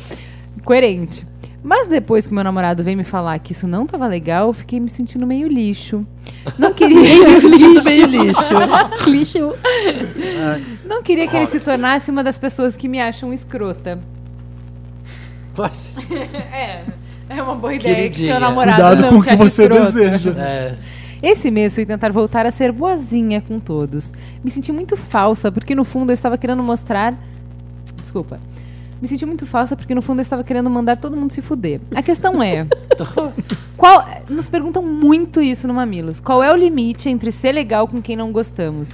Speaker 4: Coerente. Mas depois que meu namorado veio me falar que isso não tava legal, eu fiquei me sentindo meio lixo. Não queria.
Speaker 2: Tudo meio é lixo.
Speaker 3: Clichê.
Speaker 4: não queria que ele se tornasse uma das pessoas que me acham escrota.
Speaker 2: Mas-
Speaker 4: É. É uma boa
Speaker 2: ideia que seu Queridinha. namorado
Speaker 1: Cuidado com o que você
Speaker 4: deseja.
Speaker 1: deseja.
Speaker 2: É.
Speaker 4: Esse mês fui tentar voltar a ser boazinha com todos. Me senti muito falsa, porque no fundo eu estava querendo mostrar. Desculpa. Me senti muito falsa porque no fundo eu estava querendo mandar todo mundo se fuder. A questão é. qual Nos perguntam muito isso no Mamilos. Qual é o limite entre ser legal com quem não gostamos?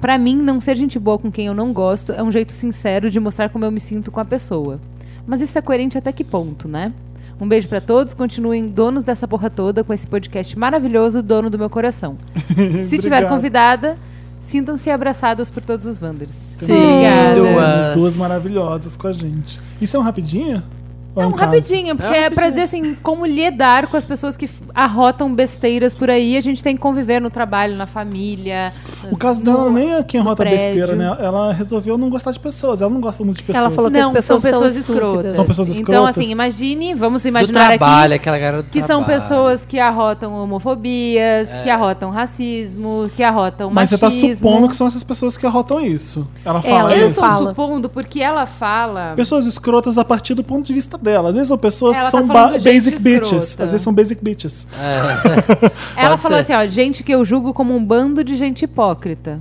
Speaker 4: Pra mim, não ser gente boa com quem eu não gosto é um jeito sincero de mostrar como eu me sinto com a pessoa. Mas isso é coerente até que ponto, né? Um beijo pra todos, continuem donos dessa porra toda com esse podcast maravilhoso, dono do meu coração. Se tiver
Speaker 1: Obrigado.
Speaker 4: convidada, sintam-se abraçadas por todos os Wanders.
Speaker 2: Sim,
Speaker 4: Obrigada.
Speaker 2: duas.
Speaker 1: Temos duas maravilhosas com a gente. Isso é um rapidinho? Ou
Speaker 4: É um
Speaker 1: caso?
Speaker 4: rapidinho, porque é, pra dizer assim, como lidar com as pessoas que f- arrotam besteiras por aí, a gente tem que conviver no trabalho, na família.
Speaker 1: O caso dela
Speaker 4: no-
Speaker 1: nem é quem rota
Speaker 4: prédio.
Speaker 1: besteira, né? Ela resolveu não gostar de pessoas. Ela não gosta muito de pessoas.
Speaker 3: Ela falou que as
Speaker 4: Não, são
Speaker 3: pessoas são
Speaker 4: pessoas
Speaker 3: estúpidas.
Speaker 4: escrotas.
Speaker 1: São pessoas
Speaker 4: Então,
Speaker 1: escrotas.
Speaker 4: assim, imagine, vamos
Speaker 2: Do
Speaker 4: imaginar
Speaker 2: trabalho,
Speaker 4: aqui
Speaker 2: aquela garota. do
Speaker 4: que são
Speaker 2: trabalho. É.
Speaker 4: pessoas que arrotam homofobias, que arrotam racismo, que arrotam
Speaker 1: Mas
Speaker 4: um machismo. É,
Speaker 1: você tá supondo que são essas pessoas que arrotam isso. Ela fala
Speaker 3: ela
Speaker 4: Eu
Speaker 1: isso.
Speaker 4: estou
Speaker 3: fala.
Speaker 4: supondo porque ela fala.
Speaker 1: Pessoas escrotas a partir do ponto de vista dela. Às vezes são pessoas
Speaker 4: Ela
Speaker 1: que
Speaker 4: tá
Speaker 1: são
Speaker 4: falando
Speaker 1: ba-
Speaker 4: do jeito
Speaker 1: basic
Speaker 4: escrota.
Speaker 1: bitches. Às vezes são basic bitches.
Speaker 2: É.
Speaker 4: Ela
Speaker 2: Pode
Speaker 4: falou
Speaker 2: ser.
Speaker 4: assim, ó, gente que eu julgo como um bando de gente hipócrita.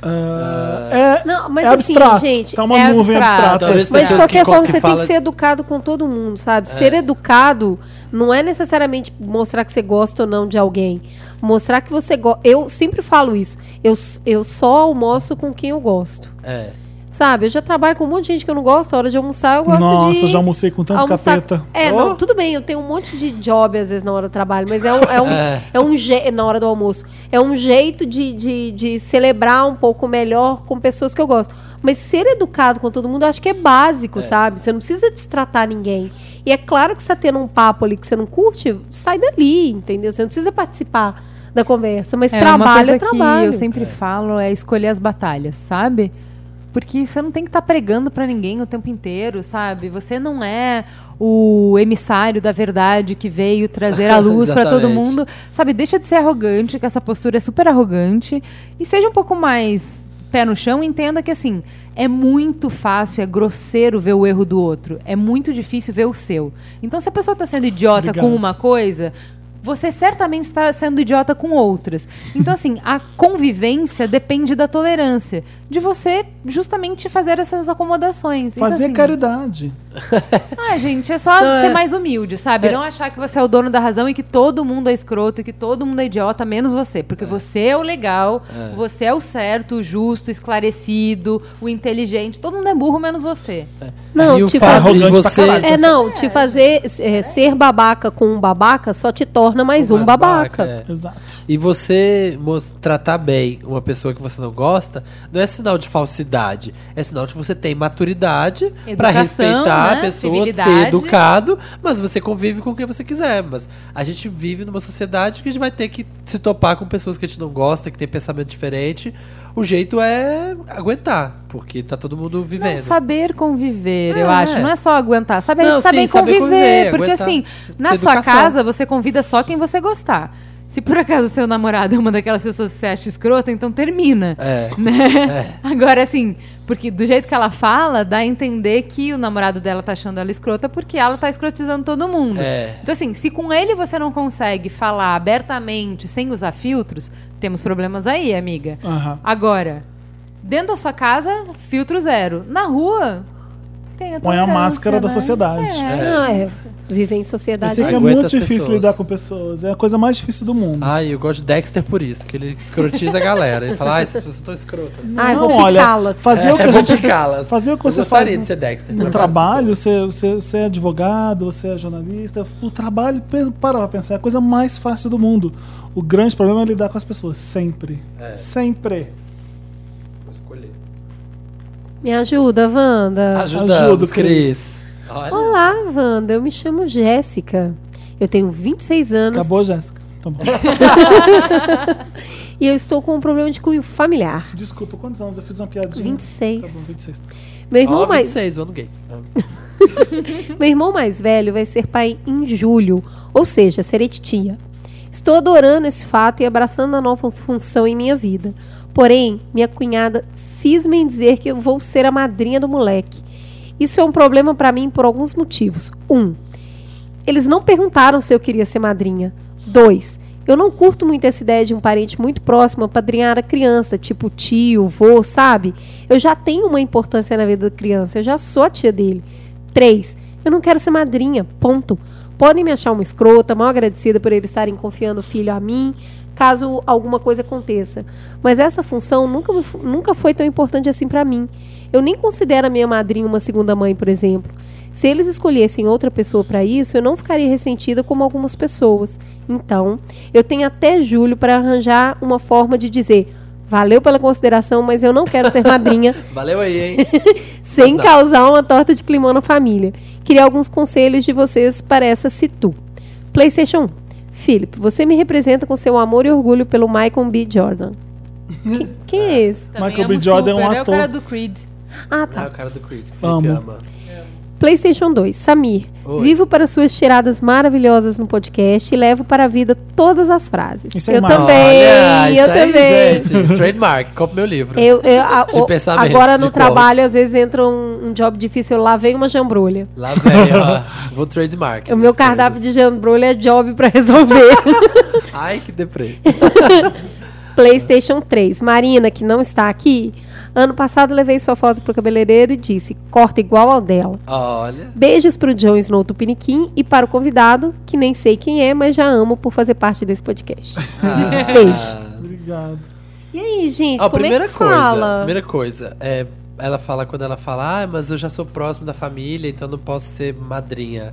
Speaker 1: Ah, é,
Speaker 3: Não, mas
Speaker 1: é
Speaker 3: assim,
Speaker 1: abstrato.
Speaker 3: gente,
Speaker 1: Tá uma
Speaker 4: é
Speaker 1: nuvem
Speaker 4: abstrato.
Speaker 1: abstrata.
Speaker 2: Talvez
Speaker 3: Mas de
Speaker 2: pessoas
Speaker 3: qualquer
Speaker 2: que co-
Speaker 3: forma,
Speaker 2: que
Speaker 3: você tem
Speaker 2: fala- É.
Speaker 3: que ser educado com todo mundo, sabe? Ser educado não é necessariamente mostrar que você gosta ou não de alguém. Mostrar que você gosta. Eu sempre falo isso. Eu, s- eu só almoço com quem eu gosto.
Speaker 2: É.
Speaker 3: Sabe? Eu já trabalho com um monte de gente que eu não gosto. A hora de almoçar, eu gosto de.
Speaker 1: Nossa, já almocei com tanto
Speaker 3: almoçar-
Speaker 1: capeta.
Speaker 3: É,
Speaker 2: Oh.
Speaker 3: não, tudo bem, eu tenho um monte de job às vezes na hora do trabalho, mas é um, é um,
Speaker 2: É.
Speaker 3: é. um je- na hora do almoço. É um jeito de, de, de celebrar um pouco melhor com pessoas que eu gosto. Mas ser educado com todo mundo, eu acho que é básico, sabe? Você não precisa destratar ninguém. E é claro que você tá tendo um papo ali que você não curte, sai dali, entendeu? Você não precisa participar da conversa, mas
Speaker 4: É, uma
Speaker 3: trabalho
Speaker 4: coisa
Speaker 3: é trabalho.
Speaker 4: que eu sempre falo é escolher as batalhas, sabe? Porque você não tem que estar pregando pra ninguém o tempo inteiro, sabe? Você não é o emissário da verdade que veio trazer a luz pra todo
Speaker 2: Exatamente.
Speaker 4: mundo, sabe? Deixa de ser arrogante, que essa postura é super arrogante e seja um pouco mais pé no chão, e entenda que assim, é muito fácil, é grosseiro ver o erro do outro, é muito difícil ver o seu. Então se a pessoa tá sendo idiota com
Speaker 1: Obrigado.
Speaker 4: uma coisa, você certamente está sendo idiota com outras. Então, assim, a convivência depende da tolerância. De você justamente fazer essas acomodações. Então,
Speaker 1: Fazer
Speaker 4: assim,
Speaker 1: caridade.
Speaker 4: Ah, gente, é só
Speaker 2: Não, é-
Speaker 4: ser mais humilde, sabe?
Speaker 2: É.
Speaker 4: Não achar que você é o dono da razão e que todo mundo é escroto e que todo mundo é idiota, menos você. Porque você é o legal, você é o certo, o justo, o esclarecido, o inteligente. Todo mundo é burro, menos você.
Speaker 3: Não, tipo
Speaker 2: e o
Speaker 3: te
Speaker 2: fato
Speaker 1: fazer-
Speaker 2: de
Speaker 1: Arrogante pra
Speaker 2: você.
Speaker 1: caralho. tá
Speaker 3: É, não, te fazer é, ser babaca com um babaca só te torna mais um
Speaker 2: Mas
Speaker 3: babaca.
Speaker 2: é.
Speaker 1: Exato.
Speaker 2: E você mos- tratar bem uma pessoa que você não gosta não é sinal de falsidade. É sinal de que você tem maturidade pra
Speaker 4: Educação,
Speaker 2: respeitar
Speaker 4: né?
Speaker 2: a pessoa, ser
Speaker 4: Civilidade.
Speaker 2: educado, mas você convive com quem você quiser. Mas a gente vive numa sociedade que a gente vai ter que se topar com pessoas que a gente não gosta, que tem pensamento diferente. O jeito é aguentar, porque tá todo mundo
Speaker 4: Não,
Speaker 2: vivendo.
Speaker 4: saber conviver, eu
Speaker 2: É,
Speaker 4: acho.
Speaker 2: é.
Speaker 4: Não é só aguentar. Saber,
Speaker 2: Não,
Speaker 4: saber,
Speaker 2: sim, saber
Speaker 4: conviver,
Speaker 2: conviver,
Speaker 4: Porque
Speaker 2: aguentar.
Speaker 4: assim,
Speaker 2: Ter
Speaker 4: na sua
Speaker 2: educação.
Speaker 4: casa, você convida só quem você gostar. Se por acaso seu namorado é uma daquelas pessoas que você acha escrota, então termina.
Speaker 2: É.
Speaker 4: Né? Agora, assim, porque do jeito que ela fala, dá a entender que o namorado dela tá achando ela escrota porque ela tá escrotizando todo mundo.
Speaker 2: É.
Speaker 4: Então, assim, se com ele você não consegue falar abertamente, sem usar filtros, temos problemas aí, amiga.
Speaker 1: Aham.
Speaker 4: Agora, dentro da sua casa, filtro zero. Na rua,
Speaker 1: Põe
Speaker 4: tem a
Speaker 1: a
Speaker 3: Então,
Speaker 4: tolerância,
Speaker 1: máscara da
Speaker 4: né?
Speaker 1: sociedade.
Speaker 3: Ah, é. Viver em
Speaker 1: Eu
Speaker 3: sociedade.
Speaker 1: sei que é
Speaker 2: Aguenta
Speaker 1: muito
Speaker 2: as
Speaker 1: difícil
Speaker 2: pessoas. Ah.
Speaker 1: lidar com pessoas. É a coisa mais difícil do mundo.
Speaker 2: Ai, eu gosto de Dexter por isso, que ele escrotiza a galera. Ele fala, ai, essas pessoas estão escrotas.
Speaker 3: Ah, eu vou
Speaker 1: olha,
Speaker 3: picá-las.
Speaker 1: fazer o que
Speaker 2: é,
Speaker 1: a
Speaker 2: vou
Speaker 1: gente
Speaker 2: picá-las.
Speaker 1: fazer o que
Speaker 2: eu
Speaker 1: você
Speaker 2: gostaria
Speaker 1: faz
Speaker 2: de ser Dexter.
Speaker 1: No
Speaker 2: pra
Speaker 1: trabalho, você, você, você é advogado, você é jornalista. O trabalho, pe- para pra pensar, é a coisa mais fácil do mundo. O grande problema é lidar com as pessoas, sempre.
Speaker 2: É.
Speaker 1: Sempre.
Speaker 2: várias pessoas. Vou escolher.
Speaker 3: Me ajuda, Wanda.
Speaker 1: Ajuda,
Speaker 2: Ajudamos,
Speaker 1: Cris.
Speaker 2: Cris. Olha.
Speaker 3: Olá, Wanda. Eu me chamo Jéssica. Eu tenho 26 anos
Speaker 1: Acabou, Jéssica? Tá bom.
Speaker 3: e eu estou com um problema de cunho familiar.
Speaker 1: Desculpa, quantos anos? Eu fiz uma piadinha.
Speaker 3: 26.
Speaker 1: Tá bom, 26.
Speaker 3: Meu
Speaker 2: Ó,
Speaker 3: irmão, mais,
Speaker 2: 26, o ano gay.
Speaker 3: meu irmão mais velho vai ser pai em julho, ou seja, serei titia. Estou adorando esse fato e abraçando a nova função em minha vida. Porém, minha cunhada cisma em dizer que eu vou ser a madrinha do moleque. Isso é um problema pra mim por alguns motivos. Um, eles não perguntaram se eu queria ser madrinha. Dois, eu não curto muito essa ideia de um parente muito próximo apadrinhar a criança, tipo tio, vô, sabe? Eu já tenho uma importância na vida da criança, eu já sou a tia dele. Três, eu não quero ser madrinha, ponto. Podem me achar uma escrota, mal agradecida por eles estarem confiando o filho a mim, caso alguma coisa aconteça. Mas essa função nunca, me fu- nunca foi tão importante assim pra mim. Eu nem considero a minha madrinha uma segunda mãe, por exemplo. Se eles escolhessem outra pessoa pra isso, eu não ficaria ressentida como algumas pessoas. Então, eu tenho até julho pra arranjar uma forma de dizer: valeu pela consideração, mas eu não quero ser madrinha,
Speaker 2: Valeu aí, hein?
Speaker 3: sem
Speaker 2: Mas não.
Speaker 3: causar uma torta de climão na família. Queria alguns conselhos de vocês para essa situ. PlayStation 1. Philip, você me representa com seu amor e orgulho pelo Michael B. Jordan. Que- Quem é esse?
Speaker 1: Michael B. Jordan é um
Speaker 4: É o cara
Speaker 1: ator.
Speaker 4: do Creed.
Speaker 3: Ah,
Speaker 2: Ah,
Speaker 3: tá.
Speaker 2: o cara do Creed, que o Felipe
Speaker 1: Amo.
Speaker 2: ama.
Speaker 3: PlayStation 2. Samir,
Speaker 2: Oi.
Speaker 3: vivo para suas tiradas maravilhosas no podcast e levo para a vida todas as frases.
Speaker 1: Isso é
Speaker 3: eu
Speaker 1: massa.
Speaker 3: também, eu também.
Speaker 2: gente. Trademark, compre meu livro.
Speaker 3: Eu, eu- a-
Speaker 2: De
Speaker 3: o-
Speaker 2: pensamentos,
Speaker 3: agora
Speaker 2: de
Speaker 3: no
Speaker 2: quotes.
Speaker 3: trabalho, às vezes entra um, um job difícil, eu lá vem uma jambrulha.
Speaker 2: Lá vem, ó. Vou trademark.
Speaker 3: O meu
Speaker 2: As
Speaker 3: cardápio de jambrulha é job pra resolver.
Speaker 2: coisas. Ai, que deprê.
Speaker 3: PlayStation 3. Marina, que não está aqui, ano passado levei sua foto pro cabeleireiro e disse: corta igual ao dela.
Speaker 2: Olha.
Speaker 3: Beijos pro John Snow Tupiniquim e para o convidado, que nem sei quem é, mas já amo por fazer parte desse podcast.
Speaker 2: Ah.
Speaker 3: Beijo.
Speaker 1: Obrigado.
Speaker 3: E aí, gente,
Speaker 2: Ó,
Speaker 3: como é
Speaker 2: primeira
Speaker 3: que
Speaker 2: coisa,
Speaker 3: fala?
Speaker 2: primeira coisa, é, ela fala quando ela fala, ah, mas eu já sou próximo da família, então não posso ser madrinha.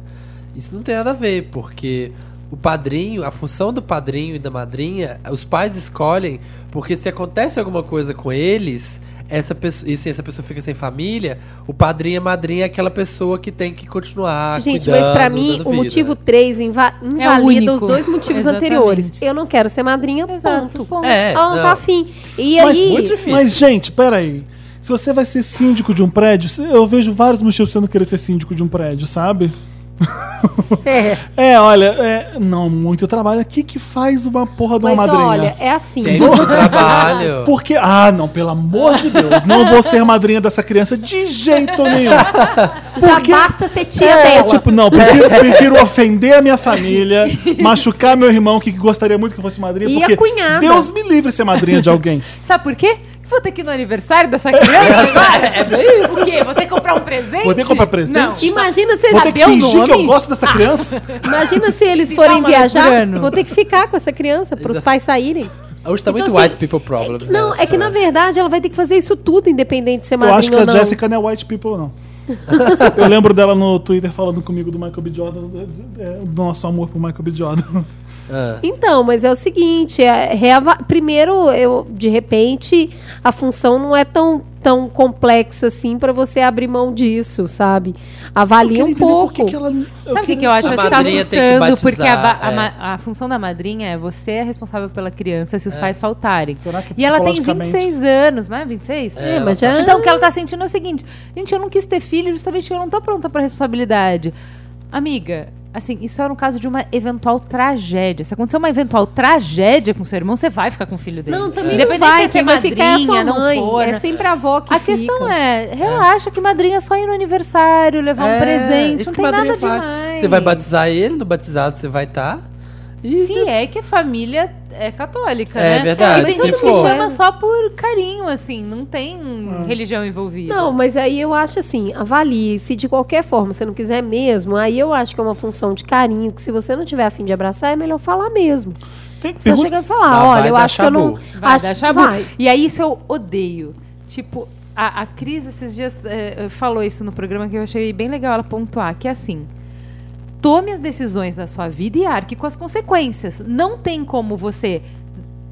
Speaker 2: Isso não tem nada a ver, porque o padrinho, a função do padrinho e da madrinha, os pais escolhem, porque se acontece alguma coisa com eles, essa pessoa, e se essa pessoa fica sem família, o padrinho e a madrinha é aquela pessoa que tem que continuar
Speaker 3: Gente,
Speaker 2: cuidando,
Speaker 3: mas pra mim,
Speaker 2: dando
Speaker 3: o
Speaker 2: vida.
Speaker 3: motivo 3 inva invalida
Speaker 4: É único.
Speaker 3: os dois motivos
Speaker 4: Exatamente.
Speaker 3: anteriores. Eu não quero ser madrinha,
Speaker 4: Exato.
Speaker 3: ponto.
Speaker 4: ponto.
Speaker 2: É,
Speaker 3: Ela não,
Speaker 2: não.
Speaker 3: tá afim. E
Speaker 2: Mas
Speaker 3: aí,
Speaker 2: É muito difícil.
Speaker 1: Mas, gente, peraí. Se você vai ser síndico de um prédio, se- eu vejo vários motivos pra você não querer ser síndico de um prédio, sabe?
Speaker 3: É.
Speaker 1: É, olha, é, não, muito trabalho. O que que faz uma porra de uma
Speaker 3: Mas
Speaker 1: madrinha?
Speaker 3: olha, é assim.
Speaker 2: Tem muito trabalho.
Speaker 1: Porque, ah, não, pelo amor de Deus, não vou ser madrinha dessa criança de jeito nenhum.
Speaker 3: Já
Speaker 1: Porque-
Speaker 3: basta ser tia
Speaker 1: é,
Speaker 3: dela.
Speaker 1: tipo, não, prefiro, prefiro ofender a minha família, machucar meu irmão que gostaria muito que eu fosse madrinha.
Speaker 3: E a
Speaker 1: porque
Speaker 3: cunhada.
Speaker 1: Deus me livre de ser madrinha de alguém.
Speaker 4: Sabe por quê? Vou ter que ir no aniversário dessa criança agora? É bem isso. O quê? Vou ter que comprar um presente?
Speaker 1: Vou ter que comprar presente?
Speaker 3: Imagina se,
Speaker 1: Vou ter que
Speaker 4: Saber o
Speaker 1: fingir que eu
Speaker 4: nome?
Speaker 1: gosto dessa criança.
Speaker 3: imagina se eles
Speaker 4: Ficar
Speaker 3: forem
Speaker 4: uma vez por
Speaker 3: viajar,
Speaker 4: ano.
Speaker 3: vou ter que ficar com essa criança para os pais saírem.
Speaker 2: Hoje tá muito
Speaker 3: Então, assim,
Speaker 2: white people
Speaker 3: É
Speaker 2: problems.
Speaker 3: que- não,
Speaker 2: né,
Speaker 3: é que na
Speaker 2: senhora?
Speaker 3: verdade ela vai ter que fazer isso tudo, independente de ser
Speaker 1: Eu
Speaker 3: madrinha
Speaker 1: acho que
Speaker 3: ou
Speaker 1: a
Speaker 3: não.
Speaker 1: Jessica não é white people, não. Eu lembro dela no Twitter falando comigo do Michael B. Jordan, é, do nosso amor pro Michael B. Jordan.
Speaker 2: Ah.
Speaker 3: Então, mas é o seguinte, é, reava- primeiro, eu de repente a função não é tão tão complexa assim para você abrir mão disso, sabe? Avalia
Speaker 1: Eu queria
Speaker 3: um
Speaker 1: entender por
Speaker 3: pouco.
Speaker 1: que que ela-
Speaker 4: Sabe o que,
Speaker 1: queria-
Speaker 4: que eu acho?
Speaker 2: A
Speaker 4: Eu acho que tá
Speaker 2: madrinha tem que
Speaker 4: assustando,
Speaker 2: batizar,
Speaker 4: porque a, ba- a
Speaker 2: é.
Speaker 4: ma- a função da madrinha é você é responsável pela criança se os pais faltarem.
Speaker 1: Será que
Speaker 4: e ela tem
Speaker 1: psicologicamente-
Speaker 4: 26 anos, né? 26?
Speaker 3: É, mas já-
Speaker 4: Então o que ela tá sentindo é o seguinte: gente, eu não quis ter filho justamente eu não tô pronta pra responsabilidade. Amiga, assim, isso era um caso de uma eventual tragédia. Se acontecer uma eventual tragédia com seu irmão, você vai ficar com o filho dele.
Speaker 1: é.
Speaker 3: Não, também não
Speaker 4: Independente
Speaker 3: vai,
Speaker 4: se
Speaker 3: você
Speaker 4: é
Speaker 3: vai ficar é a sua
Speaker 4: madrinha, não
Speaker 3: mãe,
Speaker 4: for,
Speaker 3: é
Speaker 4: né?
Speaker 3: sempre a avó que
Speaker 4: A
Speaker 3: fica.
Speaker 4: questão é, relaxa que madrinha é só ir no aniversário, levar
Speaker 3: É,
Speaker 4: um presente,
Speaker 2: É, isso
Speaker 4: não
Speaker 2: que
Speaker 4: tem
Speaker 2: madrinha
Speaker 4: nada
Speaker 2: faz.
Speaker 4: demais.
Speaker 2: Você vai batizar ele, no batizado você vai tá. estar. E
Speaker 4: Se é que a família é católica,
Speaker 2: É
Speaker 4: né?
Speaker 2: verdade,
Speaker 4: Tem
Speaker 3: se
Speaker 4: gente que
Speaker 3: for. Ah.
Speaker 4: chama né? só por carinho, assim, não tem religião envolvida.
Speaker 3: Não, mas aí eu acho assim, avalie. Se de qualquer forma você não quiser mesmo, aí eu acho que é uma função de carinho, que se você não tiver afim de abraçar, é melhor falar mesmo.
Speaker 1: Tem que
Speaker 3: Você
Speaker 1: perguntar.
Speaker 3: chega e falar,
Speaker 2: Ah, vai
Speaker 3: olha, eu
Speaker 2: dar
Speaker 3: acho que eu não.
Speaker 2: chabu.
Speaker 4: Vai
Speaker 3: acho,
Speaker 4: dar chabu.
Speaker 3: vai.
Speaker 4: E aí isso eu odeio. Tipo, a, a Cris esses dias eh, falou isso no programa que eu achei bem legal ela pontuar, que é assim. Tome as decisões da sua vida e arque com as consequências. Não tem como você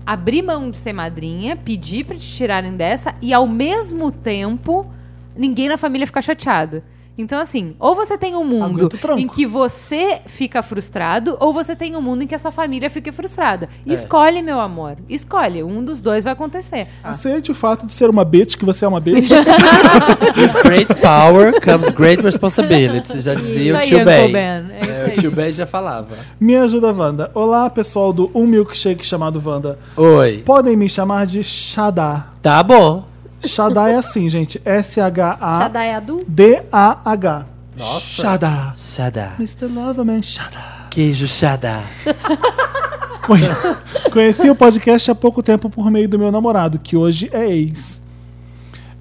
Speaker 4: abrir mão de ser madrinha, pedir pra te tirarem dessa e ao mesmo tempo ninguém na família ficar chateado. Então assim, ou você tem um mundo
Speaker 1: Aguenta o tranco.
Speaker 4: em que você fica frustrado ou você tem um mundo em que a sua família fica frustrada.
Speaker 2: É.
Speaker 4: Escolhe, meu amor. Escolhe, um dos dois vai acontecer.
Speaker 1: Aceite o fato de ser uma bitch, que você é uma bitch.
Speaker 2: with great power comes great responsibility. Já dizia o
Speaker 4: Isso aí,
Speaker 2: tio
Speaker 4: Uncle
Speaker 2: Ben.
Speaker 4: Ben, é
Speaker 2: É,
Speaker 4: isso
Speaker 2: o
Speaker 4: aí.
Speaker 2: tio Ben já falava.
Speaker 1: me ajuda, Wanda. Olá, pessoal do Um Milkshake chamado Wanda.
Speaker 2: Oi.
Speaker 1: Podem me chamar de Shadá.
Speaker 2: Tá bom.
Speaker 1: Shadá é assim, gente.
Speaker 4: Tá
Speaker 1: S-H-A-D-A-H.
Speaker 3: Shadai Adu?
Speaker 1: Nossa. Shadá.
Speaker 2: Xadá.
Speaker 1: Mr. Loverman, Shadá.
Speaker 2: Queijo xadá.
Speaker 1: Conhe- Conheci o podcast há pouco tempo por meio do meu namorado, que hoje é ex.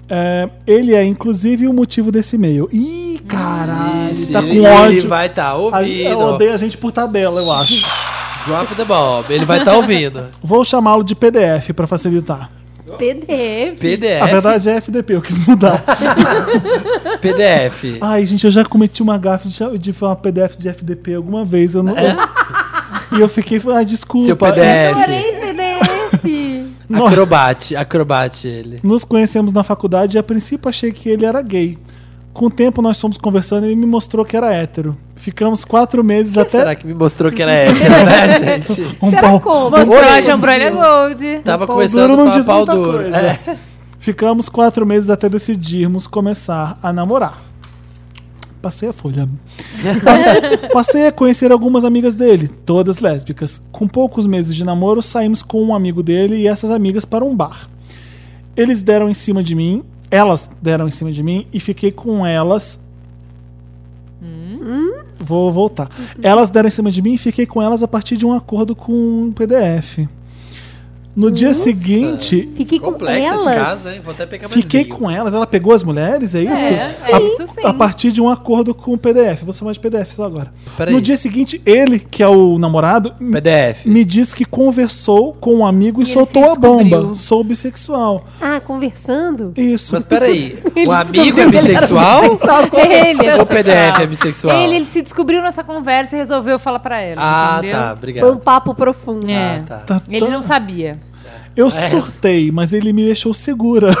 Speaker 1: É, ele é, inclusive, o motivo desse e-mail. Ih, caralho,
Speaker 2: Ixi,
Speaker 1: tá com
Speaker 2: ele
Speaker 1: ódio.
Speaker 2: vai estar
Speaker 1: A-
Speaker 2: ouvindo.
Speaker 1: eu odeio a gente por tabela, eu acho.
Speaker 2: Drop the bomb. Ele vai estar ouvindo.
Speaker 1: Vou chamá-lo de PDF pra facilitar.
Speaker 3: PDF.
Speaker 1: A
Speaker 2: PDF.
Speaker 1: verdade é FDP, eu quis mudar.
Speaker 2: PDF.
Speaker 1: Ai, gente, eu já cometi uma gafe de, cha- de falar PDF de FDP alguma vez. Eu não, eu- e eu fiquei, ah,
Speaker 2: É?
Speaker 1: desculpa.
Speaker 2: Seu PDF.
Speaker 3: Adorei PDF.
Speaker 1: Nó-
Speaker 2: Acrobate. Acrobate ele.
Speaker 1: Nos conhecemos na faculdade e a princípio achei que ele era gay. Com o tempo nós fomos conversando e ele me mostrou que era hétero. Ficamos quatro meses até.
Speaker 2: Será que me mostrou que era hétero, né, gente?
Speaker 1: Um
Speaker 3: Será
Speaker 1: pau-
Speaker 3: como?
Speaker 4: Mostrou
Speaker 2: Oi, Tá
Speaker 4: a
Speaker 2: Brasil.
Speaker 4: jambrolha um gold.
Speaker 2: Tava
Speaker 1: pau
Speaker 2: começando
Speaker 1: duro não
Speaker 2: com a
Speaker 1: diz
Speaker 2: pau
Speaker 1: muita
Speaker 2: duro.
Speaker 1: coisa.
Speaker 2: É.
Speaker 1: Ficamos quatro meses até decidirmos começar a namorar. passei a folha. Passe- Passei a conhecer algumas amigas dele, todas lésbicas. Com poucos meses de namoro, saímos com um amigo dele e essas amigas para um bar. Eles deram em cima de mim, elas deram em cima de mim e fiquei com elas. Vou voltar. Elas deram em cima de mim e fiquei com elas a partir de um acordo com um PDF. No dia seguinte,
Speaker 3: Fiquei com
Speaker 2: Complexo esse
Speaker 3: elas.
Speaker 2: caso, hein? Vou até pegar mais
Speaker 1: Fiquei
Speaker 2: vinho.
Speaker 1: com elas, ela pegou as mulheres, é isso?
Speaker 4: é isso sim.
Speaker 1: A partir de um acordo com o PDF. Vou chamar de PDF só agora.
Speaker 2: Peraí.
Speaker 1: No dia seguinte, ele, que é o namorado, m-
Speaker 2: PDF.
Speaker 1: me diz que conversou com um amigo e,
Speaker 4: E ele
Speaker 1: soltou
Speaker 4: se
Speaker 1: a bomba.
Speaker 4: descobriu.
Speaker 1: Sou bissexual.
Speaker 3: Ah, conversando?
Speaker 1: Isso.
Speaker 2: Mas peraí,
Speaker 3: Ele
Speaker 2: o amigo é
Speaker 3: descobriu que ele era
Speaker 2: bissexual?
Speaker 3: bissexual.
Speaker 4: Ele é
Speaker 2: Ou o PDF é
Speaker 4: bissexual.
Speaker 2: bissexual?
Speaker 4: Ele, ele se descobriu nessa conversa e resolveu falar pra ela.
Speaker 2: Ah,
Speaker 4: entendeu?
Speaker 2: tá,
Speaker 3: Foi um
Speaker 2: obrigado.
Speaker 3: papo profundo.
Speaker 4: É.
Speaker 2: Ah, tá.
Speaker 1: Tá
Speaker 4: Ele
Speaker 1: tão-
Speaker 4: não
Speaker 2: É.
Speaker 4: sabia.
Speaker 1: Eu surtei, mas ele me deixou segura.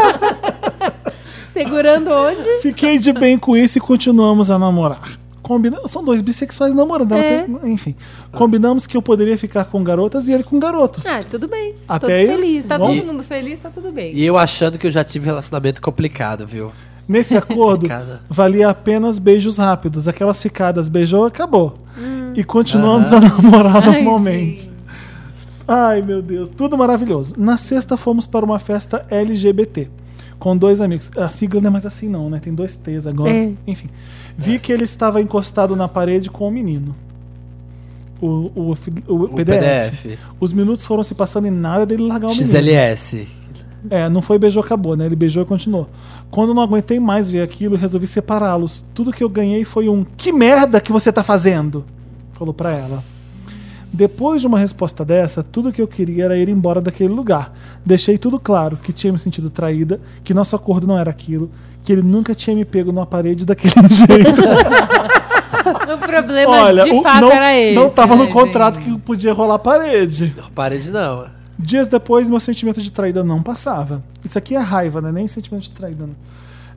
Speaker 3: Segurando onde?
Speaker 1: Fiquei de bem com isso e continuamos a namorar. Combina... São dois bissexuais namorando. ela
Speaker 4: É.
Speaker 1: tem- Enfim. Combinamos que eu poderia ficar com garotas e ele com garotos.
Speaker 3: Ah, tudo bem.
Speaker 1: Até
Speaker 3: Todos
Speaker 1: aí,
Speaker 3: felizes.
Speaker 4: Tá
Speaker 1: Bom.
Speaker 4: todo mundo feliz, tá tudo bem.
Speaker 2: E eu achando que eu já tive relacionamento complicado, viu?
Speaker 1: Nesse acordo,
Speaker 2: Cada.
Speaker 1: valia apenas beijos rápidos. Aquelas ficadas, beijou, acabou. E continuamos a namorar normalmente. Ai, meu Deus, tudo maravilhoso. Na sexta, fomos para uma festa LGBT. Com dois amigos. A sigla não é mais assim, não, né? Tem dois T's agora.
Speaker 3: É.
Speaker 1: Enfim. Vi que ele estava encostado na parede com o menino. O, o fi- o PDF.
Speaker 2: PDF.
Speaker 1: Os minutos foram se passando e nada dele largar o É um menino.
Speaker 2: XLS.
Speaker 1: É, não foi beijou, acabou, né? Ele beijou e continuou. Quando não aguentei mais ver aquilo, resolvi separá-los. Tudo que eu ganhei foi um que merda que você tá fazendo? Falou pra ela. Depois de uma resposta dessa, tudo que eu queria era ir embora daquele lugar. Deixei tudo claro que tinha me sentido traída, que nosso acordo não era aquilo, que ele nunca tinha me pego numa parede daquele jeito.
Speaker 4: O problema
Speaker 1: Olha,
Speaker 4: de
Speaker 1: o-
Speaker 4: fato
Speaker 1: não,
Speaker 4: era esse.
Speaker 1: não tava no
Speaker 4: né,
Speaker 1: contrato
Speaker 4: gente?
Speaker 1: que podia rolar parede.
Speaker 2: Não parede não.
Speaker 1: Dias depois, meu sentimento de traída não passava. Isso aqui é raiva, né? Nem sentimento de traída. não.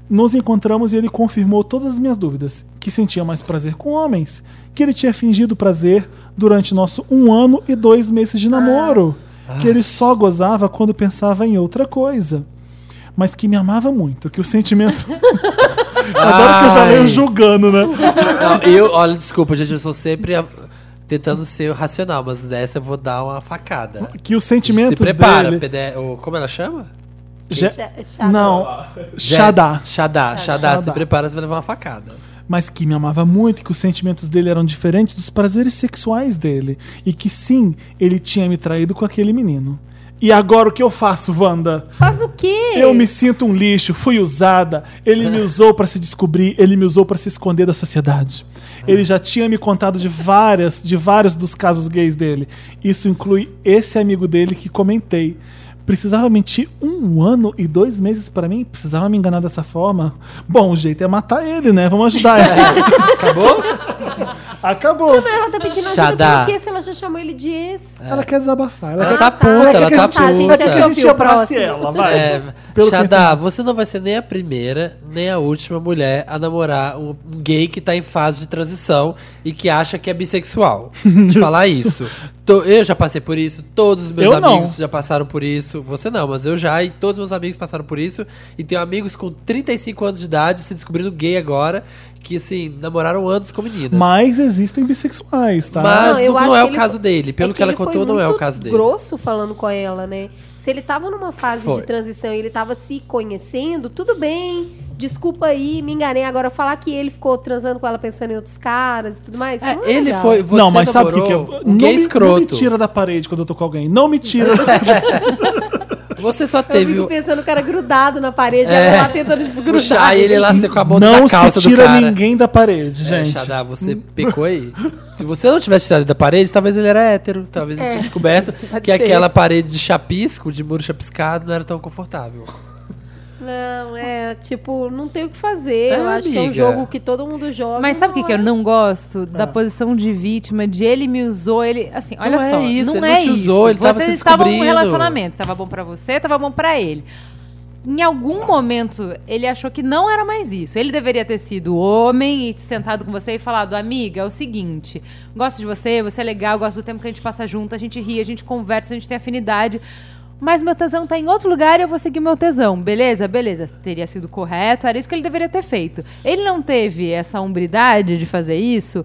Speaker 1: Nos encontramos e ele confirmou todas as minhas dúvidas: que sentia mais prazer com homens, que ele tinha fingido prazer durante nosso um ano e dois meses de namoro, que ele só gozava quando pensava em outra coisa, mas que me amava muito, que o sentimento. Agora que eu já
Speaker 2: Ai.
Speaker 1: leio julgando, né?
Speaker 2: Não, eu, olha, desculpa, gente, eu sou sempre a- tentando ser racional, mas dessa eu vou dar uma facada.
Speaker 1: Que os sentimentos
Speaker 2: Se prepara,
Speaker 1: dele.
Speaker 2: PDF, ou como ela chama?
Speaker 1: Já-
Speaker 3: Chá- chá-
Speaker 1: Não, Xadá.
Speaker 2: Xadá,
Speaker 3: É,
Speaker 2: Xadá, se
Speaker 1: Xadá.
Speaker 2: prepara, você vai levar uma facada.
Speaker 1: mas que me amava muito e que os sentimentos dele eram diferentes dos prazeres sexuais dele. E que sim, ele tinha me traído com aquele menino. E agora o que eu faço, Wanda?
Speaker 3: Faz o quê?
Speaker 1: Eu me sinto um lixo, fui usada. Ele me usou pra se descobrir, ele me usou pra se esconder da sociedade.
Speaker 2: Ah.
Speaker 1: Ele já tinha me contado de várias, de vários dos casos gays dele. Isso inclui esse amigo dele que comentei. Precisava mentir um ano e dois meses pra mim? Precisava me enganar dessa forma? Bom, o jeito é matar ele, né? Vamos ajudar ele.
Speaker 2: Acabou?
Speaker 1: Acabou.
Speaker 3: Ela tá pedindo ajuda
Speaker 2: Xadá.
Speaker 3: por quê? Se ela já chamou ele de ex.
Speaker 1: Ela quer desabafar. Ela,
Speaker 2: Ela
Speaker 1: quer,
Speaker 2: tá puta,
Speaker 1: quer
Speaker 2: ela
Speaker 1: que a
Speaker 2: tá
Speaker 1: gente- ela quer que a
Speaker 2: puta.
Speaker 1: gente
Speaker 3: Desafio
Speaker 1: abrace
Speaker 3: próximo.
Speaker 1: ela, vai.
Speaker 2: É,
Speaker 1: Pelo que
Speaker 2: Xadá, você não vai ser nem a primeira, nem a última mulher a namorar um um gay que tá em fase de transição e que acha que é bissexual. De falar isso. To- eu já passei por isso, todos os meus
Speaker 1: Eu não.
Speaker 2: amigos já passaram por isso. Você não, mas eu já e todos meus amigos passaram por isso. E tenho amigos com 35 anos de idade se descobrindo gay agora, que assim, namoraram anos com meninas.
Speaker 1: Mas existem bissexuais, tá?
Speaker 2: Mas
Speaker 3: eu
Speaker 2: não
Speaker 3: acho
Speaker 2: é
Speaker 3: que
Speaker 2: o
Speaker 3: ele-
Speaker 2: caso dele. Pelo que ela
Speaker 3: ele foi
Speaker 2: contou, não é o
Speaker 3: muito
Speaker 2: caso dele.
Speaker 3: grosso falando com ela, né? Se ele tava numa fase
Speaker 2: Foi.
Speaker 3: de transição e ele tava se conhecendo, tudo bem. Desculpa aí, me enganei. Agora, falar que ele ficou transando com ela pensando em outros caras e tudo mais.
Speaker 2: É,
Speaker 3: não é
Speaker 2: ele
Speaker 3: legal.
Speaker 2: foi. Você
Speaker 1: não, mas sabe o
Speaker 2: namorou
Speaker 1: que, que
Speaker 2: Um
Speaker 1: é? não,
Speaker 2: gay
Speaker 1: me, não me
Speaker 2: escroto.
Speaker 1: tira da parede quando eu tô com alguém. Não me tira.
Speaker 2: Você só
Speaker 3: Eu
Speaker 2: teve.
Speaker 3: fico
Speaker 2: o-
Speaker 3: pensando o cara grudado na parede,
Speaker 2: É.
Speaker 3: ela lá tentando desgrudar.
Speaker 2: Puxar ele lá você com a mão
Speaker 1: não
Speaker 2: na calça
Speaker 1: se tira
Speaker 2: do cara.
Speaker 1: ninguém da parede,
Speaker 2: É,
Speaker 1: gente.
Speaker 2: Xadá, você pecou aí. Se você não tivesse tirado ele da parede, talvez ele era hétero. Talvez ele
Speaker 3: É.
Speaker 2: tinha descoberto
Speaker 3: Pode
Speaker 2: que
Speaker 3: ser.
Speaker 2: aquela parede de chapisco, de muro chapiscado, não era tão confortável.
Speaker 3: Não, é, tipo, não tem o que fazer.
Speaker 2: É,
Speaker 3: eu acho que é um
Speaker 2: amiga.
Speaker 3: jogo que todo mundo joga.
Speaker 4: Mas sabe o que, que eu não gosto? Da
Speaker 1: Ah.
Speaker 4: posição de vítima, de ele me usou, ele. Assim, olha
Speaker 2: é
Speaker 4: só.
Speaker 2: isso, ele
Speaker 4: não
Speaker 2: não
Speaker 4: é
Speaker 2: te
Speaker 4: isso.
Speaker 2: usou, ele tava se
Speaker 4: Vocês estavam num
Speaker 2: descobrindo.
Speaker 4: relacionamento. Tava bom pra você, tava bom pra ele. Em algum momento, ele achou que não era mais isso. Ele deveria ter sido homem e sentado com você e falado: Amiga, é o seguinte, gosto de você, você é legal, gosto do tempo que a gente passa junto, a gente ri, a gente conversa, a gente tem afinidade. mas meu tesão tá em outro lugar e eu vou seguir meu tesão. Beleza? Beleza. Teria sido correto, era isso que ele deveria ter feito. Ele não teve essa umbridade de fazer isso.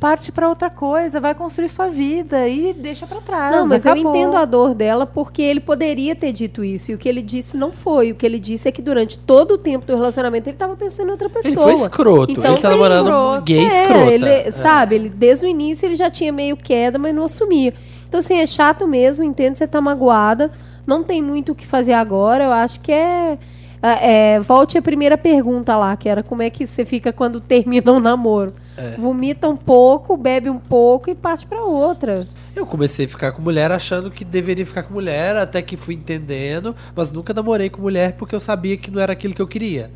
Speaker 4: Parte pra outra coisa, vai construir sua vida e deixa pra trás.
Speaker 3: Não, mas
Speaker 4: acabou.
Speaker 3: eu entendo a dor dela porque ele poderia ter dito isso. E o que ele disse não foi. O que ele disse é que durante todo o tempo do relacionamento ele tava pensando em outra pessoa.
Speaker 2: Ele foi escroto.
Speaker 3: Então,
Speaker 2: ele tá
Speaker 3: foi
Speaker 2: namorando um
Speaker 4: escroto.
Speaker 2: gay
Speaker 3: É,
Speaker 2: escrota.
Speaker 3: ele-
Speaker 2: É.
Speaker 3: Sabe, ele, desde o início ele já tinha meio queda, mas não assumia. Então, assim, é chato mesmo, entendo, você tá magoada. Não tem muito o que fazer agora, eu acho que é... é, é, volte à primeira pergunta lá, que era como é que você fica quando termina um namoro.
Speaker 2: É.
Speaker 3: Vomita um pouco, bebe um pouco e parte pra outra.
Speaker 2: Eu comecei a ficar com mulher achando que deveria ficar com mulher, até que fui entendendo, mas nunca namorei com mulher porque eu sabia que não era aquilo que eu queria.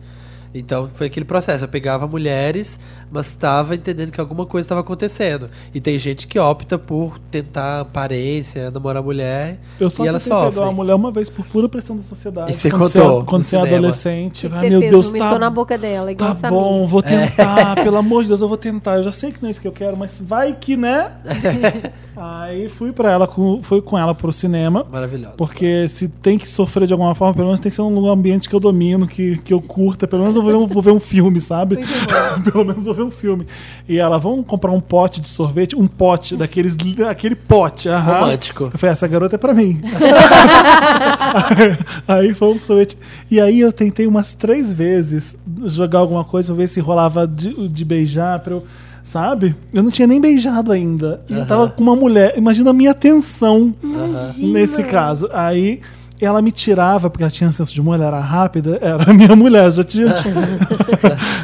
Speaker 2: Então foi aquele processo, eu pegava mulheres, mas estava entendendo que alguma coisa estava acontecendo. E tem gente que opta por tentar aparência, namorar mulher,
Speaker 1: Eu só
Speaker 2: e ela
Speaker 1: tentei pegar uma
Speaker 2: sofre.
Speaker 1: mulher uma vez por pura pressão da sociedade.
Speaker 2: E você
Speaker 1: Quando
Speaker 2: contou
Speaker 1: você- Quando
Speaker 2: no
Speaker 1: você é
Speaker 2: cinema.
Speaker 1: adolescente,
Speaker 3: O que
Speaker 1: vai,
Speaker 3: você
Speaker 1: meu
Speaker 3: fez?
Speaker 1: Deus,
Speaker 3: Vomitou
Speaker 1: tá,
Speaker 3: na boca dela, igual
Speaker 1: tá
Speaker 3: essa
Speaker 1: bom,
Speaker 2: É.
Speaker 1: vou tentar, pelo amor de Deus, eu vou tentar. Eu já sei que não é isso que eu quero, mas vai que, né? Aí fui para ela, com- fui com ela pro cinema.
Speaker 2: Maravilhosa.
Speaker 1: Porque se tem que sofrer de alguma forma, pelo menos tem que ser num ambiente que eu domino, que, que eu curta. Pelo menos eu vou ver um, vou ver um filme, sabe? pelo menos vou ver um filme. E ela, vamos comprar um pote de sorvete? Um pote, daqueles, aquele pote. Ah, aham.
Speaker 2: Romântico.
Speaker 1: Eu falei, essa garota é pra mim. aí fomos pro sorvete. E aí eu tentei umas três vezes jogar alguma coisa pra ver se rolava de, de beijar pra eu. Sabe? Eu não tinha nem beijado ainda. E eu tava com uma mulher. Imagina a minha tensão nesse caso. Aí. Ela me tirava, porque ela tinha senso de mulher, era rápida, era a minha mulher, já tinha.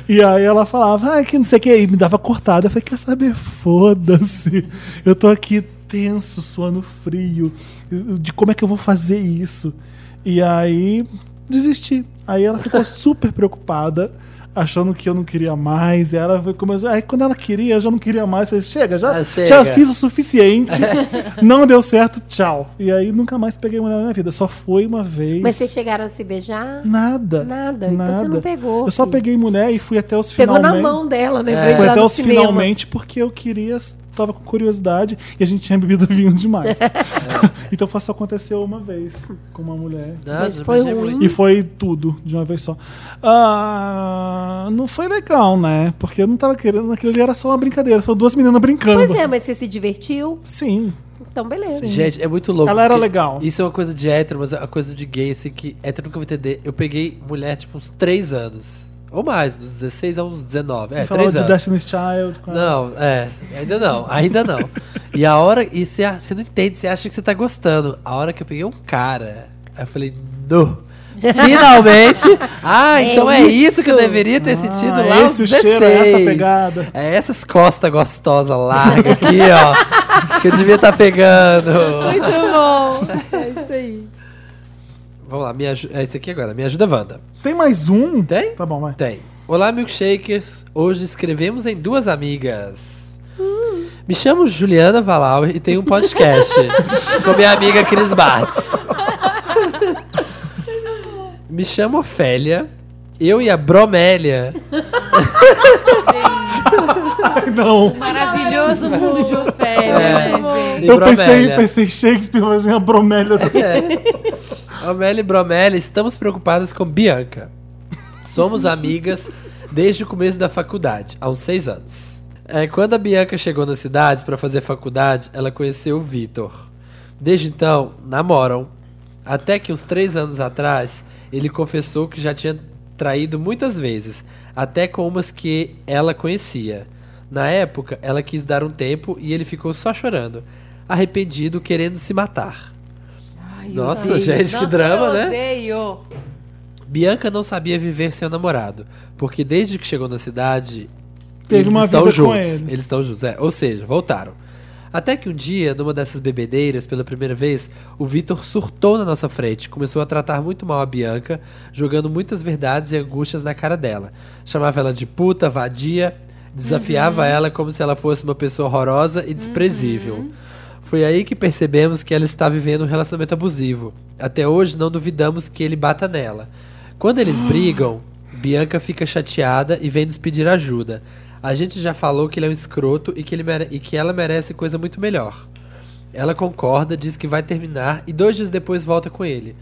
Speaker 1: e aí ela falava, ah, que não sei o que, e me dava cortada. Eu falei, quer saber? Foda-se. Eu tô aqui tenso, suando frio, de como é que eu vou fazer isso. E aí desisti. Aí ela ficou super preocupada, achando que eu não queria mais. E ela foi- começou. Aí quando ela queria, eu já não queria mais. Eu Falei, chega, já,
Speaker 2: Ah, chega.
Speaker 1: já fiz o suficiente. não deu certo, tchau. E aí nunca mais peguei mulher na minha vida. Só foi uma vez.
Speaker 3: Mas vocês chegaram a se beijar?
Speaker 1: Nada.
Speaker 3: Nada. Então você não pegou,
Speaker 1: Eu só
Speaker 3: filho.
Speaker 1: peguei mulher e fui até os
Speaker 3: Pegou
Speaker 1: finalmente. É.
Speaker 3: na mão dela, né? pra
Speaker 1: Foi
Speaker 3: ir lá
Speaker 1: até
Speaker 3: no
Speaker 1: os
Speaker 3: cinema.
Speaker 1: finalmente porque eu queria, tava com curiosidade e a gente tinha bebido vinho demais.
Speaker 3: É.
Speaker 1: então foi- só aconteceu uma vez com uma mulher.
Speaker 2: Nossa,
Speaker 3: Mas foi
Speaker 2: beijei
Speaker 3: ruim.
Speaker 2: é muito.
Speaker 1: E foi tudo de uma vez só. Ah, não foi legal, né? Porque eu não tava querendo, aquilo ali era só uma brincadeira. Foi duas meninas brincando.
Speaker 3: Pois é, mas você se divertiu?
Speaker 1: Sim.
Speaker 3: Então, beleza.
Speaker 2: Gente, é muito louco.
Speaker 1: Ela era
Speaker 2: porque
Speaker 1: legal.
Speaker 2: Isso é uma coisa de hétero, mas é uma coisa de gay, assim, que hétero nunca vai entender. Eu peguei mulher, tipo, uns 3 anos. Ou mais, dos 16 aos 19. É,
Speaker 1: É, falava
Speaker 2: 3
Speaker 1: de
Speaker 2: anos.
Speaker 1: Destiny's Child. com ela.
Speaker 2: Não, é, ainda não, ainda não. E a hora, e você a- você não entende, você acha que você tá gostando. A hora que eu peguei um cara, aí eu falei, no. Finalmente! Ah,
Speaker 3: É
Speaker 2: então é isso que eu
Speaker 3: isso.
Speaker 2: deveria ter sentido
Speaker 1: Ah,
Speaker 2: lá aos
Speaker 1: esse o cheiro, é essa
Speaker 2: 16.
Speaker 1: pegada.
Speaker 2: É essas costas gostosas largas aqui, ó. Que eu devia estar pegando.
Speaker 3: Muito bom. É isso aí.
Speaker 2: Vamos lá, me aju- é esse aqui agora. Me ajuda, Wanda.
Speaker 1: Tem mais um?
Speaker 2: Tem?
Speaker 1: Tá bom, vai.
Speaker 2: Tem. Olá, milkshakers. Hoje escrevemos em duas amigas. Me chamo Juliana Valauer e tenho um podcast com minha amiga Cris Bartz. Me chamo Ofélia. Eu e a Bromélia.
Speaker 1: Não.
Speaker 4: Maravilhoso mundo de Ofélia,
Speaker 2: É.
Speaker 4: né, gente?
Speaker 2: E
Speaker 1: Eu
Speaker 2: Bromélia.
Speaker 1: pensei, pensei em Shakespeare, mas vem a bromélia. do-
Speaker 2: É. Amélia e Bromélia, estamos preocupadas com Bianca. Somos amigas desde o começo da faculdade, há uns seis anos. É, quando a Bianca chegou na cidade para fazer faculdade, ela conheceu o Vitor. Desde então, namoram. Até que uns três anos atrás, ele confessou que já tinha traído muitas vezes, até com umas que ela conhecia. Na época, ela quis dar um tempo e ele ficou só chorando, arrependido, querendo se matar. Nossa, gente, que drama, né?
Speaker 4: Odeio.
Speaker 2: Bianca não sabia viver sem o namorado, porque desde que chegou na cidade,
Speaker 1: Teve
Speaker 2: eles
Speaker 1: uma
Speaker 2: estão
Speaker 1: vida com
Speaker 2: juntos.
Speaker 1: ele.
Speaker 2: Eles estão juntos, é. Ou seja, voltaram. Até que um dia, numa dessas bebedeiras, pela primeira vez, o Vitor surtou na nossa frente, começou a tratar muito mal a Bianca, jogando muitas verdades e angústias na cara dela. Chamava ela de puta, vadia, desafiava ela como se ela fosse uma pessoa horrorosa e desprezível. Foi aí que percebemos que ela está vivendo um relacionamento abusivo. Até hoje não duvidamos que ele bata nela. Quando eles brigam, Bianca fica chateada e vem nos pedir ajuda. A gente já falou que ele é um escroto e que, ele mere- e que ela merece coisa muito melhor. Ela concorda, diz que vai terminar e dois dias depois volta com ele.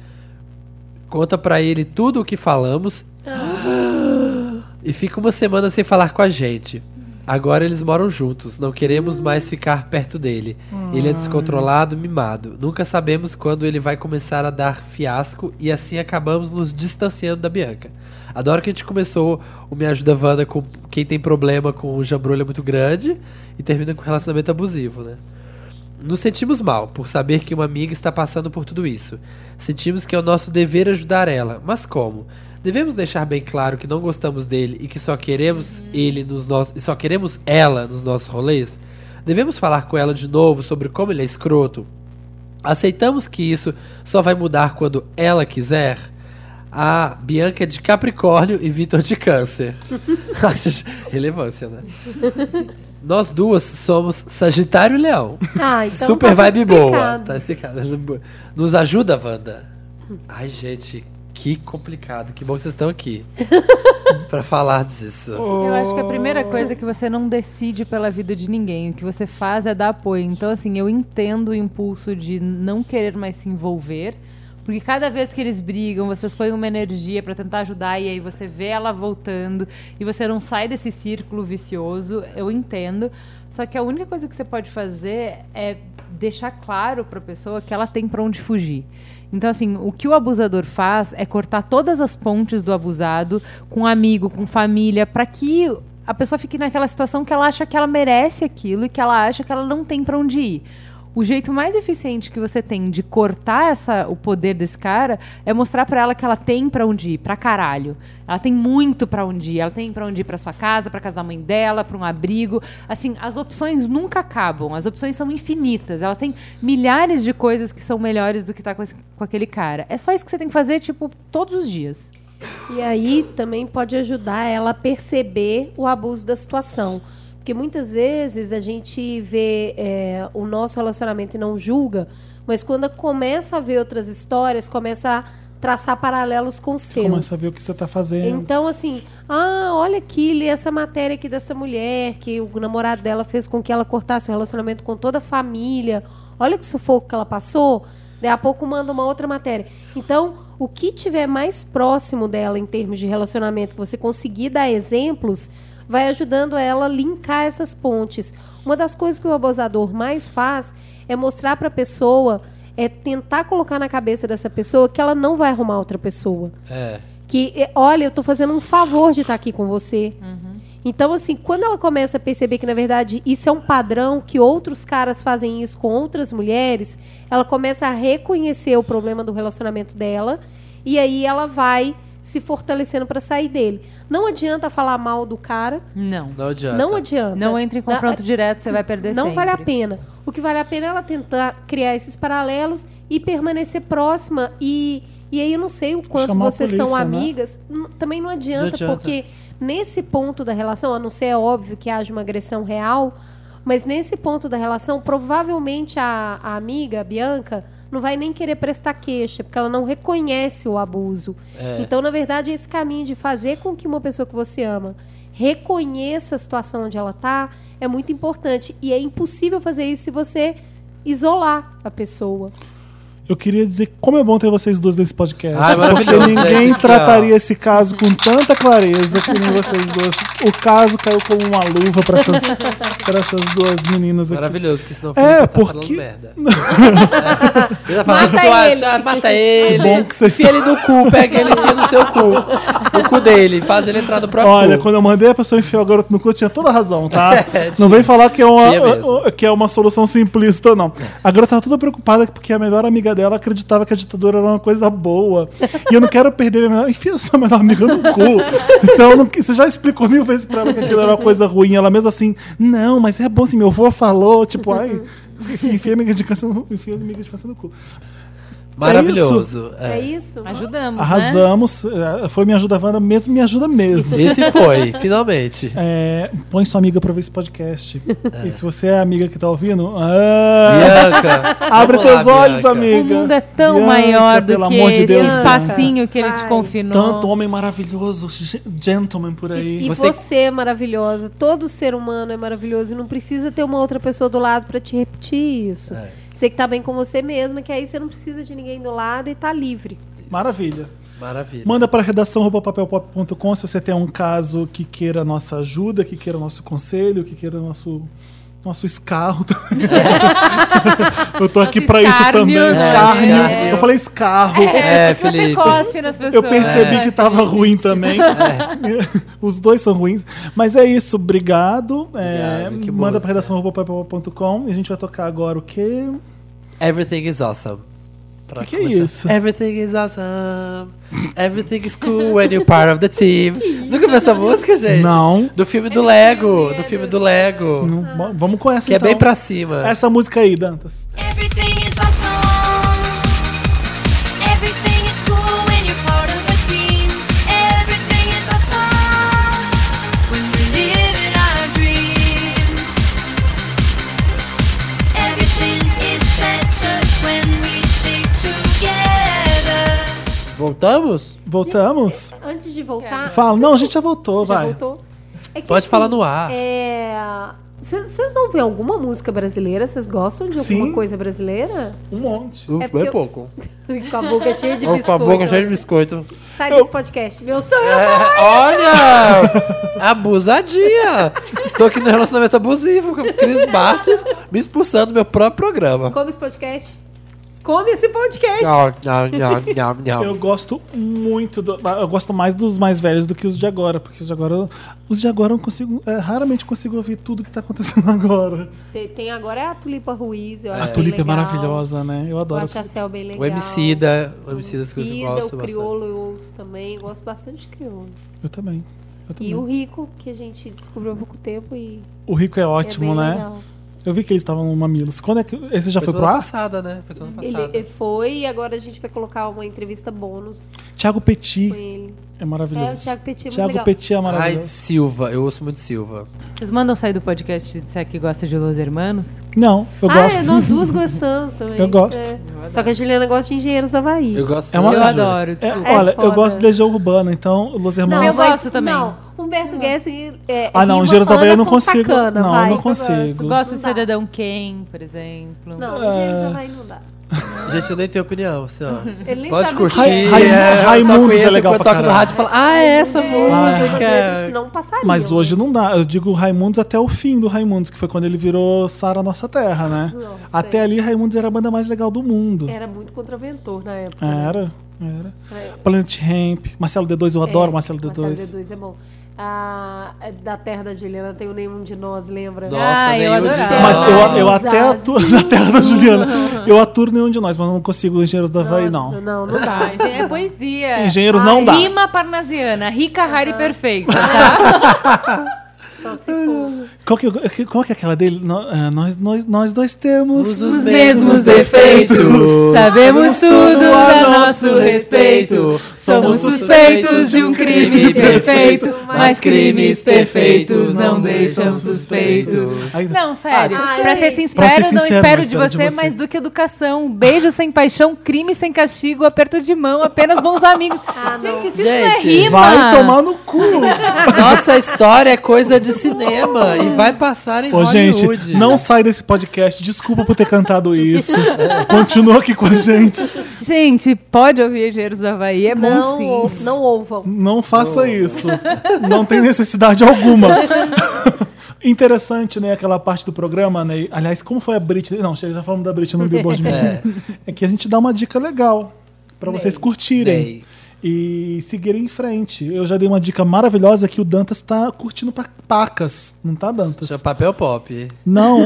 Speaker 2: Conta pra ele tudo o que falamos e fica uma semana sem falar com a gente. Agora eles moram juntos, não queremos mais ficar perto dele. Ele é descontrolado, mimado. Nunca sabemos quando ele vai começar a dar fiasco e assim acabamos nos distanciando da Bianca. Adoro que a gente começou o Me Ajuda Wanda com quem tem problema com o jambrolha muito grande e termina com um relacionamento abusivo, né? Nos sentimos mal por saber que uma amiga está passando por tudo isso. Sentimos que é o nosso dever ajudar ela, mas como? Devemos deixar bem claro que não gostamos dele e que só queremos ele nos nossos e só queremos ela nos nossos rolês. Devemos falar com ela de novo sobre como ele é escroto. Aceitamos que isso só vai mudar quando ela quiser. A Bianca é de Capricórnio e Vitor de Câncer. Relevância, né? Nós duas somos Sagitário e Leão.
Speaker 3: Ah, então
Speaker 2: Super
Speaker 3: tá
Speaker 2: vibe
Speaker 3: tudo
Speaker 2: boa.
Speaker 3: explicado.
Speaker 2: Tá explicado. Nos ajuda, Wanda. Ai, gente, que complicado. Que bom que vocês estão aqui pra falar disso.
Speaker 4: Eu acho que a primeira coisa é que você não decide pela vida de ninguém. O que você faz é dar apoio. Então, assim, eu entendo o impulso de não querer mais se envolver. Porque cada vez que eles brigam, vocês põem uma energia pra tentar ajudar e aí você vê ela voltando e você não sai desse círculo vicioso. Eu entendo. Só que a única coisa que você pode fazer é deixar claro pra pessoa que ela tem pra onde fugir. Então, assim, o que o abusador faz é cortar todas as pontes do abusado com amigo, com família, pra que a pessoa fique naquela situação que ela acha que ela merece aquilo e que ela acha que ela não tem pra onde ir. O jeito mais eficiente que você tem de cortar essa, o poder desse cara é mostrar pra ela que ela tem pra onde ir, pra caralho. Ela tem muito pra onde ir. Ela tem pra onde ir pra sua casa, pra casa da mãe dela, pra um abrigo. Assim, as opções nunca acabam. As opções são infinitas. Ela tem milhares de coisas que são melhores do que tá com, esse- com aquele cara. É só isso que você tem que fazer, tipo, todos os dias.
Speaker 3: E aí também pode ajudar ela a perceber o abuso da situação. Porque muitas vezes a gente vê é, o nosso relacionamento e não julga, mas quando começa a ver outras histórias, começa a traçar paralelos com o seu.
Speaker 1: Começa a ver o que você tá fazendo.
Speaker 3: Então, assim, ah, olha aqui, li essa matéria aqui dessa mulher, que o namorado dela fez com que ela cortasse o relacionamento com toda a família. Olha que sufoco que ela passou. Daí a pouco manda uma outra matéria. Então, o que tiver mais próximo dela em termos de relacionamento, que você conseguir dar exemplos, vai ajudando ela a linkar essas pontes. Uma das coisas que o abusador mais faz é mostrar para a pessoa, é tentar colocar na cabeça dessa pessoa que ela não vai arrumar outra pessoa
Speaker 2: É.
Speaker 3: que eh, olha, eu tô fazendo um favor de estar aqui com você.
Speaker 4: Uhum.
Speaker 3: Então, assim, quando ela começa a perceber que, na verdade, isso é um padrão, que outros caras fazem isso com outras mulheres, ela começa a reconhecer o problema do relacionamento dela e aí ela vai se fortalecendo pra sair dele. Não adianta falar mal do cara,
Speaker 4: Não.
Speaker 2: Não
Speaker 1: Tá,
Speaker 2: adianta.
Speaker 3: não adianta.
Speaker 4: Não entre em confronto
Speaker 3: Não-
Speaker 4: direto, você vai perder
Speaker 3: não
Speaker 4: sempre.
Speaker 3: vale a pena. O que vale a pena é ela tentar criar esses paralelos e permanecer próxima. E, e aí eu não sei o quanto
Speaker 1: Chamar a
Speaker 3: vocês são
Speaker 1: polícia, né?
Speaker 3: amigas. N- Também não adianta,
Speaker 2: Não adianta.
Speaker 3: porque nesse ponto da relação, a não ser é óbvio que haja uma agressão real, mas nesse ponto da relação, provavelmente a, a amiga, a Bianca, não vai nem querer prestar queixa, porque ela não reconhece o abuso.
Speaker 2: É.
Speaker 3: Então, na verdade, esse caminho de fazer com que uma pessoa que você ama reconheça a situação onde ela está é muito importante. E é impossível fazer isso se você isolar a pessoa.
Speaker 1: Eu queria dizer como é bom ter vocês duas nesse podcast.
Speaker 2: Ai,
Speaker 1: porque
Speaker 2: maravilhoso,
Speaker 1: ninguém
Speaker 2: gente, aqui, ó.
Speaker 1: trataria esse caso com tanta clareza como vocês duas. O caso caiu como uma luva para essas, pra essas duas meninas aqui.
Speaker 2: Maravilhoso, que senão
Speaker 1: É,
Speaker 2: fica falando
Speaker 1: porque-
Speaker 2: merda. é. Ele tá falando
Speaker 3: Mata
Speaker 2: sua-
Speaker 3: ele.
Speaker 2: sua- mata ele.
Speaker 1: bom que vocês
Speaker 2: enfia ele no cu, pega ele e enfia no seu cu. No cu dele, faz ele entrar no próprio
Speaker 1: Olha,
Speaker 2: cu.
Speaker 1: quando eu mandei a pessoa enfiar o garoto no cu, eu tinha toda a razão, tá?
Speaker 2: É,
Speaker 1: não
Speaker 2: tinha.
Speaker 1: vem falar que é,
Speaker 2: Tinha
Speaker 1: uma,
Speaker 2: mesmo.
Speaker 1: que é uma solução simplista, não. A garota tava toda preocupada porque a melhor amiga dela acreditava que a ditadura era uma coisa boa. E eu não quero perder minha melhor... Enfia sua melhor amiga no cu. Isso eu não... Você já explicou mil vezes pra ela que aquilo era uma coisa ruim. Ela mesmo assim, não, mas é bom se meu avô falou. Tipo, ai...
Speaker 2: Uhum.
Speaker 1: Enfia a amiga de câncer no... Enfia a amiga de câncer no cu.
Speaker 2: Né?
Speaker 1: é
Speaker 2: Maravilhoso.
Speaker 3: É,
Speaker 2: É.
Speaker 3: isso?
Speaker 4: Ajudamos, né?
Speaker 1: Arrasamos. eh, Foi me ajuda, Wanda, mesmo me ajuda mesmo.
Speaker 2: Esse foi, finalmente.
Speaker 1: É, põe sua amiga pra ver esse podcast. E se você é a amiga que tá ouvindo,
Speaker 4: é
Speaker 1: ah,
Speaker 2: Bianca.
Speaker 1: abre
Speaker 2: vamos
Speaker 1: teus
Speaker 2: lá,
Speaker 1: olhos,
Speaker 2: Bianca.
Speaker 1: amiga.
Speaker 4: O mundo é tão
Speaker 1: Bianca,
Speaker 4: maior do
Speaker 1: pelo
Speaker 4: que
Speaker 1: amor de
Speaker 4: esse
Speaker 1: Deus, Bianca.
Speaker 4: espacinho que ele te
Speaker 3: Vai.
Speaker 4: confinou.
Speaker 1: Tanto homem maravilhoso, ge- gentleman por aí.
Speaker 3: E, e
Speaker 2: Você
Speaker 3: você,
Speaker 2: tem-
Speaker 3: é maravilhosa. Todo ser humano é maravilhoso e não precisa ter uma outra pessoa do lado pra te repetir isso. Você que tá bem com você mesma, que aí você não precisa de ninguém do lado e tá livre.
Speaker 1: Maravilha.
Speaker 2: Maravilha.
Speaker 1: Manda para redação papelpop.com se você tem um caso que queira nossa ajuda, que queira nosso conselho, que queira nosso nosso escarro. eu tô aqui
Speaker 4: Nosso
Speaker 1: para isso
Speaker 4: escárnio,
Speaker 1: também,
Speaker 4: né?
Speaker 1: escárnio.
Speaker 2: Escárnio.
Speaker 1: Eu falei escarro.
Speaker 2: É,
Speaker 4: porque
Speaker 2: Felipe.
Speaker 4: Você cospe nas pessoas.
Speaker 1: Eu percebi
Speaker 4: né?
Speaker 1: que tava ruim também. Os dois são ruins. Mas é isso, obrigado. É,
Speaker 2: Obrigado, que
Speaker 1: manda
Speaker 2: música.
Speaker 1: pra redação papelpop.com e a gente vai tocar agora o quê?
Speaker 2: Everything is awesome.
Speaker 1: O
Speaker 2: Pra
Speaker 1: que, que é
Speaker 2: começar.
Speaker 1: isso?
Speaker 2: Everything is awesome. Everything is cool when you're part of the team. Você nunca viu essa música, gente?
Speaker 1: Não.
Speaker 2: Do filme
Speaker 3: É
Speaker 2: do Lego. Do filme do Lego.
Speaker 1: Não, bom, Vamos com essa
Speaker 2: Que é
Speaker 1: então.
Speaker 2: bem pra cima.
Speaker 1: Essa música aí, Dantas.
Speaker 5: Everything is awesome. Everything is cool when you're part of a team. Everything is awesome when we're living our dream. Everything is better when we stay together.
Speaker 2: Voltamos?
Speaker 1: Voltamos?
Speaker 3: Antes de voltar.
Speaker 1: Fala. Não, a gente já voltou,
Speaker 3: Já
Speaker 1: vai.
Speaker 3: voltou? É que,
Speaker 2: Pode
Speaker 3: assim,
Speaker 2: falar no ar.
Speaker 3: É. Vocês ouvem alguma música brasileira? Vocês gostam de alguma
Speaker 1: Sim.
Speaker 3: coisa brasileira?
Speaker 1: Um monte.
Speaker 2: Uf,
Speaker 3: É porque
Speaker 2: bem
Speaker 3: eu-
Speaker 2: pouco.
Speaker 3: com a boca cheia de
Speaker 2: Ou
Speaker 3: biscoito.
Speaker 2: com a boca cheia de biscoito.
Speaker 3: Sai
Speaker 1: Eu-
Speaker 3: desse podcast, meu sonho.
Speaker 2: É, olha! Abusadia! Tô aqui no relacionamento abusivo com o Cris Bartes me expulsando do meu próprio programa.
Speaker 3: Come esse podcast. Come esse podcast.
Speaker 2: Não, não, não, não, não.
Speaker 1: Eu gosto muito. do- ah, eu gosto mais dos mais velhos do que os de agora, porque os de agora. Os de agora eu não consigo. é, raramente consigo ouvir tudo que tá acontecendo agora.
Speaker 3: Tem, tem agora é a Tulipa Ruiz. Eu
Speaker 1: A
Speaker 3: acho
Speaker 1: Tulipa é
Speaker 3: bem legal.
Speaker 1: maravilhosa, né? Eu
Speaker 3: Eu
Speaker 1: adoro.
Speaker 3: acho a Cel bem legal.
Speaker 2: O Emicida, o Emicida que eu
Speaker 3: Emicida,
Speaker 2: gosto
Speaker 3: o
Speaker 2: bastante.
Speaker 3: Criolo eu ouço também. Gosto bastante de Criolo.
Speaker 1: Eu também. Eu também.
Speaker 3: E o Rico, que a gente descobriu há pouco tempo e
Speaker 1: O Rico é
Speaker 3: é
Speaker 1: ótimo,
Speaker 3: bem
Speaker 1: né?
Speaker 3: legal.
Speaker 1: Eu vi que eles estavam no Mamilos. Quando é que. Esse já foi, pro
Speaker 2: semana
Speaker 1: ar?
Speaker 2: passada, né? Foi semana passada.
Speaker 3: Ele é foi e agora a gente vai colocar uma entrevista bônus
Speaker 1: Thiago
Speaker 3: com
Speaker 1: Petit
Speaker 3: ele.
Speaker 1: é maravilhoso.
Speaker 3: É, o Thiago Petit é muito
Speaker 1: Thiago
Speaker 3: legal.
Speaker 1: Petit é
Speaker 2: Ai,
Speaker 1: maravilhoso.
Speaker 2: Silva, eu ouço muito Silva.
Speaker 4: Vocês mandam sair do podcast se disser que gosta de Los Hermanos?
Speaker 1: Não, eu
Speaker 3: ah,
Speaker 1: gosto.
Speaker 3: é, nós duas gostamos também.
Speaker 1: Eu gosto.
Speaker 3: É. Só que a Juliana gosta de Engenheiros da Havaí.
Speaker 2: Eu gosto
Speaker 1: É uma-
Speaker 4: eu
Speaker 1: Ah,
Speaker 4: adoro,
Speaker 1: É,
Speaker 4: desculpa.
Speaker 1: olha, eu
Speaker 3: foda. é
Speaker 1: gosto de Legião Urbana, então Los
Speaker 4: Não, eu
Speaker 1: Hermanos.
Speaker 4: gosto também.
Speaker 3: Não, Humberto Guessing é,
Speaker 1: Ah, não,
Speaker 3: rima
Speaker 1: Engenheiros da Havaí eu
Speaker 3: Ana
Speaker 1: não
Speaker 3: com
Speaker 1: consigo.
Speaker 3: Sacana,
Speaker 1: não,
Speaker 3: vai.
Speaker 1: eu não consigo.
Speaker 4: Gosto
Speaker 3: Não
Speaker 4: de
Speaker 3: dá.
Speaker 4: Cidadão Ken, por exemplo.
Speaker 3: Não, Engenheiros da Havaí não dá.
Speaker 2: Gente, eu nem tenho opinião, assim, ó.
Speaker 3: Ele nem
Speaker 2: Pode
Speaker 3: sabe
Speaker 2: curtir.
Speaker 1: Ra- Ra-
Speaker 2: é, eu só
Speaker 1: Raimundos
Speaker 2: conheço
Speaker 1: é legal
Speaker 2: quando
Speaker 1: pra
Speaker 2: toca no
Speaker 1: caralho.
Speaker 2: rádio e fala, ah, é essa
Speaker 3: Músicas
Speaker 4: É
Speaker 3: que
Speaker 2: música.
Speaker 3: não passariam.
Speaker 1: É. Mas hoje
Speaker 3: né?
Speaker 1: não dá. Eu digo Raimundos até o fim do Raimundos, que foi quando ele virou Sara Nossa Terra, né?
Speaker 3: Nossa,
Speaker 1: até
Speaker 3: é.
Speaker 1: ali, Raimundos era a banda mais legal do mundo.
Speaker 3: Era muito contraventor na época. né?
Speaker 1: Era, era.
Speaker 3: É.
Speaker 1: Planet Hemp, Marcelo D2, eu adoro
Speaker 3: É,
Speaker 1: Marcelo D2.
Speaker 3: Marcelo D2 é bom. Ah, é da terra da Juliana tem o Nenhum de Nós, lembra?
Speaker 2: Nossa,
Speaker 4: Ah, eu
Speaker 2: nenhum de
Speaker 4: adorava.
Speaker 2: nós.
Speaker 1: Mas eu, eu
Speaker 3: Nossa,
Speaker 1: até aturo
Speaker 3: sim.
Speaker 1: na terra da Juliana. Eu aturo nenhum de nós, mas não consigo Engenheiros da Havaí,
Speaker 3: Nossa,
Speaker 1: não.
Speaker 3: Não, não dá.
Speaker 4: Ah, engen- é poesia.
Speaker 1: Engenheiros não dá.
Speaker 4: Rima parnasiana, rica, rara e perfeita.
Speaker 3: Só se for.
Speaker 1: Qual que, eu- qual que é aquela dele? No- ah, Nós, nós, nós dois temos.
Speaker 4: Os mesmos defeitos. Sabemos tudo a nosso respeito. Somos suspeitos de um crime perfeito, mas crimes perfeitos não deixam suspeitos.
Speaker 1: Aí-
Speaker 4: Não, sério.
Speaker 3: Ah,
Speaker 4: pra
Speaker 3: gente.
Speaker 4: ser sincero,
Speaker 1: Pra ser
Speaker 4: não
Speaker 1: sincero,
Speaker 4: espero
Speaker 1: não
Speaker 4: de
Speaker 1: espero de
Speaker 4: você,
Speaker 1: você.
Speaker 4: mais do que educação. Beijo sem paixão, crime sem castigo, aperto de mão, apenas bons amigos.
Speaker 3: Ah,
Speaker 4: gente, isso não é
Speaker 2: Gente,
Speaker 4: rima.
Speaker 1: Vai tomar no cu!
Speaker 2: Nossa história é coisa de cinema e vai passar em
Speaker 1: Ô, gente,
Speaker 2: Hollywood.
Speaker 1: não sai desse podcast. Desculpa por ter cantado isso. Continua aqui com a gente.
Speaker 4: Gente, pode ouvir Engenheiros da Havaí, é bom
Speaker 3: Não,
Speaker 4: sim.
Speaker 3: ou- não ouvam.
Speaker 1: Não faça isso. Não tem necessidade alguma. Interessante, né, aquela parte do programa, né? Aliás, como foi a Britney? Não, chega, já falamos da Britney no Billboard mesmo. É. que a gente dá uma dica legal pra vocês curtirem
Speaker 2: Ney.
Speaker 1: e seguirem em frente. Eu já dei uma dica maravilhosa que o Dantas tá curtindo pra pacas, não tá, Dantas?
Speaker 2: Chama papel pop.
Speaker 1: Não,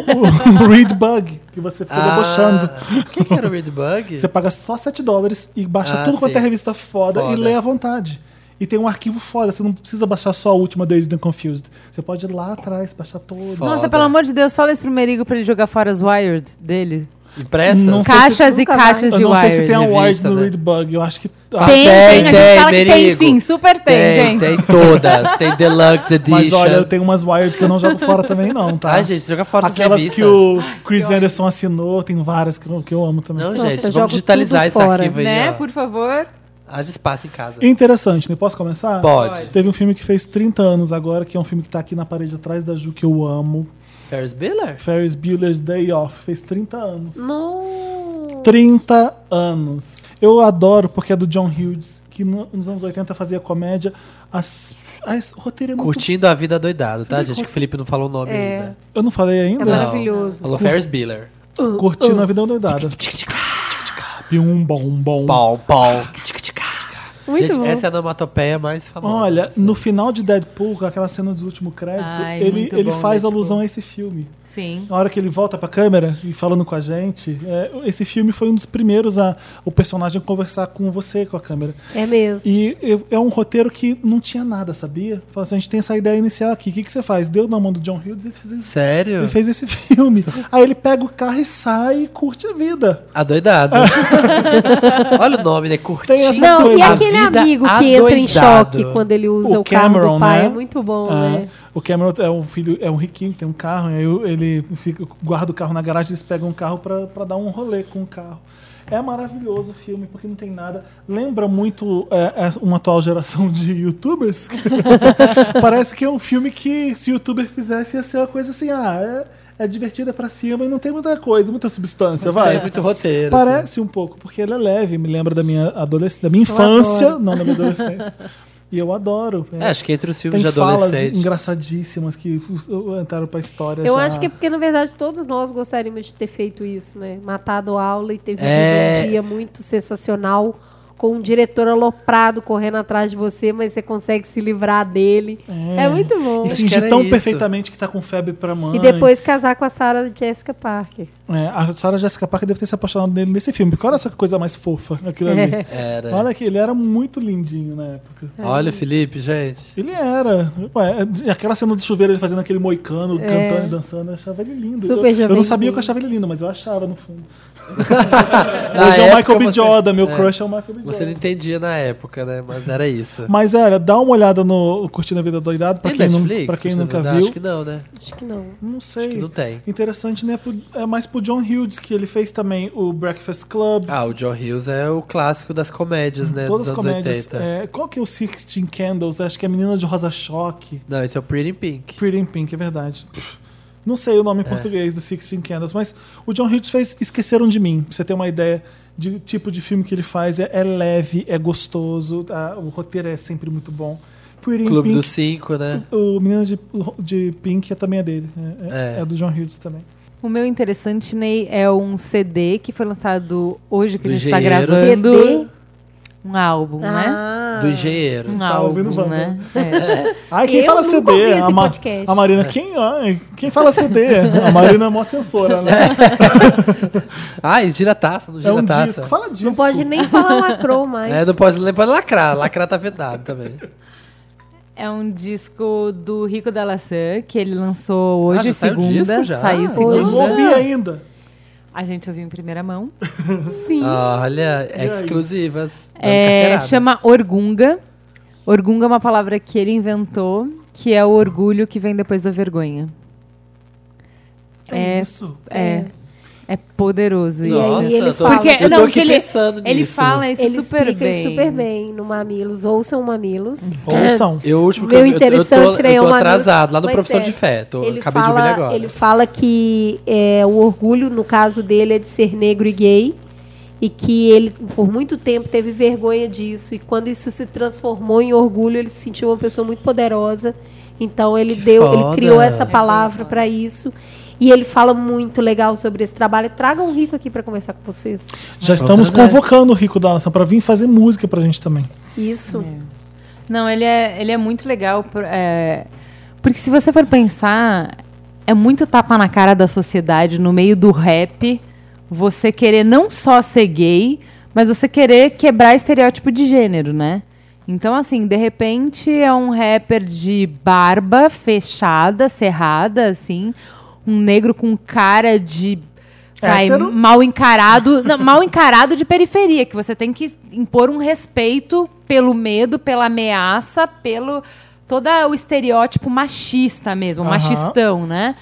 Speaker 1: o Read Bug, que você fica
Speaker 2: Ah,
Speaker 1: debochando.
Speaker 2: Quem que era o Redbug?
Speaker 1: Você paga só 7 dólares e baixa
Speaker 2: Ah,
Speaker 1: tudo quanto é
Speaker 2: sim.
Speaker 1: revista foda, e
Speaker 2: Foda.
Speaker 1: lê à vontade. E tem um arquivo foda, você não precisa baixar só a última Days and Confused. Você pode ir lá atrás, baixar todos.
Speaker 2: Foda.
Speaker 4: Nossa, pelo amor de Deus, fala esse primeirigo pra ele jogar fora as Wired dele.
Speaker 2: Impressas?
Speaker 1: Não sei
Speaker 4: Caixas e
Speaker 3: nunca
Speaker 4: caixas
Speaker 1: Eu
Speaker 4: de
Speaker 1: não sei se
Speaker 4: Wired.
Speaker 1: tem um award
Speaker 2: revista,
Speaker 1: no
Speaker 2: né?
Speaker 1: Read Bug, eu acho que. Ah,
Speaker 4: Tem, tem, a gente
Speaker 2: tem,
Speaker 4: fala que tem
Speaker 2: Merigo.
Speaker 4: sim, super tem,
Speaker 2: tem,
Speaker 4: gente.
Speaker 2: tem todas. Tem Deluxe Edition.
Speaker 1: Mas olha, eu tenho umas Wired que eu não jogo fora também, não, tá?
Speaker 2: Ai, Ah, gente, joga fora essa
Speaker 1: Aquelas
Speaker 2: revista.
Speaker 1: que o Chris Anderson assinou, tem várias que eu, que eu amo também.
Speaker 2: Não,
Speaker 3: Nossa, eu
Speaker 2: gente,
Speaker 3: jogo
Speaker 2: vamos digitalizar
Speaker 3: tudo
Speaker 2: esse
Speaker 3: fora,
Speaker 2: arquivo aí,
Speaker 4: Né,
Speaker 2: ó.
Speaker 4: por favor.
Speaker 2: Haja espaço em casa.
Speaker 1: Interessante, né? Posso começar?
Speaker 2: Pode.
Speaker 1: Teve um filme que fez 30 anos agora, que é um filme que tá aqui na parede atrás da Ju, que eu amo.
Speaker 2: Ferris Bueller?
Speaker 1: Ferris Bueller's Day Off. Fez 30 anos.
Speaker 3: Não.
Speaker 1: 30 anos. Eu adoro porque é do John Hughes, que no- nos anos 80 fazia comédia. As, as, o roteiro é muito...
Speaker 2: Curtindo a vida doidado, tá, gente? Que o Felipe não falou o nome
Speaker 3: É.
Speaker 2: ainda.
Speaker 1: Eu não falei
Speaker 3: É
Speaker 1: ainda?
Speaker 3: maravilhoso.
Speaker 2: Falou Ferris Bueller.
Speaker 4: É, uh,
Speaker 1: Curtindo a vida é doidada. Pium, bom, um bom.
Speaker 2: Pau, pau.
Speaker 3: Muito
Speaker 2: gente,
Speaker 3: bom.
Speaker 2: essa é a onomatopeia mais famosa.
Speaker 1: Olha, no final de Deadpool, com aquela cena do último crédito,
Speaker 4: Ai,
Speaker 1: ele,
Speaker 4: muito
Speaker 1: ele
Speaker 4: bom,
Speaker 1: faz
Speaker 4: Deadpool.
Speaker 1: alusão a esse filme.
Speaker 4: Sim.
Speaker 1: Na hora que ele volta pra câmera e falando com a gente, é, esse filme foi um dos primeiros a o personagem conversar com você, com a câmera.
Speaker 3: É mesmo.
Speaker 1: E eu- é um roteiro que não tinha nada, sabia? Falou assim, a gente tem essa ideia inicial aqui, o que, que você faz? Deu na mão do John Hughes e fez, esse-
Speaker 2: Sério?
Speaker 1: ele fez esse filme. Aí ele pega o carro e sai e curte a vida.
Speaker 2: Adoidado. Olha o nome, né?
Speaker 1: Tem
Speaker 2: Curtindo.
Speaker 1: essa
Speaker 3: Não, e
Speaker 1: coisa.
Speaker 3: aquele
Speaker 2: A vida
Speaker 3: amigo que entra em
Speaker 2: adoidado.
Speaker 3: choque quando ele usa o, carro do pai. É muito bom,
Speaker 1: Ah,
Speaker 3: né?
Speaker 1: O Cameron é um filho, é um riquinho, tem um carro, aí o- ele fica, guarda o carro na garagem, eles pegam um carro pra pra dar um rolê com o carro. É maravilhoso o filme, porque não tem nada. Lembra muito é, é, uma atual geração de youtubers. Parece que é um filme que, se o youtuber fizesse, ia ser uma coisa assim, ah, é, é divertida pra cima e não tem muita coisa, muita substância, vai.
Speaker 2: Tem muito roteiro. assim.
Speaker 1: Parece um pouco, porque ele é leve, me lembra da minha adolescência, da minha infância,
Speaker 3: adoro.
Speaker 1: não da minha adolescência. E eu adoro. né?
Speaker 2: É, acho que entre os
Speaker 1: Tem
Speaker 2: filmes de
Speaker 1: falas
Speaker 2: adolescente.
Speaker 1: engraçadíssimas que fu- entraram pra história.
Speaker 3: Eu
Speaker 1: já.
Speaker 3: acho que é porque, na verdade, todos nós gostaríamos de ter feito isso, né? Matado a aula e ter vivido
Speaker 2: É.
Speaker 3: um dia muito sensacional com um diretor aloprado correndo atrás de você, mas você consegue se livrar dele. É, muito bom.
Speaker 1: E
Speaker 2: que
Speaker 1: fingir
Speaker 2: era
Speaker 1: tão
Speaker 2: isso.
Speaker 1: perfeitamente que tá com febre pra mãe.
Speaker 3: E depois casar com a Sarah Jessica Parker.
Speaker 1: É, a Sarah Jessica Parker deve ter se apaixonado nele nesse filme, porque olha só que coisa mais fofa aquilo ali.
Speaker 3: É.
Speaker 2: Era.
Speaker 1: Olha que ele era muito lindinho na época.
Speaker 2: Olha o Felipe, gente.
Speaker 1: Ele era. Ué, aquela cena do chuveiro, ele fazendo aquele moicano, cantando e dançando, eu achava ele lindo.
Speaker 3: É. Super
Speaker 1: eu, eu não
Speaker 3: jovenzinho.
Speaker 1: sabia que eu achava ele lindo, mas eu achava no fundo.
Speaker 2: Na
Speaker 1: Hoje é o
Speaker 2: época
Speaker 1: Michael B.
Speaker 2: você-
Speaker 1: Jordan, meu
Speaker 2: é,
Speaker 1: crush é o Michael B. Jordan.
Speaker 2: Você não entendia na época, né? Mas era isso.
Speaker 1: Mas, olha, dá uma olhada no Curtindo a Vida Doidado, pra
Speaker 2: Tem
Speaker 1: quem, nu-
Speaker 2: Netflix?
Speaker 1: pra quem
Speaker 2: Custa
Speaker 1: nunca
Speaker 2: Vida?
Speaker 1: viu.
Speaker 2: Acho que não, né?
Speaker 3: Acho que não.
Speaker 1: Não sei.
Speaker 2: não tem.
Speaker 1: Interessante, né? pro- É mais pro John Hughes, que ele fez também o Breakfast Club.
Speaker 2: Ah, o John Hughes é o clássico das comédias, né?
Speaker 1: todas as
Speaker 2: dos anos
Speaker 1: comédias.
Speaker 2: 80.
Speaker 1: é, qual que é o Sixteen Candles? Acho que é Menina de Rosa Choque.
Speaker 2: Não, esse é o Pretty in Pink.
Speaker 1: Pretty in Pink, é verdade. Pff, Não sei o nome
Speaker 2: É.
Speaker 1: em português do Sixteen Candles, mas o John Hughes fez Esqueceram de Mim, pra você ter uma ideia de tipo de filme que ele faz. É, é leve, é gostoso, tá? o roteiro é sempre muito bom. Pretty in
Speaker 2: Clube
Speaker 1: Pink
Speaker 2: dos Cinco, né?
Speaker 1: O Menino de, de Pink é também é dele. É, é-
Speaker 2: É.
Speaker 1: é do John Hughes também.
Speaker 4: O meu interessante, Ney, é um CD que foi lançado hoje que
Speaker 2: Do
Speaker 4: a gente tá
Speaker 2: Engenheiros.
Speaker 4: gravando.
Speaker 3: CD?
Speaker 4: Um álbum, né?
Speaker 3: Ah.
Speaker 2: Do Engenheiro.
Speaker 4: Um
Speaker 1: Tá ouvindo
Speaker 4: álbum,
Speaker 1: Wanda.
Speaker 4: né? É.
Speaker 1: Ah, quem
Speaker 3: Eu
Speaker 1: fala
Speaker 3: nunca
Speaker 1: CD?
Speaker 3: ouvi esse
Speaker 1: a, Ma-
Speaker 3: podcast.
Speaker 1: a Marina, quem, ai, quem fala CD? A Marina é mó censora, né?
Speaker 2: Ah, e gira taça, não
Speaker 1: É,
Speaker 2: gira
Speaker 1: um
Speaker 2: taça.
Speaker 1: disco. Fala disco.
Speaker 3: Não pode nem falar lacrou mais.
Speaker 2: É, não pode, não pode lacrar, lacrar tá vedado também.
Speaker 4: É um disco do Rico da Laçã, que ele lançou hoje,
Speaker 2: Ah, já saiu o
Speaker 4: segunda.
Speaker 2: disco já?
Speaker 4: Saiu
Speaker 2: Ah,
Speaker 1: Eu
Speaker 4: segunda.
Speaker 1: não ouvi ainda.
Speaker 4: A gente ouviu em primeira mão.
Speaker 2: Tá
Speaker 3: Sim.
Speaker 2: Olha,
Speaker 1: aí?
Speaker 2: exclusivas. dando
Speaker 4: É,
Speaker 2: carteirada.
Speaker 4: chama Orgunga. Orgunga é uma palavra que ele inventou, que é o orgulho que vem depois da vergonha.
Speaker 1: É
Speaker 4: É.
Speaker 1: isso.
Speaker 4: É. É poderoso
Speaker 3: E aí
Speaker 2: Nossa,
Speaker 4: isso.
Speaker 3: ele
Speaker 2: eu tô,
Speaker 3: fala-
Speaker 4: Porque,
Speaker 2: eu tô
Speaker 4: não,
Speaker 2: aqui
Speaker 4: que ele,
Speaker 2: pensando nisso.
Speaker 4: ele fala isso
Speaker 3: Ele
Speaker 4: super
Speaker 3: explica
Speaker 4: bem.
Speaker 3: isso super bem no Mamilos. Ouçam Mamilos.
Speaker 1: Ouçam.
Speaker 2: Eu, o último que eu,
Speaker 3: Meu
Speaker 2: eu, eu tô,
Speaker 3: interessante, né, é
Speaker 2: eu tô
Speaker 3: uma
Speaker 2: atrasado, lá no
Speaker 3: mas
Speaker 2: Profissão
Speaker 3: é,
Speaker 2: de Fé. Tô,
Speaker 3: Ele
Speaker 2: acabei
Speaker 3: fala,
Speaker 2: de ouvir ele agora.
Speaker 3: ele fala que é, o orgulho, no caso dele, é de ser negro e gay. E que ele, por muito tempo, teve vergonha disso. E quando isso se transformou em orgulho, ele se sentiu uma pessoa muito poderosa. Então ele
Speaker 2: Que
Speaker 3: deu, ele
Speaker 2: foda. É
Speaker 3: criou essa palavra pra isso. E ele fala muito legal sobre esse trabalho. Tragam o Rico aqui pra conversar com vocês.
Speaker 1: Já estamos
Speaker 2: trazer.
Speaker 1: convocando o Rico da Nação pra vir fazer música pra gente também.
Speaker 3: Isso.
Speaker 4: Não, ele é, ele é muito legal. por- é, porque se você for pensar, é muito tapa na cara da sociedade, no meio do rap, você querer não só ser gay, mas você querer quebrar estereótipo de gênero, né? Então, assim, de repente é um rapper de barba fechada, cerrada, assim, um negro com cara de. vai,
Speaker 1: Hétero?
Speaker 4: mal encarado, não, mal encarado de periferia, que você tem que impor um respeito pelo medo, pela ameaça, pelo todo o estereótipo machista mesmo,
Speaker 1: Aham.
Speaker 4: machistão, né?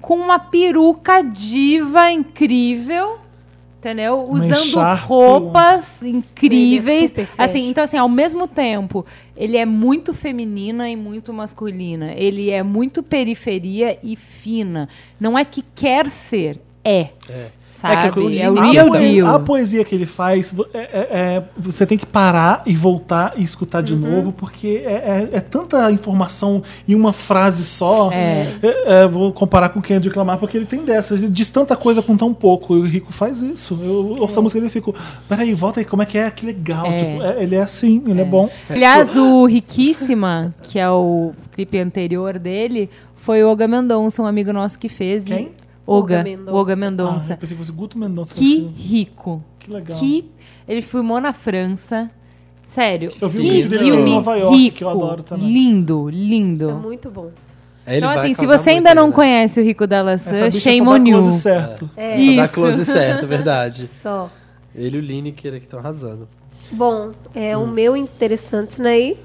Speaker 4: Com uma peruca diva incrível, entendeu?
Speaker 1: Uma é
Speaker 4: Usando
Speaker 1: encharca,
Speaker 4: roupas incríveis.
Speaker 3: Ele é super
Speaker 4: assim,
Speaker 3: fashion.
Speaker 4: então assim, ao mesmo tempo, ele é muito feminina e muito masculina. Ele é muito periferia e fina. Não é que quer ser, é.
Speaker 2: É. É que eu-
Speaker 4: Sabe? É, o
Speaker 2: a
Speaker 4: real
Speaker 1: poe-
Speaker 4: deal.
Speaker 1: a poesia que ele faz, vo- é- é- é- você tem que parar e voltar e escutar de novo, porque é, é- é tanta informação em uma frase só.
Speaker 4: É.
Speaker 1: É, é, vou comparar com quem é de Lamar, porque ele tem dessas. Ele diz tanta coisa com tão pouco. E o Rico faz isso. Eu ouço a música dele e fico, peraí, volta aí, como é que é? Que legal.
Speaker 4: É.
Speaker 1: Tipo, é, ele é assim, ele é, bom.
Speaker 4: Aliás, o Riquíssima, que é o clipe anterior dele, foi o Olga Mendonça, um amigo nosso que fez. e-
Speaker 1: Quem?
Speaker 4: Olga.
Speaker 3: Olga Mendonça.
Speaker 4: Olga
Speaker 1: Ah, eu
Speaker 4: Mendonça.
Speaker 1: pensei que fosse Guto Mendonça.
Speaker 4: que rico.
Speaker 1: Que legal.
Speaker 4: Que ele filmou na França. Sério.
Speaker 1: Eu vi um
Speaker 4: que
Speaker 1: vídeo dele
Speaker 4: filme
Speaker 1: em Nova York,
Speaker 4: rico.
Speaker 1: que eu adoro também.
Speaker 4: Lindo,
Speaker 3: É
Speaker 4: lindo.
Speaker 3: muito bom.
Speaker 2: Aí ele
Speaker 4: então,
Speaker 2: vai
Speaker 4: assim, se
Speaker 2: causar
Speaker 4: você
Speaker 2: muito
Speaker 4: ainda não
Speaker 2: ainda.
Speaker 4: conhece o Rico da
Speaker 1: Essa
Speaker 4: Laçã,
Speaker 1: bicha
Speaker 4: shame
Speaker 1: só dá
Speaker 4: on you.
Speaker 1: close certo.
Speaker 3: É,
Speaker 2: Só dá
Speaker 4: Isso.
Speaker 2: close certo, verdade.
Speaker 3: só.
Speaker 2: Ele e o Lineker que estão arrasando.
Speaker 3: Bom, é,
Speaker 2: Hum.
Speaker 3: o meu interessante, né?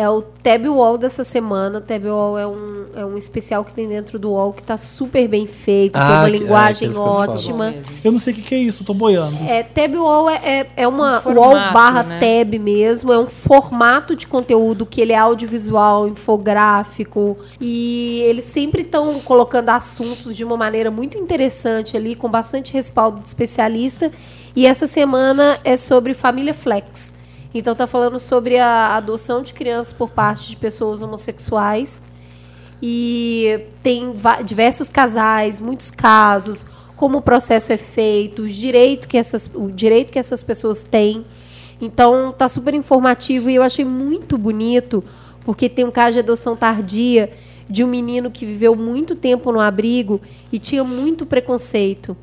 Speaker 3: É o Tab Wall dessa semana. O Tab Wall é um, é um especial que tem dentro do Wall que tá super bem feito, tem
Speaker 2: Ah,
Speaker 3: uma
Speaker 2: que- é,
Speaker 3: linguagem
Speaker 2: aqueles que eles falam.
Speaker 3: ótima.
Speaker 1: Eu não sei o que, que é isso, tô boiando.
Speaker 3: É, tab wall é, é, é uma
Speaker 4: Um formato,
Speaker 3: wall barra
Speaker 4: né?
Speaker 3: tab mesmo, é um formato de conteúdo que ele é audiovisual, infográfico e eles sempre estão colocando assuntos de uma maneira muito interessante ali, com bastante respaldo de especialista. E essa semana é sobre família flex. Então tá falando sobre a adoção de crianças por parte de pessoas homossexuais. E tem va- diversos casais, muitos casos, como o processo é feito, os direito que essas, o direito que essas pessoas têm. Então, tá super informativo e eu achei muito bonito, porque tem um caso de adoção tardia de um menino que viveu muito tempo no abrigo e tinha muito preconceito.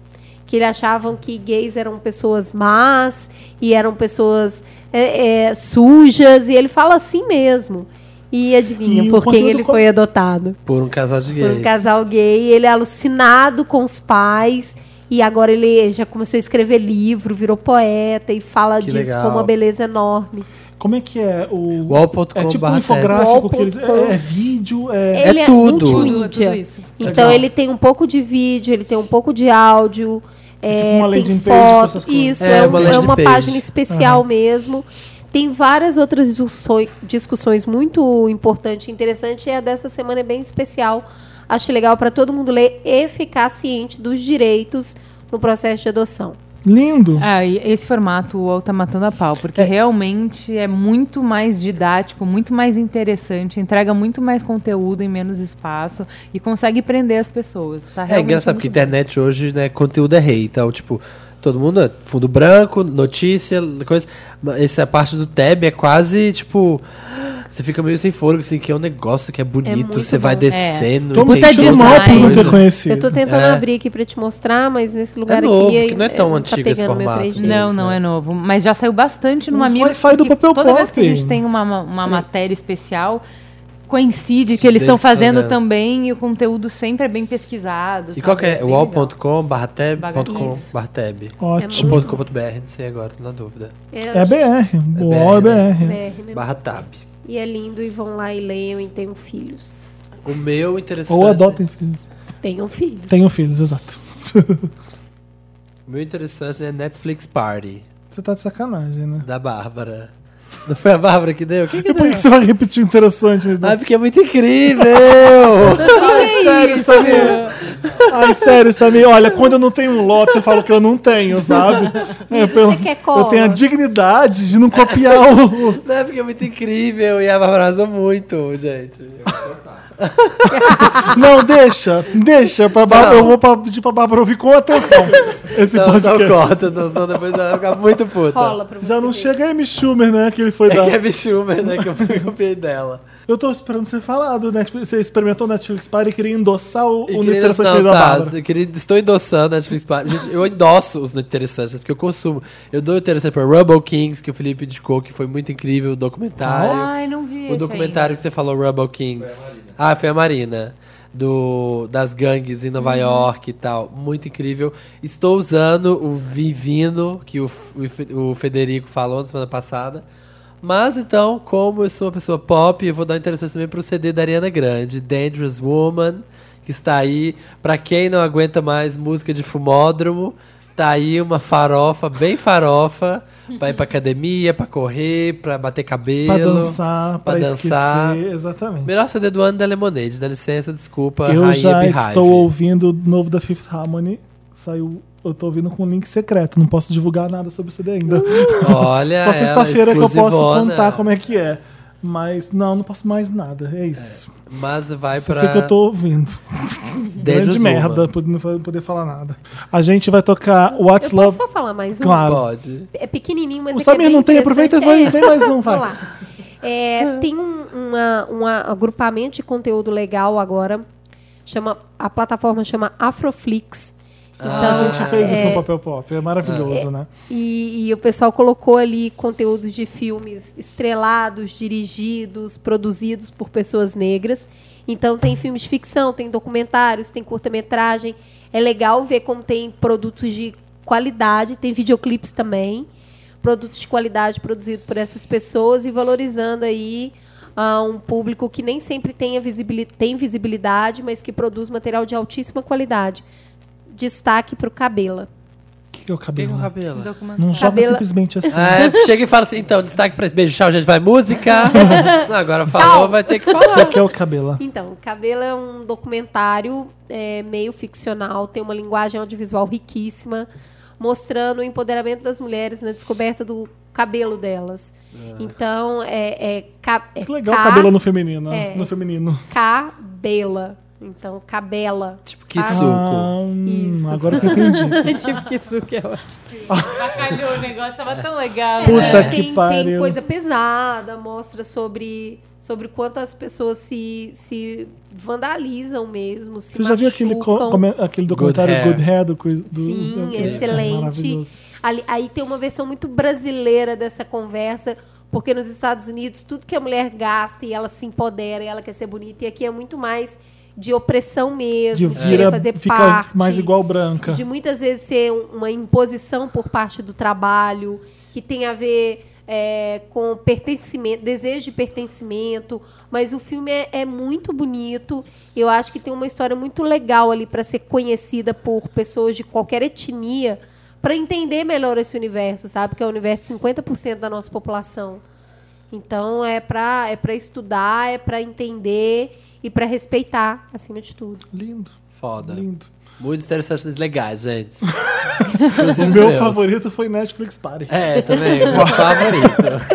Speaker 3: Que ele achavam que gays eram pessoas más e eram pessoas é, é, sujas, e ele fala assim mesmo. E adivinha
Speaker 1: E o
Speaker 3: por quem
Speaker 1: conteúdo
Speaker 3: ele
Speaker 1: com-
Speaker 3: foi adotado?
Speaker 2: Por um casal de
Speaker 3: Por um
Speaker 2: gays.
Speaker 3: casal gay. Ele é alucinado com os pais. E agora ele já começou a escrever livro, virou poeta e fala
Speaker 2: Que
Speaker 3: disso
Speaker 2: legal.
Speaker 3: com uma beleza enorme.
Speaker 1: Como é que é o.
Speaker 2: Wall.com
Speaker 1: É tipo um
Speaker 2: barra
Speaker 1: infográfico que eles.
Speaker 3: Wall.com.
Speaker 1: É, é vídeo, é.
Speaker 2: É tudo.
Speaker 4: Tudo, tudo
Speaker 3: multimídia.
Speaker 4: isso.
Speaker 3: Então
Speaker 1: Legal.
Speaker 3: ele tem um pouco de vídeo, ele tem um pouco de áudio,
Speaker 1: É
Speaker 3: é,
Speaker 1: tipo uma
Speaker 3: tem
Speaker 1: landing page com
Speaker 3: foto,
Speaker 1: essas coisas.
Speaker 3: isso,
Speaker 2: É,
Speaker 3: é, um-
Speaker 2: uma
Speaker 3: é uma,
Speaker 2: landing page.
Speaker 3: página especial mesmo. Tem várias outras discussões, discussões muito importantes e interessantes, e a dessa semana é bem especial. Acho legal para todo mundo ler e ficar ciente dos direitos no processo de adoção.
Speaker 1: Lindo!
Speaker 4: Ah, e esse formato, o UOL tá matando a pau, porque realmente é muito mais didático, muito mais interessante, entrega muito mais conteúdo em menos espaço e consegue prender as pessoas.
Speaker 1: né?
Speaker 4: Tá
Speaker 2: É
Speaker 4: realmente
Speaker 2: engraçado,
Speaker 4: muito
Speaker 2: porque
Speaker 4: bom.
Speaker 2: internet hoje, né, conteúdo é rei. Então, tipo, todo mundo é fundo branco, notícia, coisa. Mas Essa parte do tab é quase, tipo. Você fica meio sem fôlego, assim, que é um negócio que é bonito,
Speaker 3: muito
Speaker 2: você vai
Speaker 3: bom.
Speaker 2: descendo.
Speaker 1: Tô me
Speaker 4: Você é
Speaker 1: sentindo mal por não ter
Speaker 2: design.
Speaker 1: conhecido.
Speaker 3: Eu tô tentando
Speaker 2: É.
Speaker 3: abrir aqui para te mostrar, mas nesse lugar
Speaker 2: novo,
Speaker 3: aqui
Speaker 2: porque não é tão
Speaker 3: tá
Speaker 2: antigo esse
Speaker 3: pegando meu
Speaker 2: formato,
Speaker 3: 3G.
Speaker 2: né?
Speaker 4: Não,
Speaker 2: Isso,
Speaker 4: não é novo. Mas já saiu bastante no
Speaker 1: Os
Speaker 4: Mamilos.
Speaker 1: Wi-Fi do
Speaker 4: porque
Speaker 1: Papel
Speaker 4: Toda vez que a
Speaker 1: Pop.
Speaker 4: gente tem uma, uma-
Speaker 2: É.
Speaker 4: uma matéria especial, coincide que eles estão
Speaker 2: Eles
Speaker 4: fazendo
Speaker 2: fazendo.
Speaker 4: também e o conteúdo sempre é bem pesquisado.
Speaker 2: E
Speaker 4: sabe?
Speaker 2: qual que é?
Speaker 4: bem legal.
Speaker 2: wall.com barra tab? ponto com
Speaker 4: Isso.
Speaker 2: barra tab.
Speaker 1: Ótimo.
Speaker 2: Ou ponto com ponto br, não sei agora, tô na dúvida.
Speaker 1: É BR. O
Speaker 2: É
Speaker 1: O é
Speaker 2: BR, né?
Speaker 1: BR.
Speaker 3: BR, né?
Speaker 2: Barra tab.
Speaker 3: E é lindo, e vão lá e leiam e tenham filhos.
Speaker 2: O meu interessante.
Speaker 1: Ou adotem filhos.
Speaker 3: Tenham filhos.
Speaker 1: Tenham filhos, exato.
Speaker 2: O meu interessante é Netflix Party,
Speaker 1: Você tá de sacanagem, né?
Speaker 2: da Bárbara. Não foi a Bárbara que deu? Quem que
Speaker 1: E por que que você vai repetir o interessante, né?
Speaker 2: Ai, porque é muito incrível!
Speaker 1: Ai, sério, Samir. Ai, sério, Samir. Olha, quando eu não tenho um lote, você fala que eu não tenho, sabe? Eu, eu,
Speaker 3: quer cola?
Speaker 1: tenho a dignidade de não copiar o.
Speaker 2: Não, é porque é muito incrível e a Bárbara arrasou muito, gente.
Speaker 1: Não, deixa. Deixa. Pra Bárbara-
Speaker 2: Não.
Speaker 1: Eu vou pra, pedir pra Bárbara ouvir com atenção esse
Speaker 2: Não, Então, não
Speaker 1: podcast.
Speaker 2: corta, não, senão depois ela vai ficar muito puta.
Speaker 3: Rola pra você.
Speaker 1: Já não
Speaker 3: ver.
Speaker 1: chega a M. Schumer, né? Que ele foi
Speaker 2: É
Speaker 1: dar.
Speaker 2: que é bichumer, né? Que eu fui copiei dela.
Speaker 1: Eu tô esperando você falar do Netflix. Você experimentou o Netflix Party e queria endossar o,
Speaker 2: E
Speaker 1: o
Speaker 2: queridas,
Speaker 1: interessante
Speaker 2: não,
Speaker 1: da
Speaker 2: tá,
Speaker 1: Bárbara.
Speaker 2: eu queria- estou endossando a Netflix Party. Gente, eu endosso os interessantes, porque eu consumo. Eu dou interessante pra Rumble Kings, que o Felipe indicou, que foi muito incrível o documentário.
Speaker 4: Ai, não vi.
Speaker 2: O documentário que você falou, Rebel Kings. ah, foi a Marina. Do, das gangues em Nova York e tal. Muito incrível. Estou usando o Vivino, que o, o Fe- o Federico falou na semana passada. Mas então, como eu sou uma pessoa pop, eu vou dar um interessante também pro CD da Ariana Grande, Dangerous Woman, que está aí. Pra quem não aguenta mais música de fumódromo, Tá aí uma farofa, bem farofa, pra ir pra academia, pra correr, pra bater cabelo.
Speaker 1: Pra dançar, pra,
Speaker 2: pra dançar.
Speaker 1: esquecer. Exatamente.
Speaker 2: Melhor CD do ano da Lemonade, dá licença, desculpa.
Speaker 1: Eu
Speaker 2: Rainha
Speaker 1: já
Speaker 2: é Beehive.
Speaker 1: estou ouvindo o novo da Fifth Harmony. Saiu. Eu tô ouvindo com um link secreto. Não posso divulgar nada sobre o CD ainda.
Speaker 2: Olha,
Speaker 1: Só
Speaker 2: É, ela,
Speaker 1: sexta-feira que eu posso
Speaker 2: exclusivona.
Speaker 1: contar como é que é. Mas não, não posso mais nada. É isso.
Speaker 2: Mas vai
Speaker 1: Só
Speaker 2: É, pra.
Speaker 1: sei que eu tô ouvindo.
Speaker 2: Dentro
Speaker 1: Grande
Speaker 2: Zuma.
Speaker 1: merda, por não fa- poder falar nada. A gente vai tocar What's
Speaker 3: Eu posso
Speaker 1: Love.
Speaker 3: só falar mais um?
Speaker 1: Claro.
Speaker 2: Pode.
Speaker 3: É pequenininho, mas
Speaker 1: O
Speaker 3: é que é
Speaker 1: Samir
Speaker 3: bem
Speaker 1: não tem, aproveita
Speaker 3: interessante.
Speaker 1: e vai,
Speaker 3: É.
Speaker 1: vem mais um, vai.
Speaker 3: Vamos lá. É, tem um, uma- um a- agrupamento de conteúdo legal agora. Chama, a plataforma chama Afroflix. Então,
Speaker 1: Ah, a gente fez isso
Speaker 3: é,
Speaker 1: no Papel Pop, é maravilhoso, né?
Speaker 3: E, e o pessoal colocou ali conteúdos de filmes estrelados, dirigidos, produzidos por pessoas negras. Então tem filmes de ficção, tem documentários, tem curta-metragem. É legal ver como tem produtos de qualidade, tem videoclipes também. Produtos de qualidade produzidos por essas pessoas e valorizando aí a um público que nem sempre tem, a visibili- tem visibilidade, mas que produz material de altíssima qualidade. Destaque para o Cabela.
Speaker 1: O que, que é o
Speaker 2: Quem com
Speaker 1: cabelo?
Speaker 2: cabelo?
Speaker 1: Não joga
Speaker 3: Cabelo-
Speaker 1: simplesmente assim.
Speaker 2: Ah, chega e fala assim, então, destaque pra esse beijo, tchau, gente, vai música. Não, Agora falou, vai ter que
Speaker 1: O que é
Speaker 2: falar.
Speaker 1: que é o cabelo?
Speaker 3: Então, o Cabelo é um documentário é, meio ficcional, tem uma linguagem audiovisual riquíssima, mostrando o empoderamento das mulheres na descoberta do cabelo delas. Então, é, é, ca- é
Speaker 1: Que legal
Speaker 3: K-
Speaker 1: o cabelo no feminino.
Speaker 3: É.
Speaker 1: No feminino.
Speaker 3: Cabela. Então, cabela.
Speaker 2: Tipo, que
Speaker 3: sabe?
Speaker 2: Suco.
Speaker 1: Ah, hum,
Speaker 3: Isso.
Speaker 1: agora que eu entendi.
Speaker 3: tipo, que suco é ótimo.
Speaker 4: Bacalhou o negócio, tava tão legal.
Speaker 1: Puta
Speaker 3: É,
Speaker 1: que
Speaker 3: tem,
Speaker 1: pariu.
Speaker 3: Tem coisa pesada, mostra sobre, sobre quanto as pessoas se, se vandalizam mesmo, se
Speaker 1: Você já viu aquele, co-
Speaker 3: machucam.
Speaker 1: come- aquele documentário
Speaker 2: Hair.
Speaker 1: Good Hair do Chris? Do,
Speaker 3: um Sim,
Speaker 1: do-
Speaker 3: excelente.
Speaker 1: Maravilhoso.
Speaker 3: Ali- aí tem uma versão muito brasileira dessa conversa, porque nos Estados Unidos tudo que a mulher gasta e ela se empodera, e ela quer ser bonita, e aqui é muito mais de opressão mesmo,
Speaker 1: De
Speaker 3: de, querer
Speaker 1: vira,
Speaker 3: fazer
Speaker 1: fica
Speaker 3: parte.
Speaker 1: mais igual branca.
Speaker 3: De muitas vezes ser um- uma imposição por parte do trabalho, que tem a ver é, com pertencimento, desejo de pertencimento. Mas o filme é, é muito bonito. Eu acho que tem uma história muito legal ali para ser conhecida por pessoas de qualquer etnia, para entender melhor esse universo, sabe? Que é o universo de 50% da nossa população. Então é para é para estudar, é para entender e para respeitar acima de tudo.
Speaker 1: Lindo,
Speaker 2: Foda.
Speaker 1: lindo.
Speaker 2: Muitos interessantes legais, gente. Inclusive
Speaker 1: O
Speaker 2: os
Speaker 1: meu
Speaker 2: meus.
Speaker 1: favorito foi Netflix Party.
Speaker 2: É, também, o meu favorito.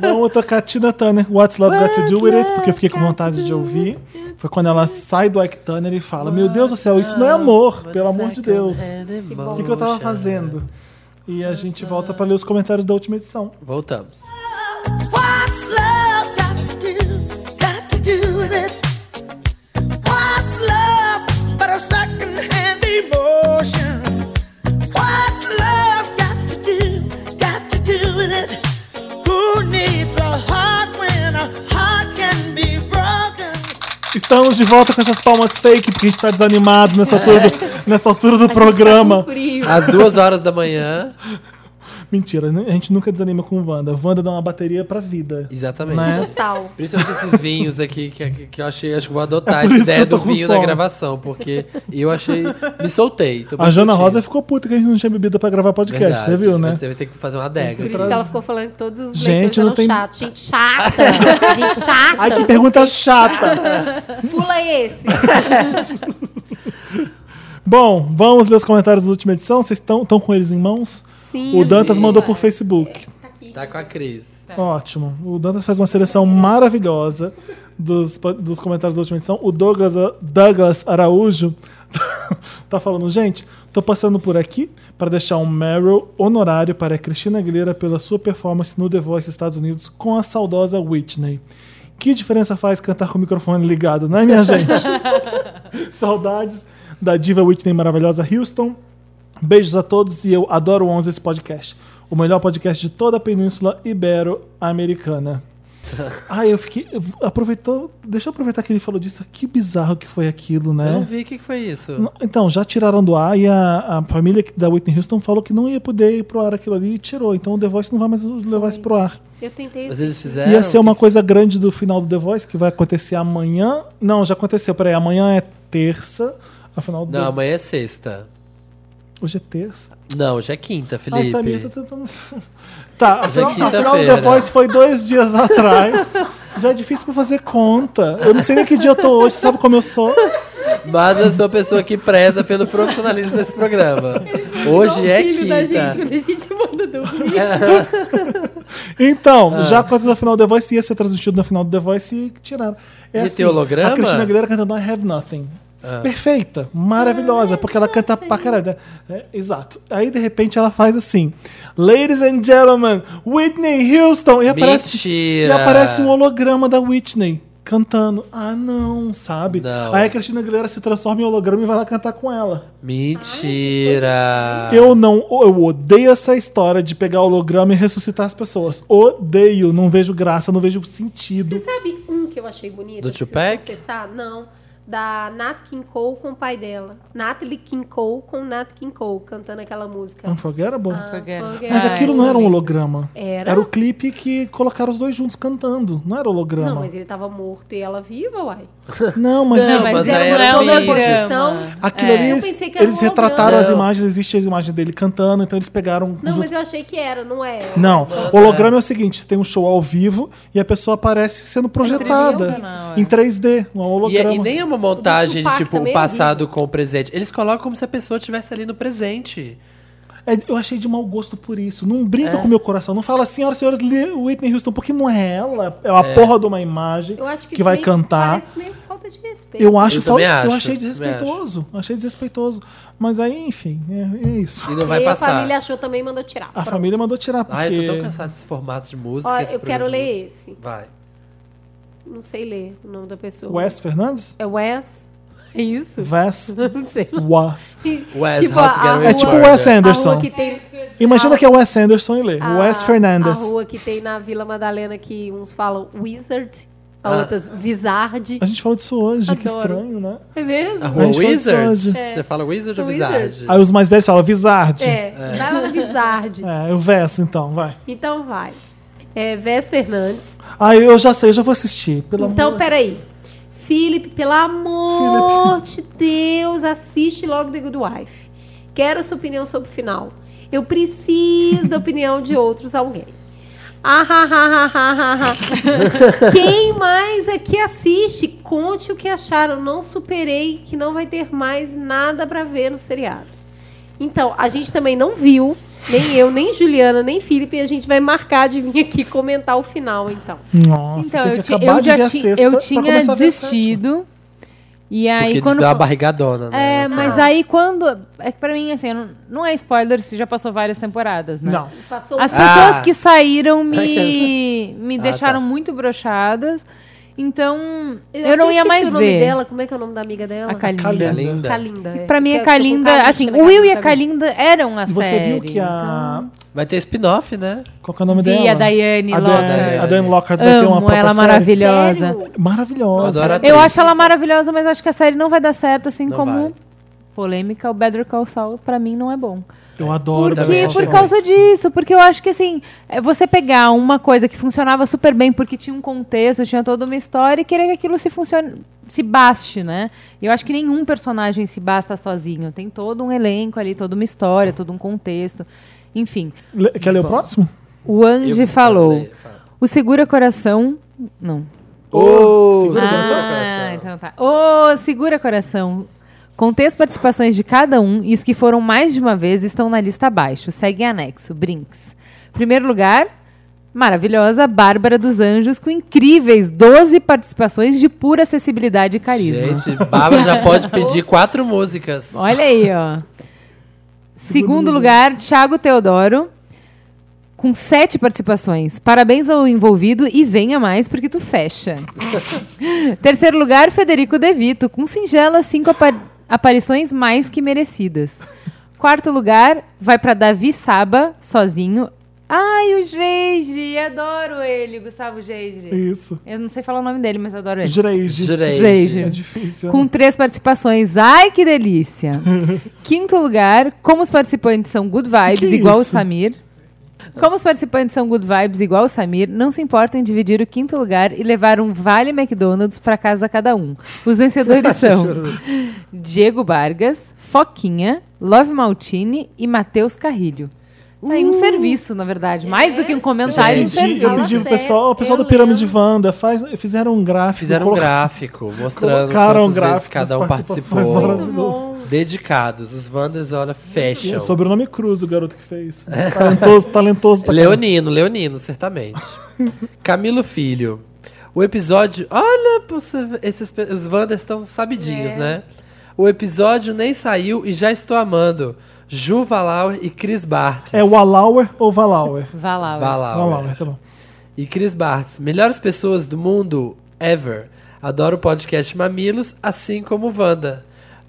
Speaker 1: Vamos tocar Tina Turner, What's Love Got To Do With It, porque eu fiquei com vontade de ouvir. Foi quando ela sai do Ike Turner e fala, meu Deus do céu, isso não é amor, pelo amor de Deus. O que, que eu tava fazendo? E a gente volta pra ler os comentários da última edição.
Speaker 2: Voltamos.
Speaker 5: What's love got to do? Got to do with it. What's love but a second-hand emotion? What's love got to do? Got to do with it. Who needs a heart when a heart can be broken?
Speaker 1: Estamos de volta com essas palmas fake, porque a gente tá desanimado nessa
Speaker 2: É.
Speaker 1: altura do, nessa altura do
Speaker 2: tá
Speaker 1: programa.
Speaker 2: Às duas horas da manhã,
Speaker 1: Mentira, né? a gente nunca desanima com Wanda. Wanda dá uma bateria pra vida.
Speaker 2: exatamente.
Speaker 1: Né?
Speaker 3: Total.
Speaker 2: Principalmente esses vinhos aqui que, que eu achei, acho que vou adotar
Speaker 1: É por
Speaker 2: essa
Speaker 1: isso que
Speaker 2: ideia
Speaker 1: eu tô
Speaker 2: do
Speaker 1: com
Speaker 2: vinho na
Speaker 1: sono.
Speaker 2: gravação, porque eu achei. Me soltei. tô
Speaker 1: A
Speaker 2: me
Speaker 1: Jana
Speaker 2: sentindo.
Speaker 1: Rosa ficou puta que a gente não tinha bebida pra gravar podcast,
Speaker 2: Verdade,
Speaker 1: você viu, né?
Speaker 2: Você vai ter que fazer uma
Speaker 3: Por
Speaker 2: adega.
Speaker 3: isso que ela ficou falando que todos os
Speaker 1: Gente,
Speaker 3: leitores
Speaker 1: não
Speaker 3: eram
Speaker 1: tem-
Speaker 3: chatos. Gente chata! gente chata!
Speaker 1: Ai, que pergunta chata!
Speaker 3: Pula esse!
Speaker 1: Bom, vamos ler os comentários da última edição. Vocês estão estão com eles em mãos?
Speaker 3: Sim,
Speaker 1: O Dantas mandou por Facebook.
Speaker 2: Tá com a Cris.
Speaker 1: Ótimo. O Dantas faz uma seleção maravilhosa dos, po- dos comentários da última edição. O Douglas, uh, Douglas Araújo tá falando, gente, tô passando por aqui para deixar um Meryl honorário para a Cristina Aguilera pela sua performance no The Voice Estados Unidos com a saudosa Whitney. Que diferença faz cantar com o microfone ligado, não é, minha gente? Saudades da diva Whitney maravilhosa Houston. Beijos a todos e eu adoro o 11 esse podcast. O melhor podcast de toda a Península Ibero-Americana. Ai, eu fiquei. Aproveitou. Deixa eu aproveitar que ele falou disso. Que bizarro que foi aquilo,
Speaker 2: Eu não
Speaker 1: né?
Speaker 2: vi o que, que foi isso.
Speaker 1: Então, já tiraram do ar e a, a família da Whitney Houston falou que não ia poder ir pro ar aquilo ali e tirou. Então o The Voice não vai mais levar isso pro ar.
Speaker 3: Eu tentei.
Speaker 2: Mas eles fizeram.
Speaker 1: Ia ser uma coisa grande do final do The Voice que vai acontecer amanhã. Não, já aconteceu. Peraí, amanhã é terça. Afinal do
Speaker 2: Não, amanhã é sexta.
Speaker 1: Hoje é terça.
Speaker 2: Não, hoje é quinta,
Speaker 1: Ah,
Speaker 2: Felipe.
Speaker 1: Samir tá tentando. Tá, a
Speaker 2: Hoje é
Speaker 1: final, a final do The
Speaker 2: quinta-feira.
Speaker 1: Voice foi dois dias atrás. Já é difícil pra fazer conta. Eu não sei nem que dia eu tô hoje, sabe como eu sou?
Speaker 2: Mas eu sou a pessoa que preza pelo profissionalismo desse programa. Hoje é
Speaker 6: filho da gente,
Speaker 2: quinta.
Speaker 6: quando a gente manda dormir.
Speaker 1: Então,
Speaker 2: Ah.
Speaker 1: já quando da final do The Voice ia ser transmitido na final do The Voice e tiraram. É
Speaker 2: E tem holograma?
Speaker 1: A Cristina Aguilera cantando I Have Nothing.
Speaker 2: Ah.
Speaker 1: Perfeita, maravilhosa, porque ela canta pra caralho. É, exato. Aí de repente ela faz assim: Ladies and gentlemen, Whitney Houston! E aparece, e
Speaker 2: Mentira.
Speaker 1: aparece um holograma da Whitney cantando. Ah, não, sabe?
Speaker 2: Não.
Speaker 1: Aí a Cristina Aguilera se transforma em holograma e vai lá cantar com ela.
Speaker 2: Mentira.
Speaker 1: Eu não, eu odeio essa história de pegar holograma e ressuscitar as pessoas. Odeio, não vejo graça, não vejo sentido.
Speaker 3: Você sabe um que eu achei bonito?
Speaker 2: Do
Speaker 3: preciso
Speaker 2: Tupac?
Speaker 3: confessar? Não. Da Nat King Cole com o pai dela. Natalie King Cole com Nat King Cole cantando aquela música. Ah,
Speaker 1: Unforgettable.
Speaker 3: Unforgettable.
Speaker 1: mas
Speaker 4: Ai,
Speaker 1: aquilo não era um holograma.
Speaker 3: Era?
Speaker 1: o clipe que colocaram os dois juntos cantando. Não era holograma.
Speaker 3: Não, mas ele tava morto e ela viva, uai.
Speaker 1: Não, mas,
Speaker 2: Não, mas
Speaker 4: é
Speaker 2: aí
Speaker 4: uma
Speaker 2: era
Speaker 3: Sobre a
Speaker 2: vídeo.
Speaker 3: posição.
Speaker 1: aquilo ali
Speaker 3: Eu
Speaker 1: eles,
Speaker 3: pensei que era
Speaker 1: eles
Speaker 3: um holograma.
Speaker 1: retrataram as
Speaker 2: Não.
Speaker 1: imagens, existe as imagens dele cantando, então eles pegaram os
Speaker 3: Não,
Speaker 1: outros-
Speaker 3: mas eu achei que era, não é?
Speaker 1: Não, holograma é o seguinte: tem um show ao vivo e a pessoa aparece sendo projetada
Speaker 4: não, é.
Speaker 1: em 3D, um
Speaker 2: E, é-
Speaker 1: holograma.
Speaker 2: e nem é uma montagem de
Speaker 3: Tupac
Speaker 2: tipo o
Speaker 3: também é
Speaker 2: passado com o presente. Eles colocam como se a pessoa estivesse ali no presente.
Speaker 1: É, eu achei de mau gosto por isso. Não
Speaker 2: É.
Speaker 1: brinca com o meu coração. Não fala, senhoras e senhores, Li- Whitney Houston, porque não é ela. É uma porra de uma imagem
Speaker 3: Eu acho que,
Speaker 1: vai
Speaker 3: meio-
Speaker 1: cantar.
Speaker 3: Parece meio falta de respeito.
Speaker 1: Eu acho,
Speaker 2: Eu
Speaker 1: falta-
Speaker 2: também
Speaker 1: eu
Speaker 2: acho,
Speaker 1: achei
Speaker 2: também acho.
Speaker 1: desrespeitoso. Achei desrespeitoso. Mas aí, enfim, é, é isso.
Speaker 2: E não
Speaker 3: e
Speaker 2: vai
Speaker 3: aí
Speaker 2: passar.
Speaker 3: a família achou também e mandou tirar.
Speaker 1: A
Speaker 3: Pronto.
Speaker 1: família mandou tirar, porque...
Speaker 2: Ai, eu tô tão cansado desses formatos de música.
Speaker 3: Ó,
Speaker 2: esses
Speaker 3: eu quero
Speaker 2: programas de
Speaker 3: ler esse.
Speaker 2: música. Vai.
Speaker 3: Não sei ler o nome da pessoa.
Speaker 1: Wes Fernandes?
Speaker 3: É Wes? É isso?
Speaker 1: Wes.
Speaker 3: Não sei.
Speaker 1: Wes.
Speaker 2: Wes,
Speaker 3: Tipo,
Speaker 2: How to
Speaker 3: a-
Speaker 2: Get
Speaker 3: a
Speaker 2: Away
Speaker 1: É
Speaker 3: rua-
Speaker 2: with
Speaker 1: tipo
Speaker 2: Murder.
Speaker 1: Wes
Speaker 3: A
Speaker 1: Anderson.
Speaker 3: rua que tem...
Speaker 1: Imagina que é Wes Anderson e lê.
Speaker 3: a-
Speaker 1: Wes Fernandes.
Speaker 3: Ah, A rua que tem na Vila Madalena que uns falam Wizard, a
Speaker 2: Ah.
Speaker 3: outras Wizard.
Speaker 1: A gente falou disso hoje, que
Speaker 3: Adoro.
Speaker 1: estranho, né?
Speaker 3: É mesmo?
Speaker 2: A rua
Speaker 1: gente falou disso
Speaker 2: Wizard?
Speaker 1: hoje.
Speaker 2: Você fala Wizard ou
Speaker 3: É. Wizard.
Speaker 2: Wizard?
Speaker 1: Aí os mais velhos falam, Vizard.
Speaker 3: É, vai lá no Wizard.
Speaker 1: É, o Wes, então, vai.
Speaker 3: Então vai. É Wes Fernandes.
Speaker 1: Ah, eu já sei, eu já vou assistir. Pelo
Speaker 3: então,
Speaker 1: amor...
Speaker 3: peraí. Felipe, pelo amor de Deus, assiste logo The Good Wife. Quero sua opinião sobre o final. Eu preciso da opinião de outros alguém. Ah, ha, ha, ha, ha, ha, ha. Quem mais aqui assiste? Conte o que acharam. Não superei que não vai ter mais nada pra ver no seriado. Então, a gente também não viu, nem eu, nem Juliana, nem Felipe, e a gente vai marcar de vir aqui comentar o final, então.
Speaker 1: Nossa,
Speaker 4: Então,
Speaker 1: tem que
Speaker 4: eu, ti-
Speaker 1: acabar
Speaker 4: eu
Speaker 1: de ver
Speaker 4: já
Speaker 1: a
Speaker 4: ti-
Speaker 1: sexta
Speaker 4: eu
Speaker 1: pra
Speaker 4: tinha
Speaker 1: começar a ver a sétima.
Speaker 4: desistido. E aí,
Speaker 2: Porque eles
Speaker 4: quando.
Speaker 2: dão uma
Speaker 4: fo-
Speaker 2: barrigadona, né?
Speaker 4: É, mas aí quando. É que pra mim, assim, eu não, não é spoiler se já passou várias temporadas, né?
Speaker 1: Não.
Speaker 3: Passou
Speaker 4: As
Speaker 3: um-
Speaker 4: pessoas
Speaker 2: Ah.
Speaker 4: que saíram me, me
Speaker 2: Ah,
Speaker 4: deixaram
Speaker 2: tá.
Speaker 4: muito broxadas. Então, eu,
Speaker 3: até
Speaker 4: não ia
Speaker 3: esqueci
Speaker 4: mais
Speaker 3: o nome
Speaker 4: ver.
Speaker 3: dela, como é que é o nome da amiga dela?
Speaker 4: A Kalinda.
Speaker 2: É
Speaker 1: Kalinda.
Speaker 2: linda.
Speaker 3: Kalinda, é.
Speaker 4: Pra mim,
Speaker 3: Porque
Speaker 4: a
Speaker 3: eu tô com
Speaker 4: Kalinda.
Speaker 3: Kalinda
Speaker 4: Assim,
Speaker 3: na
Speaker 4: o Will e
Speaker 3: cabeça
Speaker 4: a
Speaker 3: agora.
Speaker 4: Kalinda eram a
Speaker 1: E você
Speaker 4: série. então,
Speaker 1: viu que a.
Speaker 2: Vai ter spin-off, né?
Speaker 1: Qual que é o nome
Speaker 4: Vi
Speaker 1: dela?
Speaker 4: a Daiane
Speaker 1: a
Speaker 4: Lockhart.
Speaker 1: Dan- A Diane Lockhart vai ter uma
Speaker 4: Amo
Speaker 1: própria
Speaker 4: ela
Speaker 1: série.
Speaker 4: maravilhosa.
Speaker 3: Sério?
Speaker 1: Maravilhosa.
Speaker 2: Adoro a
Speaker 4: Eu
Speaker 2: atriz.
Speaker 4: acho ela maravilhosa, mas acho que a série não vai dar certo, assim
Speaker 2: Não
Speaker 4: como
Speaker 2: vai.
Speaker 4: polêmica, o Better Call Saul pra mim não é bom.
Speaker 1: Eu adoro.
Speaker 4: Por
Speaker 1: Better
Speaker 4: quê?
Speaker 1: Call
Speaker 4: Por
Speaker 1: Saul.
Speaker 4: causa disso, porque eu acho que assim, é você pegar uma coisa que funcionava super bem porque tinha um contexto, tinha toda uma história e querer que aquilo se funcione, se baste, né? E eu acho que nenhum personagem se basta sozinho, tem todo um elenco ali, toda uma história, todo um contexto. Enfim,
Speaker 1: Le- Quer ler o próximo?
Speaker 4: o Andy
Speaker 2: Eu-
Speaker 4: falou:
Speaker 2: eu-
Speaker 4: "O segura coração, não,
Speaker 2: Ô, segura o coração.
Speaker 4: ah, então tá. Ô, segura coração. Contei as participações de cada um e os que foram mais de uma vez estão na lista abaixo. Segue em anexo, Brinks. Primeiro lugar, maravilhosa Bárbara dos Anjos, com incríveis 12 participações de pura acessibilidade e é carisma.
Speaker 2: Gente, Bárbara já pode pedir quatro músicas.
Speaker 4: Olha aí, ó. Segundo lugar, Thiago Teodoro, com sete participações. Parabéns ao envolvido e venha mais, porque tu fecha. Terceiro lugar, Federico De Vito, com singelas cinco apa- aparições mais que merecidas. Quarto lugar, vai para Davi Saba, sozinho. Ai, o Geige, adoro ele, Gustavo Geige.
Speaker 1: Isso.
Speaker 4: Eu não sei falar o nome dele, mas adoro ele.
Speaker 1: Jureide.
Speaker 2: Jureide.
Speaker 4: Jureide.
Speaker 1: É difícil.
Speaker 4: Com
Speaker 1: né?
Speaker 4: três participações. Ai, que delícia! Quinto lugar, como os participantes são good vibes,
Speaker 1: Que que é
Speaker 4: igual o
Speaker 1: isso?
Speaker 4: Samir. Como os participantes são good vibes igual o Samir, não se importam em dividir o quinto lugar e levar um vale McDonald's pra casa cada um. Os vencedores são Diego Vargas, Foquinha, Love Maltini e Matheus Carrilho. Tá
Speaker 1: Uh.
Speaker 4: aí um serviço, na verdade. Mais do que um comentário,
Speaker 1: Eu
Speaker 4: um
Speaker 1: pedi, É, eu
Speaker 4: serviço.
Speaker 1: pedi
Speaker 3: Fala
Speaker 1: pro pessoal, o pessoal
Speaker 3: sério,
Speaker 1: da Pirâmide
Speaker 3: eu
Speaker 1: Wanda, faz, fizeram um gráfico.
Speaker 2: Fizeram um
Speaker 1: coloca-
Speaker 2: gráfico mostrando
Speaker 1: Colocaram um
Speaker 2: quantas
Speaker 1: gráfico.
Speaker 2: vezes cada um
Speaker 1: das participações
Speaker 2: participou.
Speaker 1: maravilhoso.
Speaker 2: Dedicados. Os Wanders, olha, fecham.
Speaker 1: Sobrenome Cruz, o garoto que fez. Talentoso, talentoso pra caramba.
Speaker 2: Leonino, Leonino, certamente. Camilo Filho. O episódio. Olha, você- esses, pe- os Wanders estão sabidinhos, né? O episódio nem saiu e já estou amando. Ju Valauer e Chris Bartz.
Speaker 1: É Wallauer ou Valauer?
Speaker 4: Vá lá, ué.
Speaker 2: Valauer.
Speaker 1: Wallauer, tá bom.
Speaker 2: E Chris Bartz, melhores pessoas do mundo ever. Adoro o podcast Mamilos, assim como Wanda.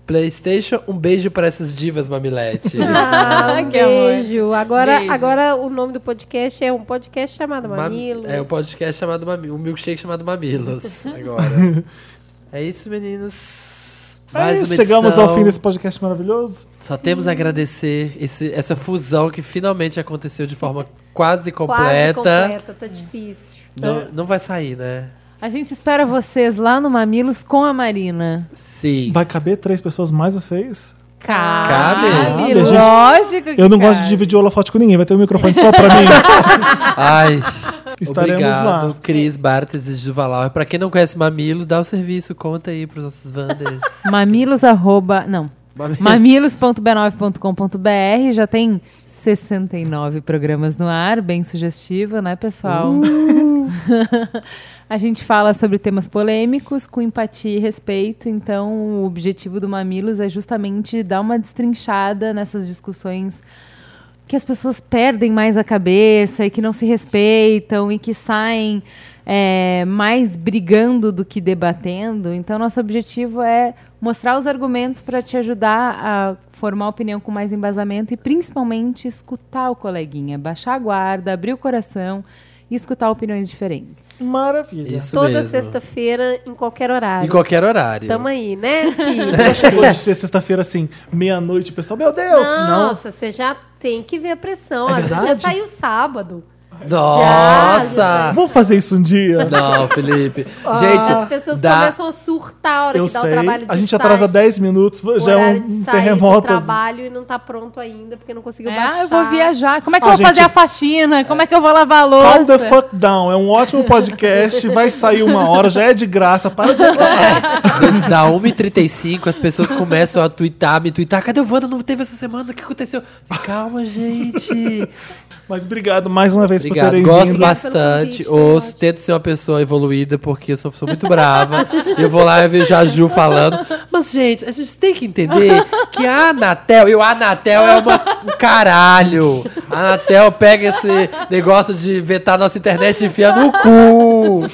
Speaker 2: PlayStation, um beijo para essas divas mamilete.
Speaker 3: Ah, um
Speaker 4: Que amor.
Speaker 3: beijo. Agora,
Speaker 4: Beijo.
Speaker 3: agora o nome do podcast é um podcast chamado
Speaker 2: Mam-
Speaker 3: Mamilos.
Speaker 2: É um podcast chamado Mamilos, um milkshake chamado Mamilos. Agora. é isso, meninos.
Speaker 1: É
Speaker 2: Mais
Speaker 1: isso,
Speaker 2: uma
Speaker 1: chegamos
Speaker 2: edição.
Speaker 1: ao fim desse podcast maravilhoso.
Speaker 2: Só temos a agradecer esse- essa fusão que finalmente aconteceu de forma quase
Speaker 3: Quase
Speaker 2: completa.
Speaker 3: completa, tá difícil.
Speaker 2: Não, não vai sair, né?
Speaker 4: A gente espera vocês lá no Mamilos com a Marina.
Speaker 2: Sim.
Speaker 1: Vai caber três pessoas mais vocês?
Speaker 2: Cabe?
Speaker 1: Cabe, gente.
Speaker 4: Lógico que
Speaker 1: Eu não gosto
Speaker 4: cabe.
Speaker 1: de dividir o holofote com ninguém, vai ter um microfone só pra mim.
Speaker 2: Ai.
Speaker 1: Estaremos
Speaker 2: Obrigado,
Speaker 1: lá.
Speaker 2: Cris Bartes e Juvalau. Pra quem não conhece Mamilo, dá o serviço, conta aí pros nossos Wanders.
Speaker 4: Mamilos arroba, não.
Speaker 2: Mamilos.
Speaker 4: Mamilos.b9.com.br já tem 69 programas no ar, bem sugestivo, né, pessoal?
Speaker 1: Uh.
Speaker 4: A gente fala sobre temas polêmicos com empatia e respeito, então o objetivo do Mamilos é justamente dar uma destrinchada nessas discussões que as pessoas perdem mais a cabeça e que não se respeitam e que saem é, mais brigando do que debatendo. Então, nosso objetivo é mostrar os argumentos para te ajudar a formar opinião com mais embasamento e, principalmente, escutar o coleguinha, baixar a guarda, abrir o coração e escutar opiniões diferentes.
Speaker 1: Maravilha.
Speaker 2: Isso
Speaker 3: Toda
Speaker 2: mesmo.
Speaker 3: sexta-feira, em qualquer horário.
Speaker 2: Em qualquer horário.
Speaker 3: Tamo aí, né? filho?
Speaker 1: Já chegou de ser sexta-feira assim, meia-noite, o pessoal, meu Deus! Não.
Speaker 3: Nossa, você já tem que ver a pressão.
Speaker 1: É
Speaker 3: a gente já
Speaker 1: verdade?
Speaker 3: saiu sábado.
Speaker 2: Nossa!
Speaker 1: Vamos fazer isso um dia?
Speaker 2: Não, Felipe.
Speaker 3: Ah. As
Speaker 2: Gente,
Speaker 3: pessoas
Speaker 2: dá-
Speaker 3: começam a surtar a hora
Speaker 1: Ah, Eu
Speaker 3: que dá
Speaker 1: sei.
Speaker 3: o trabalho de
Speaker 1: A gente
Speaker 3: sair,
Speaker 1: atrasa 10 minutos,
Speaker 3: o
Speaker 1: já é
Speaker 3: horário de
Speaker 1: um
Speaker 3: sair do
Speaker 1: terremoto.
Speaker 3: trabalho e não tá pronto ainda, porque não conseguiu baixar.
Speaker 4: Ah, eu vou viajar. Como é que
Speaker 1: Ah,
Speaker 4: eu vou fazer
Speaker 1: gente,
Speaker 4: a faxina? Como é que eu vou lavar
Speaker 1: Calm
Speaker 4: a louça?
Speaker 1: the fuck down. É um ótimo podcast. Vai sair uma hora, já é de graça. Para de reclamar.
Speaker 2: gente, dá 1h35, as pessoas começam a twittar, me twittar. Cadê o Wanda? Não teve essa semana? O que aconteceu? Calma, gente.
Speaker 1: Mas obrigado mais uma vez por
Speaker 2: Obrigado,
Speaker 1: terem
Speaker 2: gosto
Speaker 1: vindo.
Speaker 3: Obrigada pelo
Speaker 2: bastante.
Speaker 3: convite, foi
Speaker 2: Ouço,
Speaker 3: ótimo.
Speaker 2: tento ser uma pessoa evoluída, porque eu sou uma pessoa muito brava. eu vou lá e vejo a Ju falando. Mas, gente, a gente tem que entender que a Anatel, e o Anatel é uma, um caralho. A Anatel pega esse negócio de vetar nossa internet e enfia no cu.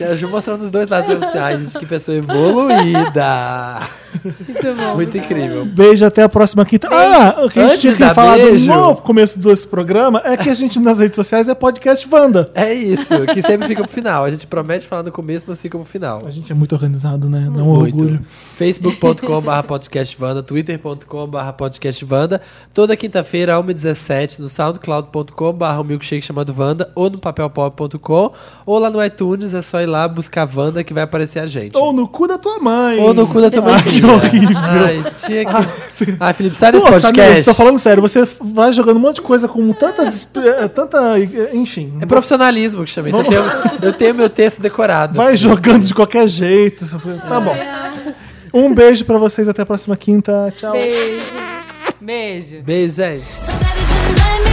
Speaker 2: E a Ju mostrando os dois lados sociais. Gente, que pessoa evoluída.
Speaker 4: Muito bom.
Speaker 2: Muito incrível.
Speaker 1: Beijo, até a próxima quinta. Ah, o que a gente
Speaker 2: Antes
Speaker 1: tinha
Speaker 2: da
Speaker 1: que falar do
Speaker 2: beijo.
Speaker 1: no começo desse programa é que a gente nas redes sociais é podcast Wanda.
Speaker 2: É isso, que sempre fica pro final. A gente promete falar no começo, mas fica pro final.
Speaker 1: A gente é muito organizado, né? Não
Speaker 2: Muito.
Speaker 1: orgulho.
Speaker 2: Facebook.com.br podcastvanda, twitter.com.br podcastvanda, toda quinta-feira, 1h17, no soundcloud.com.br, o um milkshake chamado Vanda, ou no papelpop.com, ou lá no iTunes, é só ir lá buscar Vanda que vai aparecer a gente.
Speaker 1: Ou no cu da tua mãe.
Speaker 2: Ou no cu da tua mãe.
Speaker 1: que horrível.
Speaker 2: Ai, tinha que... Ai, Felipe, sai desse
Speaker 1: Nossa, amigo,
Speaker 2: podcast.
Speaker 1: tô falando sério, você vai jogando um monte de coisa com tanta. despe- eh, tanta eh, enfim.
Speaker 2: É profissionalismo que chama isso. Eu tenho, eu tenho meu texto decorado.
Speaker 1: Vai jogando de qualquer jeito. se você- Tá bom. Um beijo pra vocês, até a próxima quinta. Tchau.
Speaker 4: Beijo. Beijo.
Speaker 2: Beijo, gente.
Speaker 5: So baby, tonight,